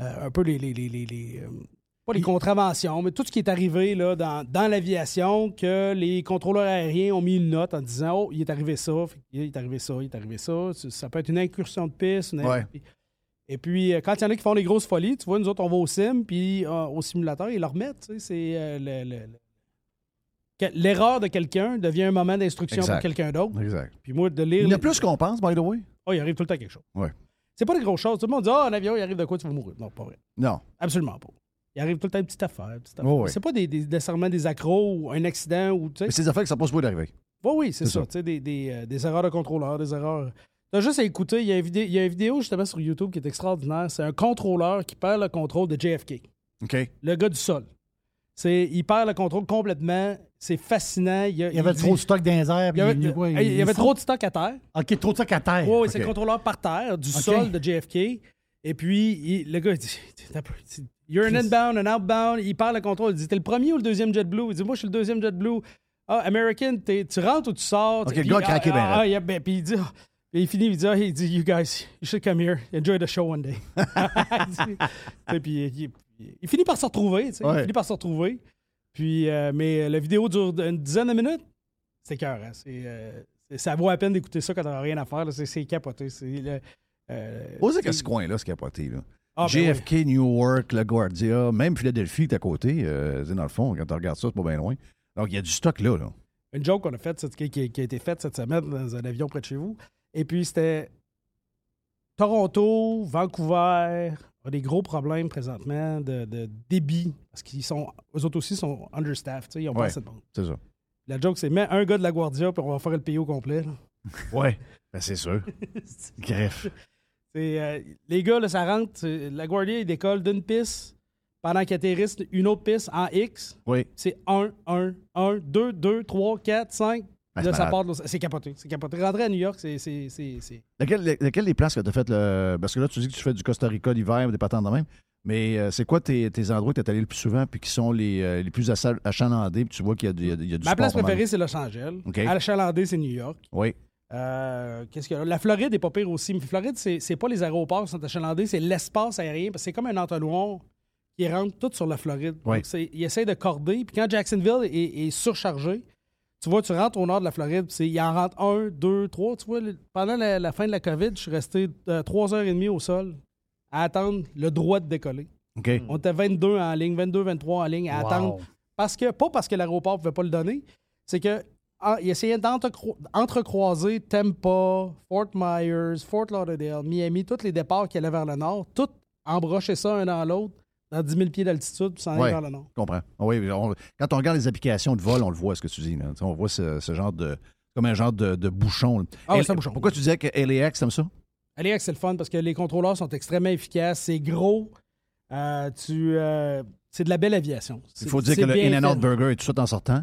F: euh, un peu les. les- les- les- les, euh, pas les contraventions, mais tout ce qui est arrivé là, dans, dans l'aviation, que les contrôleurs aériens ont mis une note en disant Oh, il est arrivé ça, il est arrivé ça, il est arrivé ça. Ça- Ça peut être une incursion de piste, une
B: Ouais.
F: et puis, euh, quand il y en a qui font les grosses folies, tu vois, nous autres, on va au sim, puis euh, au simulateur, ils le remettent. tu sais, C'est euh, le- le- le- que- L'erreur de quelqu'un devient un moment d'instruction pour
B: Exact.
F: quelqu'un d'autre.
B: Exact.
F: Puis moi, de
B: Il
F: lire.
B: y en a
F: les-
B: plus qu'on pense, by the way.
F: Oh, il arrive tout le temps quelque chose.
B: Ouais.
F: C'est pas des grosses choses. Tout le monde dit Ah, en avion, il arrive de quoi, tu vas mourir. Non, pas vrai.
B: Non.
F: Absolument pas. Il arrive tout le temps une petite affaire. une petite affaire.
B: Oh, oui.
F: C'est pas des, des, nécessairement des accros ou un accident ou. tu sais.
B: Mais c'est des affaires que ça passe pas d'arriver.
F: Oui, oui, c'est
B: C'est
F: ça.
B: ça.
F: tu sais, Des, des, euh, des erreurs de contrôleur, des erreurs. T'as juste à écouter. Il y, a une vidé- il y a une vidéo justement sur YouTube qui est extraordinaire. C'est un contrôleur qui perd le contrôle de JFK,
B: OK.
F: le gars du sol. C'est, il perd le contrôle complètement. C'est fascinant. Il, y a-
H: Il y avait
F: dit-
H: trop de stock dans les airs.
F: Il y avait, hey, il y avait trop de stock à terre.
H: OK, trop de stock à terre.
F: Oui, oui, c'est le contrôleur par terre du
H: Ok.
F: sol de JFK. Et puis, il- le gars, il dit T'as un peu, c'est- You're an inbound, an outbound. Il parle le contrôle. Il dit T'es le premier ou le deuxième JetBlue Il dit Moi, je suis le deuxième JetBlue. Ah, American, t'es- tu rentres ou tu sors
B: Ok, le
F: Puis,
B: gars a craqué
F: ah,
B: ben
F: ah, ah, il a- ben, Puis il dit Ah. Et il finit, il dit, Ah, il dit You guys, you should come here. Enjoy the show
B: *laughs*
F: one day. *laughs* Il dit- Et puis, il, il- il finit par se retrouver. tu sais. Il
B: Ouais.
F: finit par se retrouver. Puis, euh, mais euh, la vidéo dure une dizaine de minutes. C'est cœur. ça vaut à peine d'écouter ça quand t'as rien à faire. là. C'est- C'est capoté. C'est le- euh,
B: Osez que ce coin-là, c'est capoté. Là.
F: Ah, ben
B: JFK, Newark, LaGuardia, même Philadelphie qui est à côté. euh, tu sais, dans le fond, quand tu regardes ça, c'est pas bien loin. Donc, il y a du stock là. là.
F: une joke qu'on a faite, cette- qui, qui- qui a été faite cette semaine dans un avion près de chez vous. Et puis, c'était Toronto, Vancouver, a des gros problèmes présentement de, de débit parce qu'ils sont, eux autres aussi sont understaffed, tu sais, ils ont pas
B: Ouais.
F: assez de monde.
B: C'est ça.
F: La joke, c'est mets un gars de la Guardia puis on va faire le pays au complet. là.
B: Ouais. Ben, c'est
F: *laughs*
B: sûr. Greffe.
F: C'est, euh, les gars, là, ça rentre, c'est- la Guardia, il décolle d'une piste pendant qu'il atterrisse une autre piste en X.
B: Oui.
F: C'est 1, 1, 1, 2, 2, 3, 4, 5.
B: Ah, c'est
F: là, ça
B: malade.
F: part de l'autre- C'est capoté. C'est capoté. Rentrer à New York, c'est. c'est- c'est- c'est-
B: Laquelle, la- laquelle des places que tu as fait le. Parce que là, tu dis que tu fais du Costa Rica l'hiver, ou des patentes de même. Mais euh, c'est quoi tes, tes endroits que tu es allé le plus souvent puis qui sont les, euh, les plus assa- achalandés? Puis tu vois qu'il y a, du- il y a du- il y a du
F: Ma place
B: sport pas mal.
F: préférée, c'est Los Angeles.
B: OK.
F: À l'achalandé, c'est New York.
B: Oui.
F: Euh, Qu'est-ce que la Floride est pas pire aussi, mais Floride c'est c'est pas les aéroports qui sont achalandés, c'est l'espace aérien parce que c'est comme un entonnoir qui rentre tout sur la Floride.
B: Oui.
F: Donc, c'est- il essaie de corder. Puis quand Jacksonville est, est surchargé, tu vois, tu rentres au nord de la Floride, puis c'est- il en rentre un, deux, trois. Tu vois, le- pendant la, la fin de la COVID, je suis resté euh, trois heures et demie au sol à attendre le droit de décoller.
B: OK.
F: On était 22 en ligne, 22, 23 en ligne à
H: Wow.
F: attendre. Parce que, pas parce que l'aéroport ne pouvait pas le donner, c'est que en- il essayait d'entrecro- d'entrecroiser Tampa, Fort Myers, Fort Lauderdale, Miami, tous les départs qui allaient vers le nord, tout embrocher ça un dans l'autre, dans 10 000 pieds d'altitude, puis s'en aller
B: Ouais.
F: vers le nord.
B: Je comprends. Ah Oui, on- quand on regarde les applications de vol, on le voit, ce que tu dis. là. Tu sais, On voit ce, ce genre de. comme un genre de, de bouchon. là.
F: Ah oui,
B: L-
F: c'est un bouchon.
B: Pourquoi tu disais que LAX, t'aimes ça?
F: Allez, c'est le fun parce que les contrôleurs sont extrêmement efficaces, c'est gros, euh, tu, euh, c'est de la belle aviation.
B: Il faut dire que le In-N-Out Burger est tout de suite en sortant.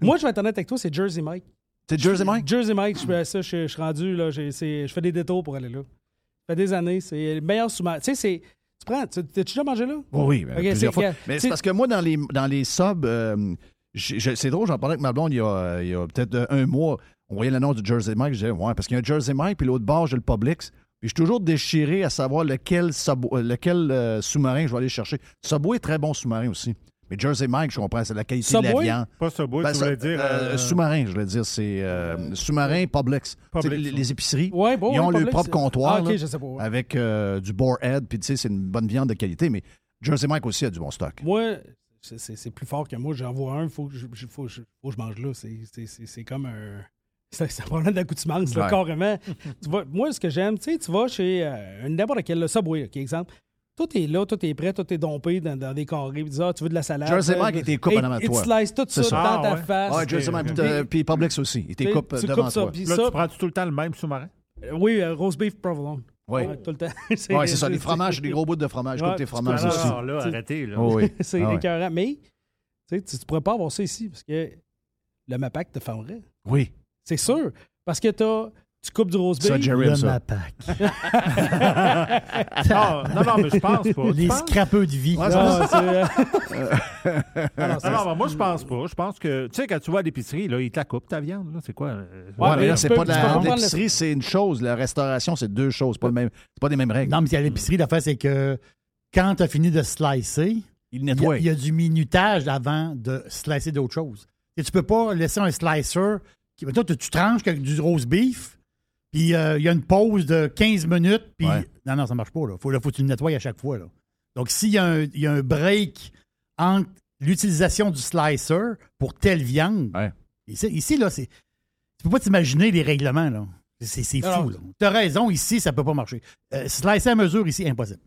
F: Moi, je vais être honnête avec toi, c'est Jersey Mike.
B: C'est Jersey Mike?
F: Jersey Mike, je fais ça, je, je suis rendu, là, j'ai- c'est- je fais des détours pour aller là. Ça fait des années, c'est le meilleur sous-marin. Tu sais, c'est. Tu prends, tu- t'as-tu déjà mangé là?
B: Oui, oui, ben,
F: Ok, c'est
B: plusieurs fois.
F: clair.
B: Mais
F: C'est-
B: c'est parce que moi, dans les, dans les subs, euh, j'ai- j'ai- c'est drôle, j'en parlais avec ma blonde il y a, euh, il y a peut-être euh, un mois. On voyait l'annonce du Jersey Mike, je disais, ouais, parce qu'il y a un Jersey Mike, puis l'autre bord, j'ai le Publix. Puis je suis toujours déchiré à savoir lequel, Sub- euh, lequel euh, sous-marin je vais aller chercher. Subway est très bon sous-marin aussi. Mais Jersey Mike, je comprends, c'est la qualité de la
J: Subway?
B: viande. Ben,
J: Pas Subway, tu
B: ça-
J: voulais dire, euh,
B: Sous-marin, je voulais dire. C'est euh, sous-marin, Publix.
J: Publix,
B: Tu sais, les,
J: ouais.
B: les épiceries,
J: Ouais, bon,
B: ils ont
J: ouais,
B: leur
J: Publix,
B: propre
J: c'est-
B: comptoir
J: Ah, ok,
B: là,
J: je sais pas, ouais.
B: avec euh, du boarhead, puis tu sais, c'est une bonne viande de qualité. Mais Jersey Mike aussi a du bon stock.
F: Moi, c'est- c'est c'est plus fort que moi. J'en vois un, il faut, que je- je- faut, que je- faut que je mange là. C'est- c'est- C'est c'est comme un. *laughs* C'est c'est un problème d'accoutumance, là,
K: Ouais.
F: carrément. tu vois, moi, ce que j'aime, tu sais, tu vas chez euh, n'importe quel, le Subway, OK, exemple. Tout est là, tout est prêt, tout est dompé dans, dans des carrés. puis Tu dis, ah, tu veux de la salade.
B: Jersey
F: tu-
B: Mike, il t'écoupe
F: Et-
B: en avant de
F: et
B: toi.
F: tu slices tout
B: C'est
F: ça, dans ta face.
B: Ouais, Jersey Mike, puis, euh, puis Publix aussi. Il
F: Tu sais,
B: t'écoupent
F: tu
B: devant
F: coupes ça,
B: toi.
F: puis
J: Là,
F: ça-
J: tu prends tout le temps le même sous-marin?
F: Euh, Oui, euh, roast beef provolone.
B: Ouais.
F: tout le temps. *laughs*
B: Ouais, c'est ça, les fromages, les gros bouts de fromage,
F: Ouais,
B: tous tes
F: tu
B: fromages
F: peux-
B: aussi.
F: Ah, là,
B: Tu-
F: arrêtez, là.
B: Oh oui.
F: c'est
B: Ah oui.
F: écœurant. Mais tu ne pourrais pas avoir ça ici parce que le MAPAC te fendrait.
B: Oui.
F: C'est sûr. Parce que t'as- tu coupes du rose
B: Ça, Jerry aime Le ça.
H: MAPAC.
J: non, non, non, mais je pense pas. Tu
H: Les
J: penses?
H: scrapeux de vie.
J: Ouais,
H: Non,
J: c'est-
F: euh,
B: *laughs*
F: *laughs*
H: Ah, non,
J: non,
H: c'est-
J: non, mais moi, je pense pas. Je pense que, tu sais, quand tu vas à l'épicerie, là, ils te la coupent, ta viande. là. C'est quoi? euh,
B: Ouais, mais là,
J: tu
B: c'est
J: peux-
B: pas de
J: tu peux
B: la
J: comprendre le-
B: l'épicerie, c'est une chose. La restauration, c'est deux choses. Pas le même, c'est pas les mêmes règles.
H: Non, mais à l'épicerie, l'affaire, c'est que quand tu as fini de slicer,
B: il
H: y,
B: nettoie.
H: a- il y a du minutage avant de slicer d'autres choses. Et tu peux pas laisser un slicer qui. Toi, tu, tu tranches avec du rose beef, puis euh, il y a une pause de 15 minutes, puis. Non, non, ça marche pas. Là, faut, là, faut que tu le nettoies à chaque fois. Là. Donc, s'il y, a un- il y a un break entre l'utilisation du slicer pour telle viande, ici, ici, là, c'est. Tu peux pas t'imaginer les règlements, là. C'est c'est
F: Non,
H: fou,
F: non.
H: là. T'as raison, ici, ça peut pas marcher. Euh, slicer à mesure, ici, impossible.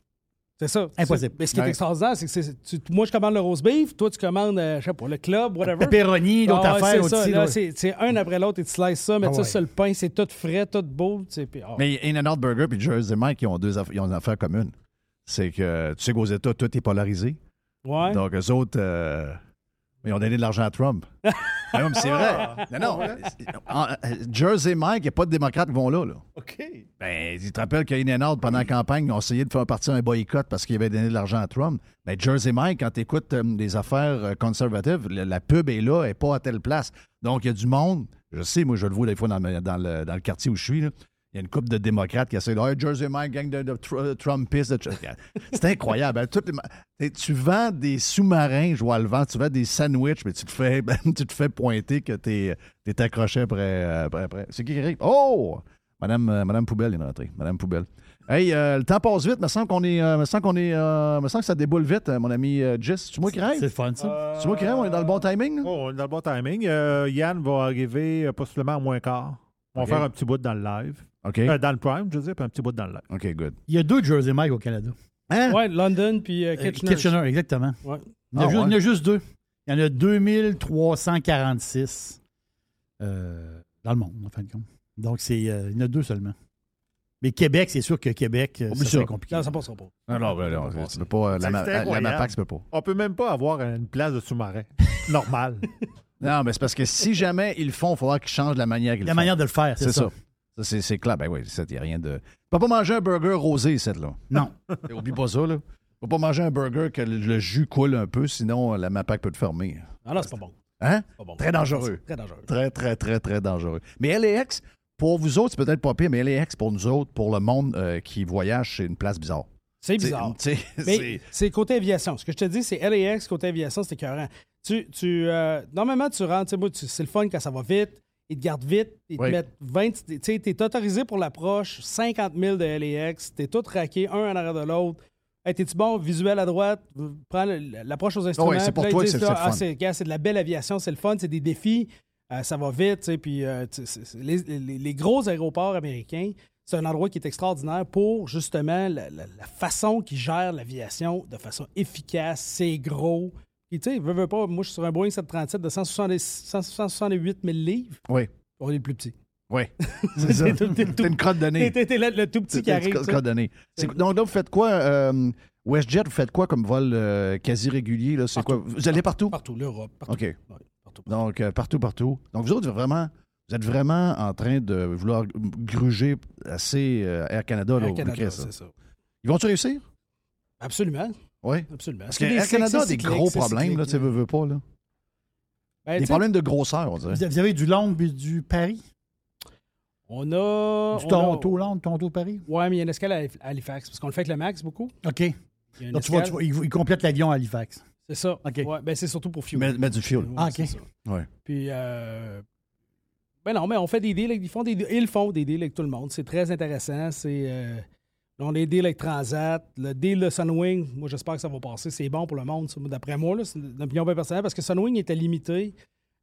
F: C'est ça.
H: Impossible.
F: Mais ce qui est
H: Ouais.
F: extraordinaire, c'est que c'est- tu- moi, je commande le roast beef, toi, tu commandes, euh, je sais pas, le club, whatever.
H: Pepperoni, l'autre
F: Ah ouais,
H: affaire,
F: c'est ça,
H: aussi,
F: là,
H: là.
F: C'est c'est un après l'autre et tu slices ça, mets
B: Ah
F: ça
B: ouais.
F: sur le pain, c'est tout frais, tout beau. tu sais, puis, ah.
B: Mais In-N-Out Burger et Jersey Mike, ils ont, deux aff- ils ont une affaire commune. C'est que tu sais qu'aux États, tout est polarisé.
F: Ouais.
B: Donc, eux autres, euh, ils ont donné de l'argent à Trump. Mais non, mais c'est vrai. Non, non. En- euh, Jersey Mike, il n'y a pas de démocrates qui vont là. là.
F: OK.
B: Ben, tu te rappelles qu'à In-N-Out, pendant la campagne, ils ont essayé de faire partir un boycott parce qu'ils avaient donné de l'argent à Trump. Mais Jersey Mike, quand tu écoutes des affaires euh, conservatives, le- la pub est là, elle n'est pas à telle place. Donc, il y a du monde. Je sais, moi, je le vois des fois dans, ma- dans le, dans le quartier où je suis. là. Il y a une couple de démocrates qui essaient de Hey, Jersey Mike, gang de, de Tr- euh, Trumpistes. de Tr- *laughs* C'est incroyable. hein. Toutes les ma- Et tu vends des sous-marins, je vois le vent, tu vends des sandwichs, mais tu te fais, *laughs* tu te fais pointer que tu es, accroché après, euh, après, après. C'est qui qui arrive? Oh! Madame, euh, Madame Poubelle est rentrée. Madame Poubelle. Hey, euh, le temps passe vite. Me semble qu'on est, euh, me semble qu'on est, euh, me semble que ça déboule vite, euh, mon ami euh, Jess. C'est moi qui rêve.
H: C'est fun ça.
B: C'est moi qui rêve. On est dans le bon timing. là?
J: Euh, Oh, on est dans le bon timing. Euh, Yann va arriver euh, possiblement à moins quart. On va
B: OK.
J: faire un petit bout dans le live.
B: OK.
J: Euh, dans le prime, je veux dire, puis un petit bout dans le live.
B: OK, good.
H: Il y a deux Jersey Mike au Canada.
F: Ouais, London puis euh,
H: Euh,
F: Kitchener.
H: Kitchener, exactement.
F: Ouais.
H: Il y, en a
F: Ah,
H: ju-
F: ouais.
H: il y en a juste deux. Il y en a 2346 euh, dans le monde, en fin de compte. Donc, c'est, euh, il y en a deux seulement. Mais Québec, c'est sûr que Québec, euh, ça,
B: Oublie
H: serait
B: ça.
H: compliqué.
F: Non, ça passera pas.
B: Non, non, ben, non, tu peux pas. euh, La,
J: C'est
B: ma- la, la
J: incroyable.
B: MAPAC, tu peux pas.
J: On peut même pas avoir une place de
B: *laughs*
J: sous-marin. Normal.
B: Non, mais c'est parce que si jamais ils le font, il faudra qu'ils changent la manière qu'ils le
H: La
B: font.
H: manière de le faire, c'est
B: C'est ça.
H: ça.
B: Ça, c'est- c'est clair. Ben oui, il n'y a rien de. Tu peux pas manger un burger rosé, cette là.
H: Non.
B: *laughs* Oublie pas ça, là. Tu peux pas manger un burger que le, le jus coule un peu, sinon euh, la MAPAC peut te fermer.
F: Ah non, c'est pas bon.
B: Hein?
F: Pas Ah bon.
B: Très dangereux.
F: C'est Très dangereux.
B: Très, très, très, très dangereux. Mais LAX, pour vous autres, c'est peut-être pas pire, mais LAX, pour nous autres, pour le monde euh, qui voyage, c'est une place bizarre.
F: C'est
B: T'sais,
F: bizarre.
B: t'sais,
F: Mais
B: c'est-
F: c'est côté aviation. Ce que je te dis, c'est LAX, côté aviation, c'est écœurant. Tu, tu, euh, normalement, tu rentres, tu sais, moi, tu- c'est le fun quand ça va vite. Ils te gardent vite. Ils
B: Oui.
F: te mettent 20. Tu sais, t'es autorisé pour l'approche, 50 000 de LAX. T'es tout traqué, un en arrière de l'autre. Hey, T'es-tu bon? Visuel à droite, v- prends le- l'approche aux instruments.
B: Ouais, c'est
F: Puis
B: pour
F: là, ils
B: toi que
F: disent
B: c'est-
F: là,
B: c'est le
F: ah,
B: fun.
F: c'est gars, c'est de la belle aviation, c'est le fun, c'est des défis, euh, ça va vite. tu sais, Puis euh, tu- c'est- c'est- les, les- les gros aéroports américains, c'est un endroit qui est extraordinaire pour justement la, la- la façon qu'ils gèrent l'aviation de façon efficace. C'est gros. Puis tu sais, veux, veux pas, moi je suis sur un Boeing 737 de 170 168 000 livres.
B: Oui.
F: On est plus petit.
B: Oui.
F: *laughs*
B: C'est ça.
F: T'es- t'es-
B: T'es une crotte de nez.
F: T'es t'es le, le tout petit
B: C'est
F: qui
B: une
F: arrive.
B: crotte
F: tu sais.
B: crotte de nez. C'est- Donc là, vous faites quoi? euh, WestJet, vous faites quoi comme vol euh, quasi régulier? là? C'est quoi? Vous allez partout?
F: Partout, l'Europe. partout.
B: OK. Donc, euh, partout, partout. Donc, vous autres, vraiment, vous êtes vraiment en train de vouloir gruger assez euh, Air Canada. là,
F: Air
B: au
F: Canada,
B: Lucas,
F: c'est ça.
B: Ils vont-tu réussir?
F: Absolument.
B: Oui.
F: Absolument.
B: Parce que
F: C'est des
B: Air
F: cycles,
B: Canada a
F: c'est
B: des
F: cyclique,
B: gros
F: c'est
B: problèmes, là,
F: cyclique.
B: tu sais, veux, veux pas, là.
F: Ben,
B: des
F: tu sais,
B: problèmes de grosseur, on dirait.
H: Vous vous avez du Londres puis du Paris?
F: On a.
H: Du
F: Ah, on
H: Toronto, Londres, Toronto, Paris?
F: a- Ouais, mais il y a une escale à Halifax, parce qu'on le fait avec le Max beaucoup.
H: OK.
F: Il y a une
H: Donc, tu vois,
F: escale.
H: tu vois, ils, ils complètent l'avion à Halifax.
F: C'est ça. Ouais, ben, c'est surtout pour fuel.
B: Mettre- mettre du fuel.
F: Ouais,
B: Ah, OK.
F: c'est ça.
B: Ouais.
F: Puis, euh, ben non, mais on fait des deals. avec- Ils font des, ils font des deals avec tout le monde. C'est très intéressant. C'est, euh, on a des deals avec Transat. Le deal de Sunwing, moi, j'espère que ça va passer. C'est bon pour le monde, ça, d'après moi. là. C'est une opinion bien personnelle parce que Sunwing était limité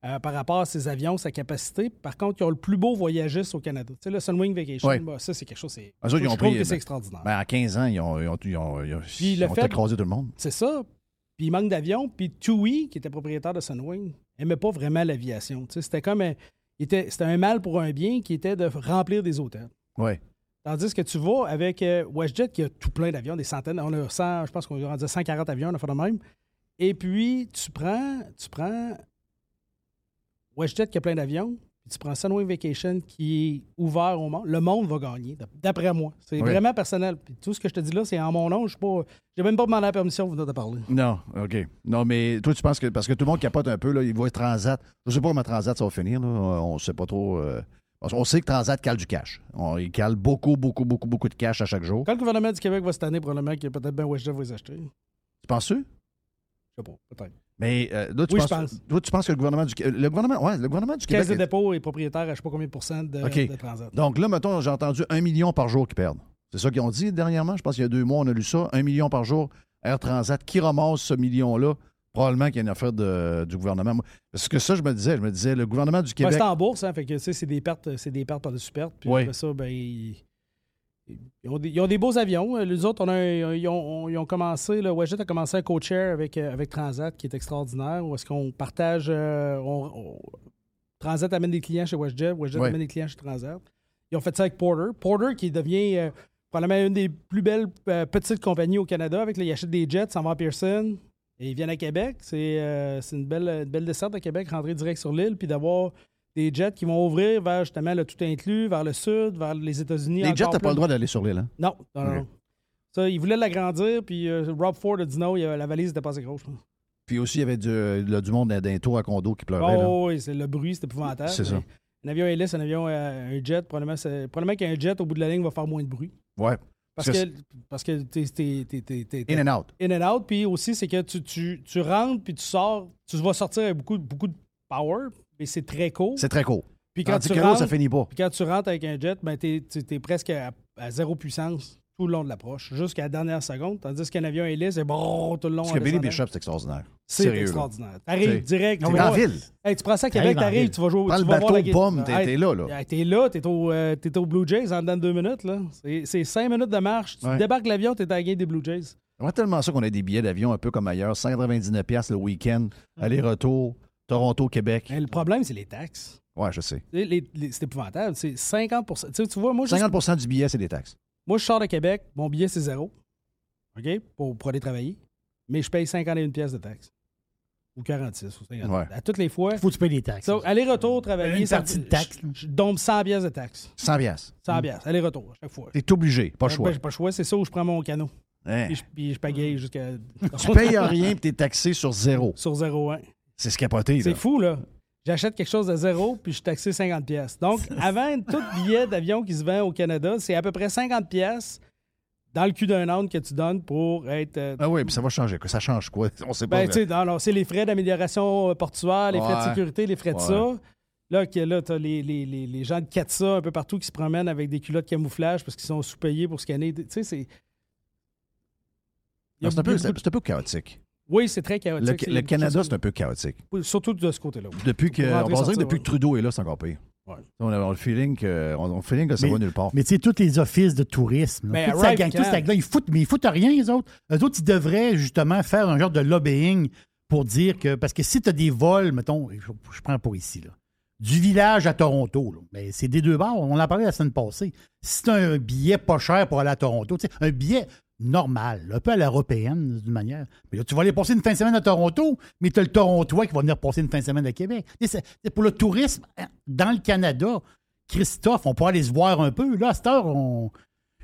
F: euh, par rapport à ses avions, sa capacité. Par contre, ils ont le plus beau voyagiste au Canada. Tu sais, le Sunwing Vacation,
B: Ouais.
F: bah, ça, c'est quelque chose. C'est,
B: Eux autres, ils
F: je
B: ont
F: trouve
B: pris-
F: que c'est
B: ben,
F: extraordinaire.
B: ben, à 15 ans, ils ont, ils ont, ils ont, ils ont-
F: Puis
B: ils
F: le
B: ont
F: fait-
B: écrasé tout le monde.
F: C'est ça. Puis il manque d'avions. Puis Tui, qui était propriétaire de Sunwing, aimait pas vraiment l'aviation. Tu sais, C'était comme un, il était, c'était un mal pour un bien qui était de remplir des hôtels.
B: Ouais.
F: Tandis que tu vas avec euh, WestJet, qui a tout plein d'avions, des centaines. On a 100, je pense qu'on est rendu à 140 avions, on a fait de même. Et puis, tu prends, tu prends WestJet qui a plein d'avions, puis tu prends Sunwing Vacation qui est ouvert au monde. Le monde va gagner, d'ap- d'après moi. C'est
B: Oui.
F: vraiment personnel. Puis tout ce que je te dis là, c'est en mon nom. Je n'ai même pas demandé la permission pour venir te parler.
B: Non, OK. Non, mais toi, tu penses que. Parce que tout le monde capote un peu, là, il voit Transat. Je sais pas comment Transat ça va finir, là. On sait pas trop. euh, On sait que Transat cale du cash. On, il cale beaucoup, beaucoup, beaucoup, beaucoup de cash à chaque jour.
F: Quand le gouvernement du Québec va cette année, probablement qu'il y a peut-être bien WestJet va les acheter. Je
B: Tu penses ça?
F: sais pas, peut-être.
B: Mais euh, là, tu
F: Oui,
B: penses,
F: je pense.
B: toi, tu penses que le gouvernement du Québec. Le gouvernement, ouais, le gouvernement du Québec.
F: Caisse de dépôt est propriétaire à je sais pas combien de pourcents de,
B: OK.
F: de Transat.
B: Donc là, mettons, j'ai entendu un million par jour qui perdent. C'est ça qu'ils ont dit dernièrement. Je pense qu'il y a deux mois, on a lu ça. Un million par jour, Air Transat. Qui ramasse ce million-là? Probablement qu'il y a une affaire de- du gouvernement. Moi, Parce que ça, je me disais, je me disais, le gouvernement du
F: Ben,
B: Québec.
F: c'est en bourse, hein, fait que tu sais, c'est des pertes, c'est des pertes par-dessus pertes. Puis
B: Ouais.
F: après ça, ben, ils, ils ont des, ils ont des beaux avions. Euh, Les autres, on a un- ils, ont, ils ont commencé, le Wajet a commencé un co-chair avec, euh, avec Transat, qui est extraordinaire, où est-ce qu'on partage. euh, on- on- Transat amène des clients chez Wajet, Wajet
B: Ouais.
F: amène des clients chez Transat. Ils ont fait ça avec Porter. Porter qui devient euh, probablement une des plus belles euh, petites compagnies au Canada. Avec, là, ils achètent des jets, s'en vont à Pearson. Et ils viennent à Québec. C'est euh, c'est une belle, une belle desserte à Québec, rentrer direct sur l'île, puis d'avoir des jets qui vont ouvrir vers justement le tout inclus, vers le sud, vers les États-Unis.
B: les Jets,
F: encore
B: t'as pas
F: plus.
B: le droit d'aller sur l'île. Hein?
F: Non, non, non.
B: Ok.
F: Ça, ils voulaient l'agrandir, puis euh, Rob Ford a dit non, il y a- la valise était pas assez grosse. je pense.
B: Puis aussi, il y avait du, là, du monde d'un tour à condo qui pleurait. Ah, ben là.
F: Oh, oui, c'est le bruit, c'est épouvantable.
B: C'est ça.
F: Mais Un avion hélice, un avion, euh, un jet, probablement, c'est- probablement qu'un jet au bout de la ligne va faire moins de bruit.
B: Ouais.
F: Parce que, parce que t'es- t'es- t'es- t'es- t'es- t'es-
B: In and out.
F: In and out. Puis aussi, c'est que tu, tu, tu rentres, puis tu sors. Tu vas sortir avec beaucoup, beaucoup de power, mais c'est très court.
B: C'est très court.
F: Puis quand
B: Tandis
F: tu
B: que l'eau,
F: rentres,
B: ça finit pas.
F: Puis quand tu rentres avec un jet, ben t'es, tu- t'es presque à, à zéro puissance tout le long de l'approche, jusqu'à la dernière seconde. Tandis qu'un avion hélice, c'est brrr tout le long.
B: Parce
F: en
B: que Billy
F: descendant.
B: Bishop, c'est extraordinaire.
F: C'est
B: Sérieux, là.
F: extraordinaire. T'arrives
B: T'sais,
F: direct.
B: t'es
F: tu vas-
B: en ville.
F: Hey, tu prends ça à Québec,
B: T'arrives en
F: t'arrives,
B: ville.
F: tu vas jouer au
B: Prends
F: tu
B: le
F: vas voir
B: bateau
F: la
B: aux
F: gu-
B: pommes, t'es-
F: Hey,
B: t'es là, là.
F: hey, T'es là, t'es au, euh, t'es au Blue Jays en dedans de deux minutes. Là. C'est, c'est cinq minutes de marche. Tu
B: Ouais.
F: débarques l'avion, t'es à la gate des Blue Jays.
B: J'aimerais tellement ça qu'on a des billets d'avion un peu comme ailleurs. 199$ piastres le week-end, aller-retour, Toronto-Québec.
F: Hey, le problème, c'est les taxes.
B: Ouais, je sais.
F: Les- les- les- c'est épouvantable. C'est 50 Tu sais, Tu vois, moi, juste-
B: 50 du billet, c'est des taxes.
F: Moi, je sors de Québec, mon billet, c'est zéro. OK? Pour, pour aller travailler. Mais je paye 51 pièces de taxes. Ou 46, ou 50.
B: Ouais.
F: À toutes les fois.
H: Faut que tu payes des taxes.
F: So, aller-retour, travailler.
H: Une
F: ça-
H: partie de Mm. taxes,
F: Je, je dompe 100 pièces de taxes.
B: 100 piastres.
F: 100 pièces. Aller-retour, à chaque fois.
B: T'es obligé, pas le
F: J'ai
B: choix.
F: J'ai pas le choix. C'est ça où je prends mon canot.
H: Eh.
B: Hein.
F: Puis, ben, je, puis je
H: Mm.
F: pagaye jusqu'à.
B: Tu payes rien puis t'es taxé sur zéro.
F: *laughs* Sur 0,1.
B: C'est ce capoté, là.
F: C'est fou, là. J'achète quelque chose de zéro, puis je suis taxé 50 pièces.
B: *laughs*
F: Donc, avant, tout billet d'avion qui se vend au Canada, c'est à peu près 50 pièces dans le cul d'un âne que tu donnes pour être euh,
B: Ah oui, puis ça va changer. quoi. Ça change quoi? *laughs* On sait pas.
F: Ben,
B: là.
F: tu sais, non, non, c'est les frais d'amélioration euh, portuaire, les frais
B: Ouais.
F: de sécurité, les frais de
B: Ouais.
F: ça. Là, que- là tu as les, les- les- les gens de CATSA un peu partout qui se promènent avec des culottes camouflage parce qu'ils sont sous-payés pour scanner. Tu sais, c'est. Il y
B: Non, Ah,
F: a-
B: C'est un,
F: il y
B: peu-
F: a beaucoup de-
B: c'est un peu chaotique.
F: Oui, c'est très chaotique.
B: Le,
F: C'est-
B: le Canada, c'est un peu chaotique.
F: Oui, Surtout de ce côté-là. oui.
B: Depuis que,
F: Pour
B: on
F: rentrer,
B: va dire
F: sortir,
B: depuis
F: ouais.
B: que Trudeau est là, c'est encore pire.
F: Ouais.
B: On a on a le feeling que, on, on a le feeling que ça
H: Mais-
B: va nulle part.
H: Mais tu sais, tous les offices de tourisme, là,
F: Mais
H: toute sa
F: Arrive
H: gang, toute
F: Can.
H: sa gang, ils foutent, mais ils foutent rien, les autres. Eux autres, ils devraient justement faire un genre de lobbying pour dire que. Parce que si tu as des vols, mettons, je, je prends pour ici, là, du village à Toronto, là, ben, c'est des deux bars, on en parlait la semaine passée. Si tu un billet pas cher pour aller à Toronto, tu sais, un billet normal, là, un peu à l'européenne, d'une manière. Mais là, tu vas aller passer une fin de semaine à Toronto, mais tu as le Torontois qui va venir passer une fin de semaine à Québec. Tu sais, c'est- c'est pour le tourisme hein, dans le Canada, Christophe, on peut aller se voir un peu. Là, à cette heure, on...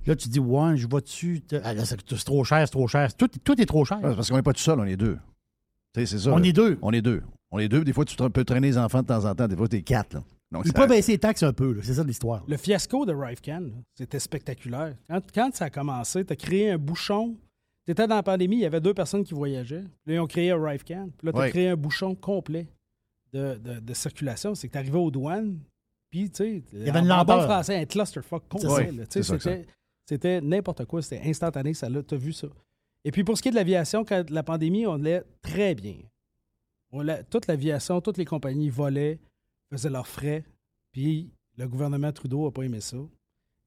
H: là, tu dis, ouais, je vois-tu. te- Ah, là, c'est c'est trop cher, c'est trop cher. Tout, tout est trop cher.
B: Ouais, c'est parce qu'on n'est pas tout seul, on est deux. Tu sais, c'est Ah, ça.
H: On
B: là.
H: est deux.
B: On est deux. On est deux. Des fois, tu tra- peux traîner les enfants de temps en temps. Des fois, t'es quatre. Là. Donc,
H: Il
B: ça-
H: peut baisser les taxes un peu, là. c'est ça l'histoire. là.
F: Le fiasco de Rivecan, là, c'était spectaculaire. Quand, quand ça a commencé, tu as créé un bouchon Tu étais dans la pandémie, il y avait deux personnes qui voyageaient. Puis là, ils ont créé un Rive Can. Puis là, tu as
B: Ouais.
F: créé un bouchon complet de, de- de circulation. C'est que tu arrivais aux douanes, puis tu sais. Il
H: y avait une lenteur.
F: français, un clusterfuck
H: C'est
F: complet. là.
H: ça.
F: Tu sais,
H: C'est ça que ça.
F: C'était c'était n'importe quoi. C'était instantané, ça là. Tu as vu ça. Et puis pour ce qui est de l'aviation, quand la pandémie, on allait très bien. On l'a- toute l'aviation, toutes les compagnies volaient, faisaient leurs frais, puis le gouvernement Trudeau n'a pas aimé ça.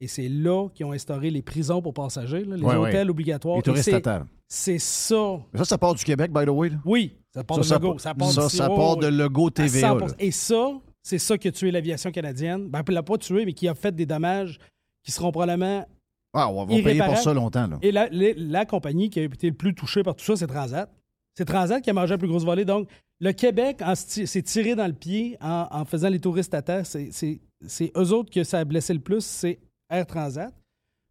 F: Et c'est là qu'ils ont instauré les prisons pour passagers, là, les
B: Ouais,
F: hôtels
B: ouais.
F: obligatoires.
B: Les touristes
F: Et c'est-
B: à terre.
F: C'est ça.
B: Mais ça, ça part du Québec, by the way. là.
F: Oui, ça part de Lego. Ça part,
B: ça,
F: d'ici.
B: ça
F: Oh,
B: part
F: oui.
B: de Lego
F: À
B: TVA.
F: 100%.
B: là.
F: Et ça, c'est ça qui a tué l'aviation canadienne. Ben, elle l'a pas tué, mais qui a fait des dommages qui seront probablement
B: Ah, on va payer pour
F: irréparables.
B: ça longtemps. Là.
F: Et la, la- la compagnie qui a été le plus touchée par tout ça, c'est Transat. C'est Transat qui a mangé la plus grosse volée. Donc, le Québec en se ti- s'est tiré dans le pied en, en faisant les touristes à terre. C'est- C'est c'est eux autres que ça a blessé le plus, c'est Air Transat.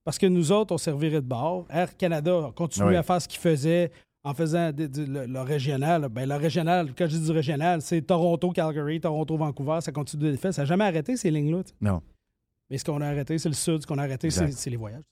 F: Parce que nous autres, on servirait de bord. Air Canada a continué
L: Ouais.
F: à faire ce qu'il faisait en faisant de- de- le, le régional. Ben, le régional, quand je dis du régional, c'est Toronto-Calgary, Toronto-Vancouver. Ça continue de le faire. Ça n'a jamais arrêté, ces lignes-là. tu sais.
B: Non.
F: Mais ce qu'on a arrêté, c'est le sud. Ce qu'on a arrêté, c'est
B: Exact.
F: c'est les voyages.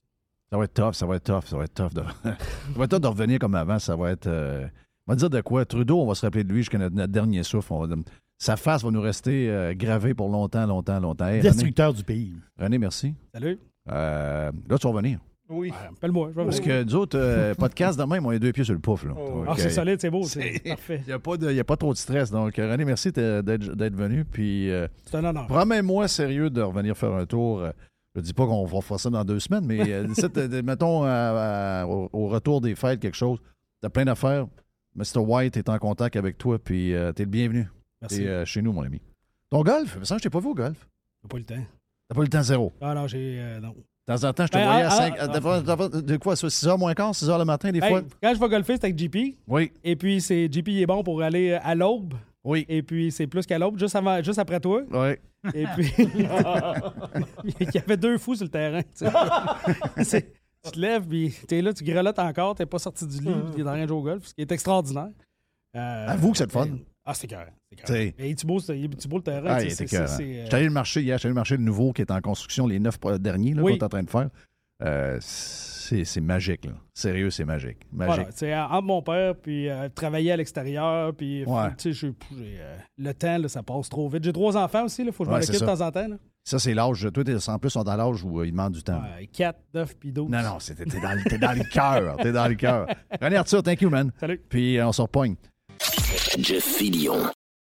B: Ça va être tough, ça va être tough, ça va être tough. De... *laughs* ça va être tough de revenir comme avant. Ça va être. euh, On va dire de quoi? Trudeau, on va se rappeler de lui jusqu'à notre, notre dernier souffle. On va- Sa face va nous rester euh, gravée pour longtemps, longtemps, longtemps. Hey, René.
H: Destructeur du pays.
B: René, merci.
F: Salut.
B: Euh, là, tu vas revenir.
F: Oui. Appelle-moi. je vais
B: Parce
F: venir.
B: que nous autres, euh, *laughs* podcast demain, ils ont les deux pieds sur le pouf. là. Donc,
F: Ah, c'est
B: euh,
F: solide, c'est beau, c'est parfait.
B: Il n'y a, pas de- il y a pas trop de stress. Donc, euh, René, merci t'es- d'être d'être venu. Puis, euh,
F: C'est un honneur.
B: promets-moi sérieux de revenir faire un tour. Euh, Je dis pas qu'on va faire ça dans deux semaines, mais
F: *laughs*
B: euh, d'ici, euh, de- mettons euh, à- au, au retour des fêtes, quelque chose. T'as plein d'affaires. Mr. White est en contact avec toi, puis euh, t'es le bienvenu.
F: Merci.
B: T'es, euh, chez nous, mon ami. Ton golf, ça, je t'ai pas vu au golf.
F: J'ai pas eu le temps.
B: T'as pas eu le temps zéro.
F: Ah non, j'ai. euh, non.
B: De temps en temps, je te
F: Ben,
B: voyais
F: ah,
B: à euh,
F: ah,
B: 5.
F: ah. Ben,
B: de quoi, 6h moins quart, 6h le matin, des
F: Hey,
B: fois?
F: Quand je vais golfer, c'est avec JP.
B: Oui.
F: Et puis, c'est JP, il est bon pour aller euh, à l'aube.
B: Oui.
F: Et puis, c'est plus qu'à l'aube, juste, avant- juste après toi.
B: Oui.
F: Et puis, *laughs* il y avait deux fous sur le terrain. tu sais. *laughs* C'est- tu te lèves, puis t'es là, tu grelottes encore, t'es pas sorti du lit, puis t'es dans rien de jouer au golf, ce qui est extraordinaire. Euh,
B: Avoue que c'est le fun.
F: Ah, c'est carré. C'est
B: Tu sais.
F: carré. Et tu beau, c'est- il est beau le terrain.
B: Ah,
F: tu
B: il
F: sais,
B: était
F: c'est-
B: écœurant.
F: c'est- c'est, euh,
B: J'étais allé le marché hier, j'étais allé le marché le nouveau qui est en construction, les neuf pro- derniers là, qu'on
F: Oui.
B: est en train de faire. Euh, c'est c'est magique, là. Sérieux, c'est magique. Magique.
F: Voilà, tu sais, entre mon père, puis euh, travailler à l'extérieur, puis euh,
B: Ouais.
F: tu sais, j'ai- j'ai, euh, le temps, là, ça passe trop vite. J'ai trois enfants aussi, il faut que je m'en
B: Ouais, c'est
F: occupe de
B: ça.
F: temps en temps. là.
B: Ça, c'est l'âge. Toi, t'es- en plus, on est dans l'âge où euh, il demande du temps.
F: Euh, Quatre, neuf, puis douze.
B: Non, non, c'était- t'es dans, le- t'es dans le cœur. T'es dans le cœur. René Arthur, thank you, man.
F: Salut.
B: Puis euh, on se repogne.
C: Jeff Fillion.